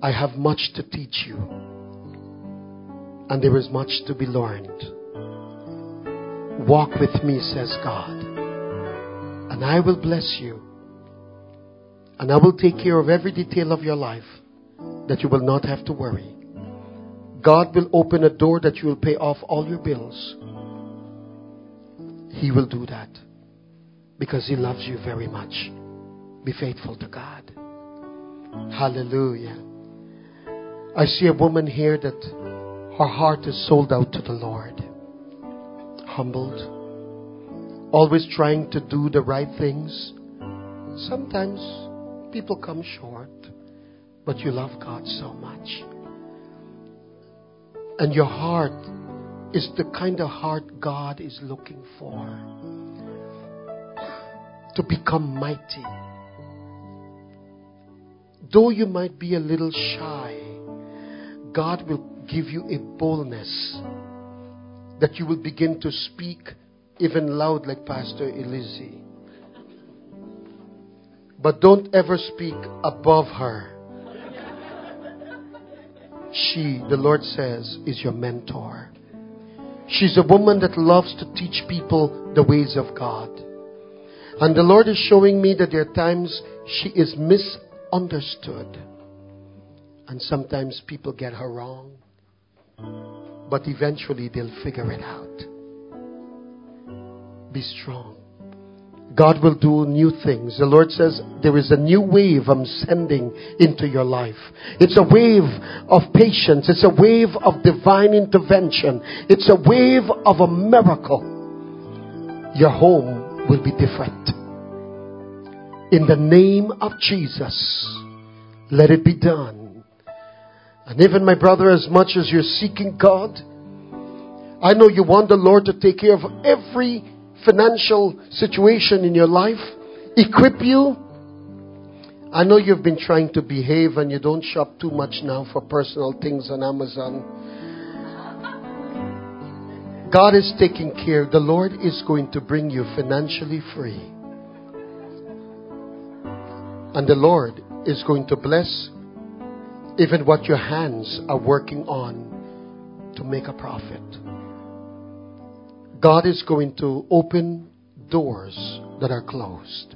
I have much to teach you, and there is much to be learned. Walk with me, says God, and I will bless you, and I will take care of every detail of your life that you will not have to worry. God will open a door that you will pay off all your bills. He will do that because He loves you very much. Be faithful to God. Hallelujah. I see a woman here that her heart is sold out to the Lord. Humbled. Always trying to do the right things. Sometimes people come short, but you love God so much. And your heart is the kind of heart God is looking for to become mighty though you might be a little shy, God will give you a boldness that you will begin to speak even loud like Pastor Elise. But don't ever speak above her. She, the Lord says, is your mentor. She's a woman that loves to teach people the ways of God. And the Lord is showing me that there are times she is misunderstood. And sometimes people get her wrong. But eventually they'll figure it out. Be strong. God will do new things. The Lord says, There is a new wave I'm sending into your life. It's a wave of patience. It's a wave of divine intervention. It's a wave of a miracle. Your home will be different. In the name of Jesus, let it be done. And even my brother, as much as you're seeking God, I know you want the Lord to take care of every financial situation in your life, equip you. I know you've been trying to behave and you don't shop too much now for personal things on Amazon. God is taking care. The Lord is going to bring you financially free. And the Lord is going to bless even what your hands are working on to make a profit. God is going to open doors that are closed.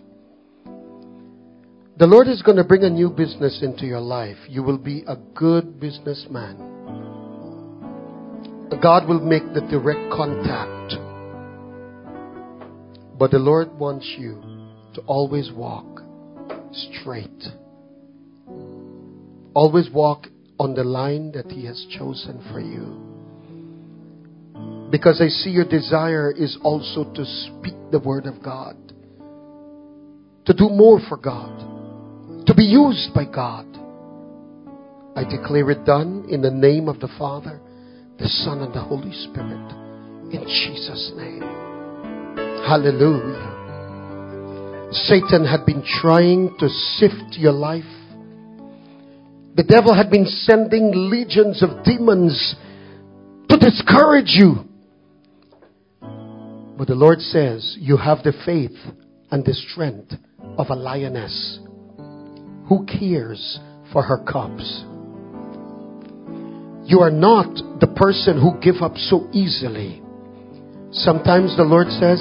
The Lord is going to bring a new business into your life. You will be a good businessman. God will make the direct contact. But the Lord wants you to always walk straight. Always walk on the line that He has chosen for you. Because I see your desire is also to speak the Word of God, to do more for God, to be used by God. I declare it done in the name of the Father, the Son, and the Holy Spirit. In Jesus' name. Hallelujah. Satan had been trying to sift your life. The devil had been sending legions of demons to discourage you. But the Lord says, You have the faith and the strength of a lioness who cares for her cubs. You are not the person who give up so easily. Sometimes the Lord says,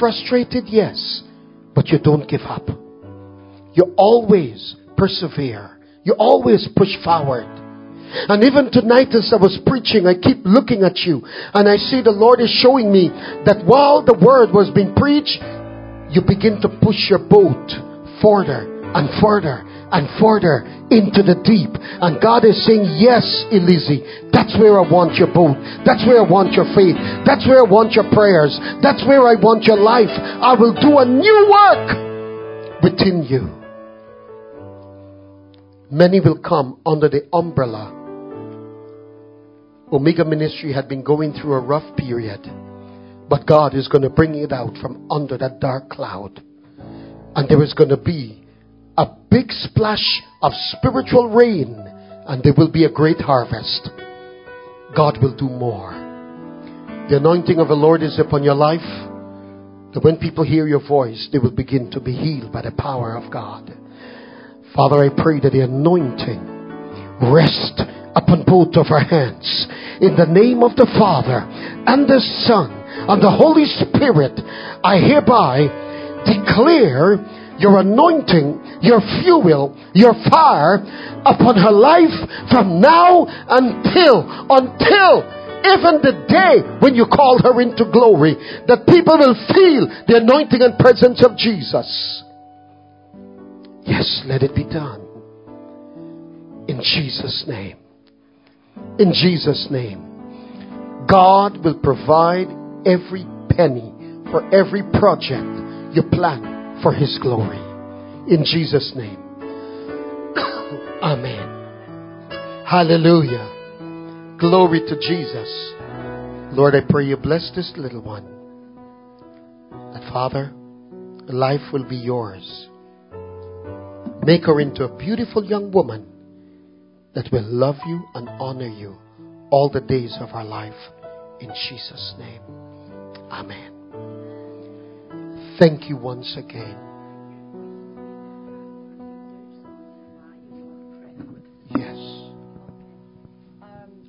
frustrated, yes, but you don't give up. You always persevere. You always push forward. And even tonight, as I was preaching, I keep looking at you and I see the Lord is showing me that while the word was being preached, you begin to push your boat further and further and further into the deep. And God is saying, Yes, Elise, that's where I want your boat. That's where I want your faith. That's where I want your prayers. That's where I want your life. I will do a new work within you. Many will come under the umbrella. Omega Ministry had been going through a rough period, but God is going to bring it out from under that dark cloud and there is going to be a big splash of spiritual rain, and there will be a great harvest. God will do more. The anointing of the Lord is upon your life. That when people hear your voice, they will begin to be healed by the power of God. Father, I pray that the anointing rest upon both of our hands. In the name of the Father and the Son and the Holy Spirit, I hereby declare your anointing, your fuel, your fire upon her life from now until, until even the day when you call her into glory, that people will feel the anointing and presence of Jesus. Yes, let it be done. In Jesus' name. In Jesus' name. God will provide every penny for every project you plan for His glory. In Jesus' name. Amen. Hallelujah. Glory to Jesus. Lord, I pray you bless this little one. That Father, life will be yours. Make her into a beautiful young woman that will love you and honor you all the days of our life. In Jesus' name. Amen. Thank you once again. Yes.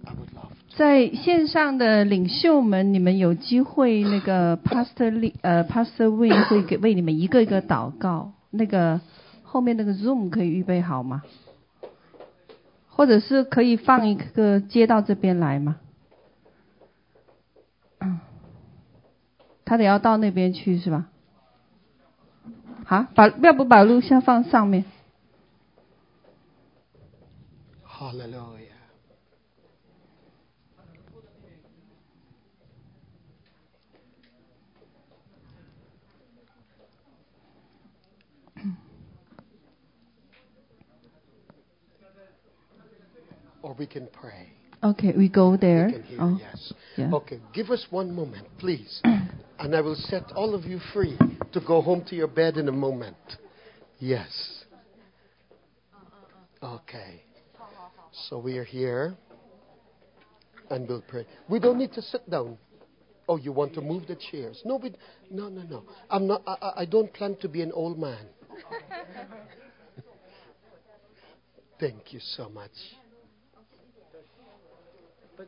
I would love to. 在线上的领袖们，你们有机会那个 Pastor Lee 呃 Pastor Win 会给为你们一个一个祷告。那个后面那个 Zoom 可以预备好吗？或者是可以放一个接到这边来吗？嗯他得要到那边去是吧？好，把要不把录像放上面？ Hallelujah. Or we can pray. Okay, we go there. Oh. We can hear, 哦、 yes. yeah. Okay, give us one moment, please. and I will set all of you free to go home to your bed in a moment. Yes. Okay. So we are here and we'll pray. We don't need to sit down. Oh, you want to move the chairs? No, we, no, no, no. I'm not, I, I- I don't plan to be an old man. Thank you so much. 不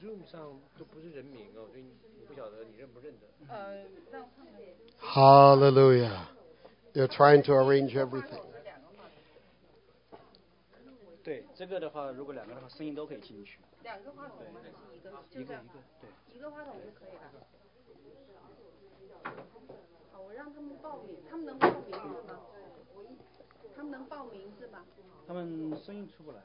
，Zoom 上都不是人名啊，所以我不晓得你认不认得。 Hallelujah. They're trying to arrange everything. 对，这个的话，如果两个的话，声音都可以进去。两个话筒还是一个？一个一个，对。他们声音出不来。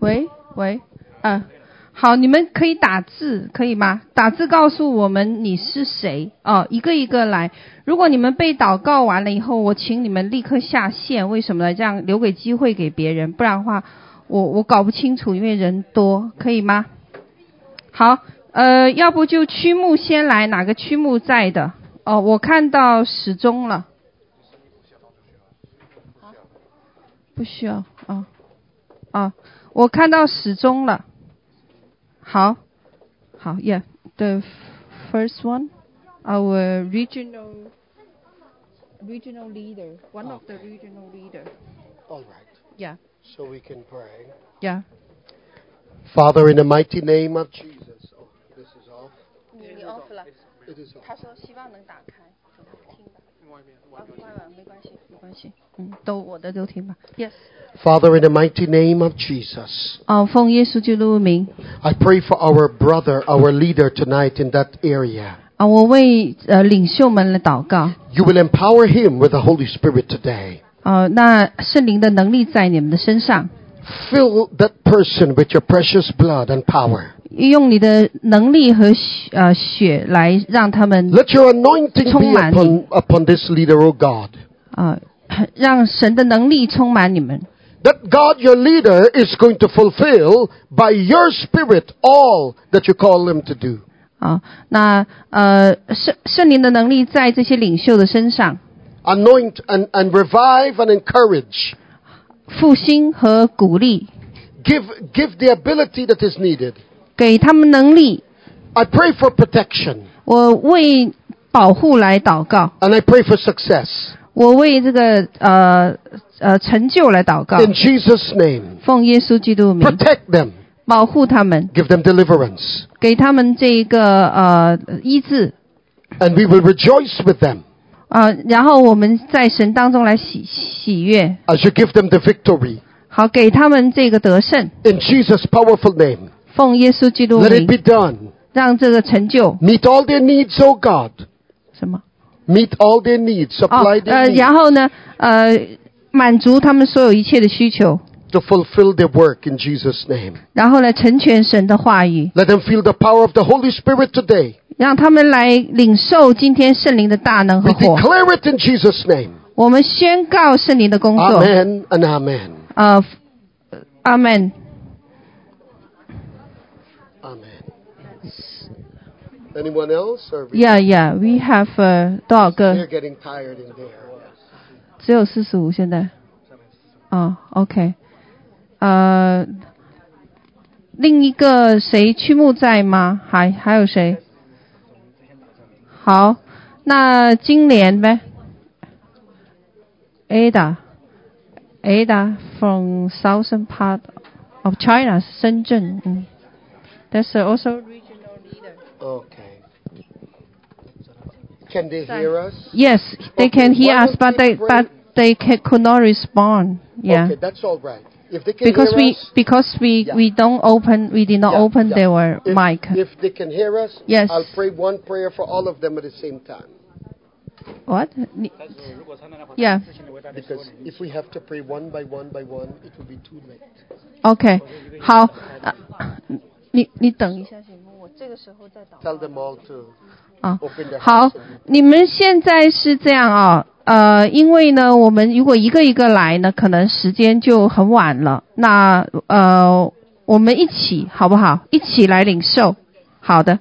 喂喂，啊，好，你们可以打字，可以吗？打字告诉我们你是谁哦，一个一个来。如果你们被祷告完了以后，我请你们立刻下线，为什么呢？这样留给机会给别人，不然的话，我我搞不清楚，因为人多，可以吗？好，呃，要不就区牧先来，哪个区牧在的？哦，我看到始终了。不需要啊啊！我看到始终了。好，好，Yeah，the first one, our regional regional leader, one of the regional leader. All right. Yeah, So we can pray. yeah. Father, in the mighty name of Jesus. Oh, this is off. 你你 off 了， It is off. 他说希望能打开，很好听吧。啊外面，外面，没关系，没关系。嗯，都我的都听吧。Yes。 Father, in the mighty name of Jesus, 哦，奉耶稣基督的名。 I pray for our brother, our leader tonight in that area. 啊，我为呃领袖们来祷告。 You will empower him with the Holy Spirit today. 呃，那圣灵的能力在你们的身上， Fill that person with your precious blood and power. 用你的能力和血呃血来让他们 Let your anointing be 充满你。 upon, upon this leader, O God. 啊、呃、让神的能力充满你们。 That God, your leader, is going to fulfill by your spirit all that you call him to do. 啊、那呃圣圣灵的能力在这些领袖的身上 Anoint and, and revive and encourage. 复兴和鼓励， Give, give the ability that is needed. 给他们能力。 I pray for protection 我为保护来祷告， and I pray for success. 我为这个呃呃成就来祷告。 In Jesus' name, 奉耶稣基督的名， protect them, 保护他们， give them deliverance, 给他们这一个呃医治 and we will rejoice with them 啊、呃然后我们在神当中来喜喜悦， as you give them the victory. 好给他们这个得胜。 In Jesus' powerful name, 奉耶稣基督 let 的 it 名， be done. 让这个成就 Meet all their needs, O God. 什么？ Meet all their needs, 哦 supply，their 呃， needs 然后呢，呃，满足他们所有一切的需求， to fulfill their work in Jesus' name. 然后呢，成全神的话语， Let them feel the power of the Holy Spirit today. 让他们来领受今天圣灵的大能和 We 火。 declare it in Jesus' name. 我们宣告圣灵的工作。 Amen and amen. 呃，阿门。 Amen. Anyone else? Or we- Yeah, yeah, we have、uh, 多少 They're 个？ getting tired in there. 只有四十五现在。哦，OK。呃，另一个谁曲目在吗？还还有谁？好，那金莲呗。Ada。Ada from southern part of China, 深圳。嗯，That's also regional leader. Okay. Can they hear us? Yes, they can hear us, but they but they can, could not respond. Yeah, Okay, that's all right. If they can because hear we us, because we Yeah. we don't open we did not Yeah, open yeah. their if, mic. If they can hear us, Yes. I'll pray one prayer for all of them at the same time. What? Yeah. Because if we have to pray one by one by one, it will be too late. Okay. 好，呃 你你等一下行吗？我这个时候再祷 Tell them all to 啊。 open their 好 hearts，and- 你们现在是这样啊、呃，因为呢，我们如果一个一个来呢，可能时间就很晚了。那呃，我们一起好不好？一起来领受。好的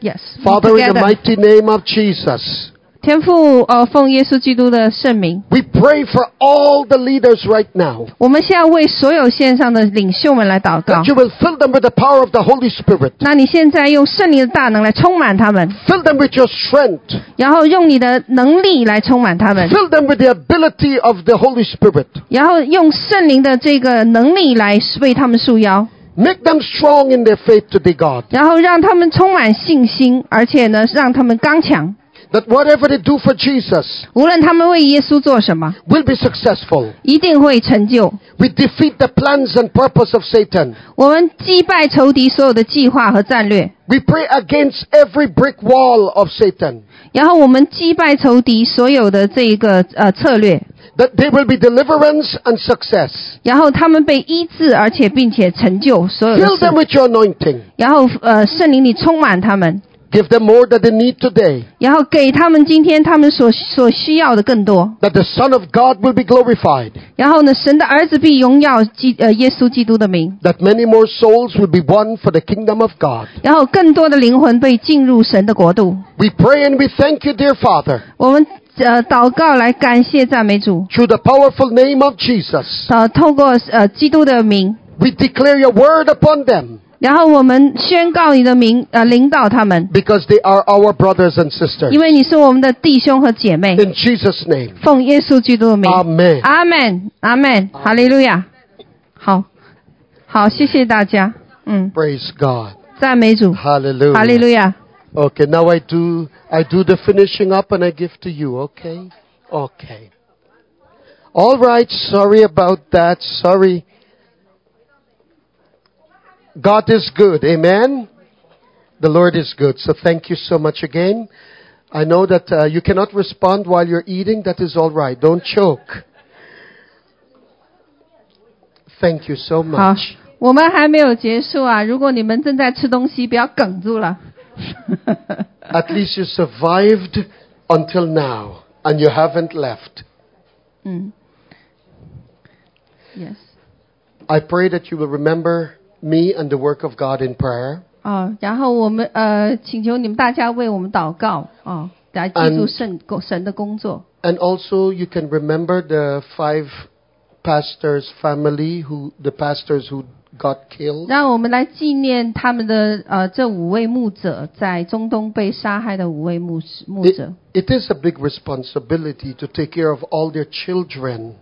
，Yes。 Father, in the together mighty name of Jesus, 天父，呃，奉耶稣基督的圣名， we pray for all the leaders right now. 我们现在为所有线上的领袖们来祷告 That you。will fill them with the power of the Holy Spirit. 那你现在用圣灵的大能来充满他们， Fill them with your strength. 然后用你的能力来充满他们， Fill them with the ability of the Holy Spirit. 然后用圣灵的这个能力来为他们束腰。 Make them strong in their faith today, God. 然后让他们充满信心，而且呢，让他们刚强。 That whatever they do for Jesus 无论他们为耶稣做什么， will be successful. 一定会成就。 We defeat the plans and purpose of Satan. 我们击败仇敌所有的计划和战略， We pray against every brick wall of Satan. 然后我们击败仇敌所有的这一个呃策略， That there will be deliverance and success. 然后他们被医治，而且并且成就所有的 Fill 事 them。with your anointing. 然后呃，圣灵里充满他们， Give them more than they need today. 然后给他们今天他们所所需要的更多。 That the Son of God will be glorified. 然后呢，神的儿子必荣耀基呃耶稣基督的名， that many more souls will be won for the kingdom of God. 然后更多的灵魂被进入神的国度。 We pray and we thank you, dear Father, 我们呃祷告来感谢赞美主， through the powerful name of Jesus. 呃，透过呃基督的名， We declare your word upon them 然后我们宣告你的名，呃，领导他们， because they are our brothers and sisters. 因为你是我们的弟兄和姐妹， In Jesus' name. 奉耶稣基督的名， Amen. 阿门，阿门，哈利路亚。好，好，谢谢大家，嗯， Praise God. 赞美主， Hallelujah. 哈利路亚。 Okay, now I do I do the finishing up and I give to you, okay? Okay. All right, sorry about that. Sorry. God is good. Amen. The Lord is good. So thank you so much again. I know that uh, you cannot respond while you're eating. That is all right. Don't choke. Thank you 好 so much.，我们还没有结束啊！如果你们正在吃东西，不要哽住了。 At least you survived until now and you haven't left. 嗯，yes。 I pray that you will remember me and the work of God in prayer. 啊、然后我们呃，请求你们大家为我们祷告啊、来记住 And- 圣神的工作。 And also, you can remember the five pastor's family who the pastors who got killed. 让我们来纪念他们的呃这五位牧者在中东被杀害的五位牧师牧 It- 者。 it is a big responsibility to take care of all their children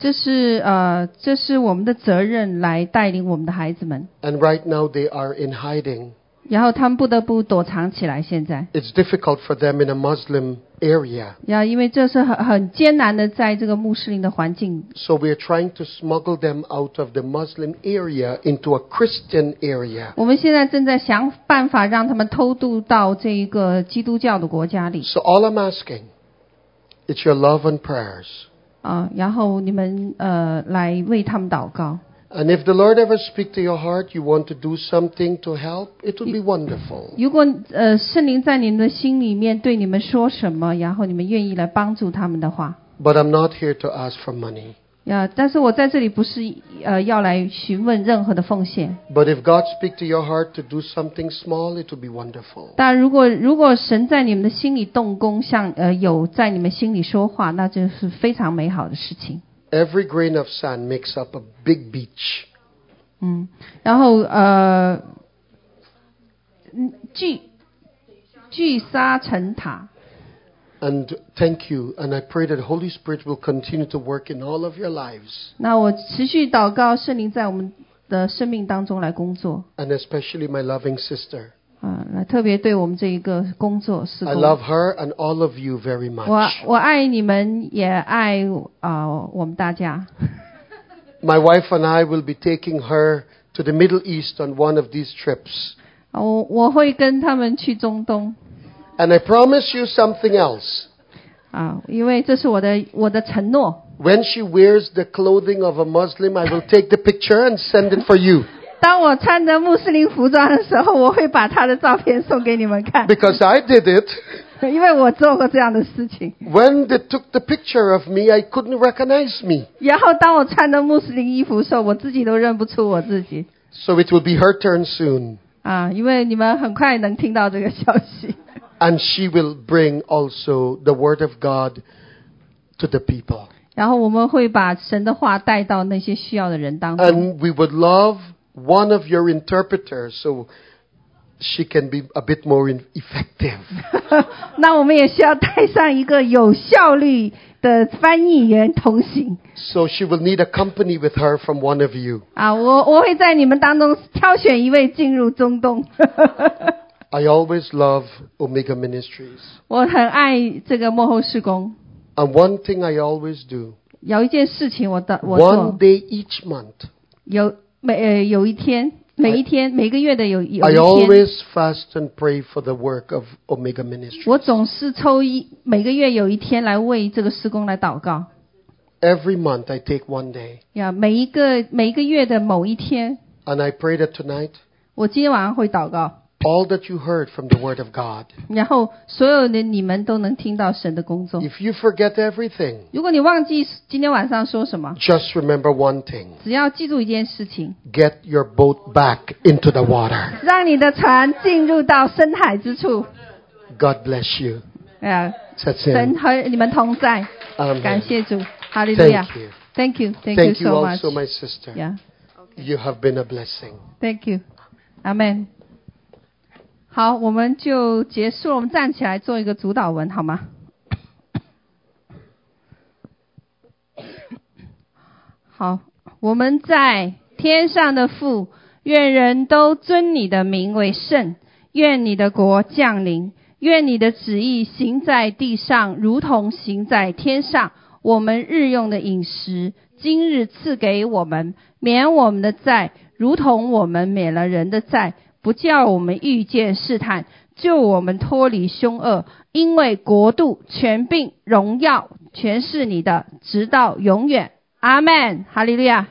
这是呃这是我们的责任来带领我们的孩子们， and right now they are in hiding. 然后他们不得不躲藏起来。现在 It's difficult for them in a Muslim area. 要因为这是很很艰难的，在这个穆斯林的环境 So we're trying to smuggle them out of the Muslim area into a Christian area. 我们现在正在想办法让他们偷渡到这一个基督教的国家里 So all I'm asking, it's your love and prayers. 啊、然后你们呃来为他们祷告。 And if the Lord ever speak to your heart, you want to do something to help, it would be wonderful. 如果呃圣灵在你们的心里面对你们说什么，然后你们愿意来帮助他们的话， But I'm not here to ask for money. 呀、但是我在这里不是呃要来询问任何的奉献。 But if God speak to your heart to do something small, it would be wonderful. 但如果如果神在你们的心里动工，像呃有在你们心里说话，那就是非常美好的事情。 Every grain of sand makes up a big beach. 嗯，然后呃，嗯，聚聚沙成塔， And thank you. And I pray that Holy Spirit will continue to work in all of your lives. 那我持续祷告圣灵在我们的生命当中来工作 And especially my loving sister. 啊、来特别对我们这一个工作是 I 工。 love her and all of you very 我 much. 我爱你们，也爱啊、我们大家。 My wife and I will be taking her to the Middle East on one of these trips. 啊我我会跟他们去中东 And I promise you something else. 啊、因为这是我的我的承诺。 When she wears the clothing of a Muslim, I will take the picture and send it for you 当我穿着穆斯林服装的时候，我会把他的照片送给你们看， because I did it. 因为我做过这样的事情。 When they took the picture of me, I couldn't recognize me. 然后当我穿着穆斯林衣服的时候，我自己都认不出我自己 So it will be her turn soon. 啊，因为你们很快能听到这个消息 And she will bring also the word of God to the people. 然后我们会把神的话带到那些需要的人当中。 And we would love one of your interpreters so she can be a bit more in- effective. 呃 那我们也需要带上一个有效率的翻译员同行 So she will need a company with her from one of you. 啊！我我会在你们当中挑选一位进入中 东。 I always love Omega Ministries. 我很爱这个幕后施工。 And one thing I always do, 有一件事情我的我 one 做 day each month, 有每呃有一天每一天每个月的有哎 I 有一天， always fast and pray for the work of Omega Ministries. 我总是抽一每个月有一天来为这个施工来祷告 Every month I take one day. 呀。每一个每一个月的某一天， And I pray that tonight, 我今天晚上会祷告， all that you heard from the Word of God, 然后所有的你们都能听到神的工作。 if you forget everything, 如果你忘记今天晚上说什么， just remember one thing 只要记住一件事情， get your boat back into the water. 让你的船进入到深海之处。 God bless you. 哎呀， That's 神 it. 和你们同在，感 Amen. 谢主，哈利路亚 Thank。you. Thank you, thank, Thank you you so also, much. my sister. Yeah, You have been a blessing. thank you. Amen. 好，我们就结束了。我们站起来做一个主导文，好吗？ 好，我们在天上的父，愿人都尊你的名为圣，愿你的国降临，愿你的旨意行在地上，如同行在天上。我们日用的饮食，今日赐给我们，免我们的债，如同我们免了人的债，不叫我们遇见试探，救我们脱离凶恶。因为国度、权柄、荣耀，全是你的，直到永远。阿门，哈利路亚。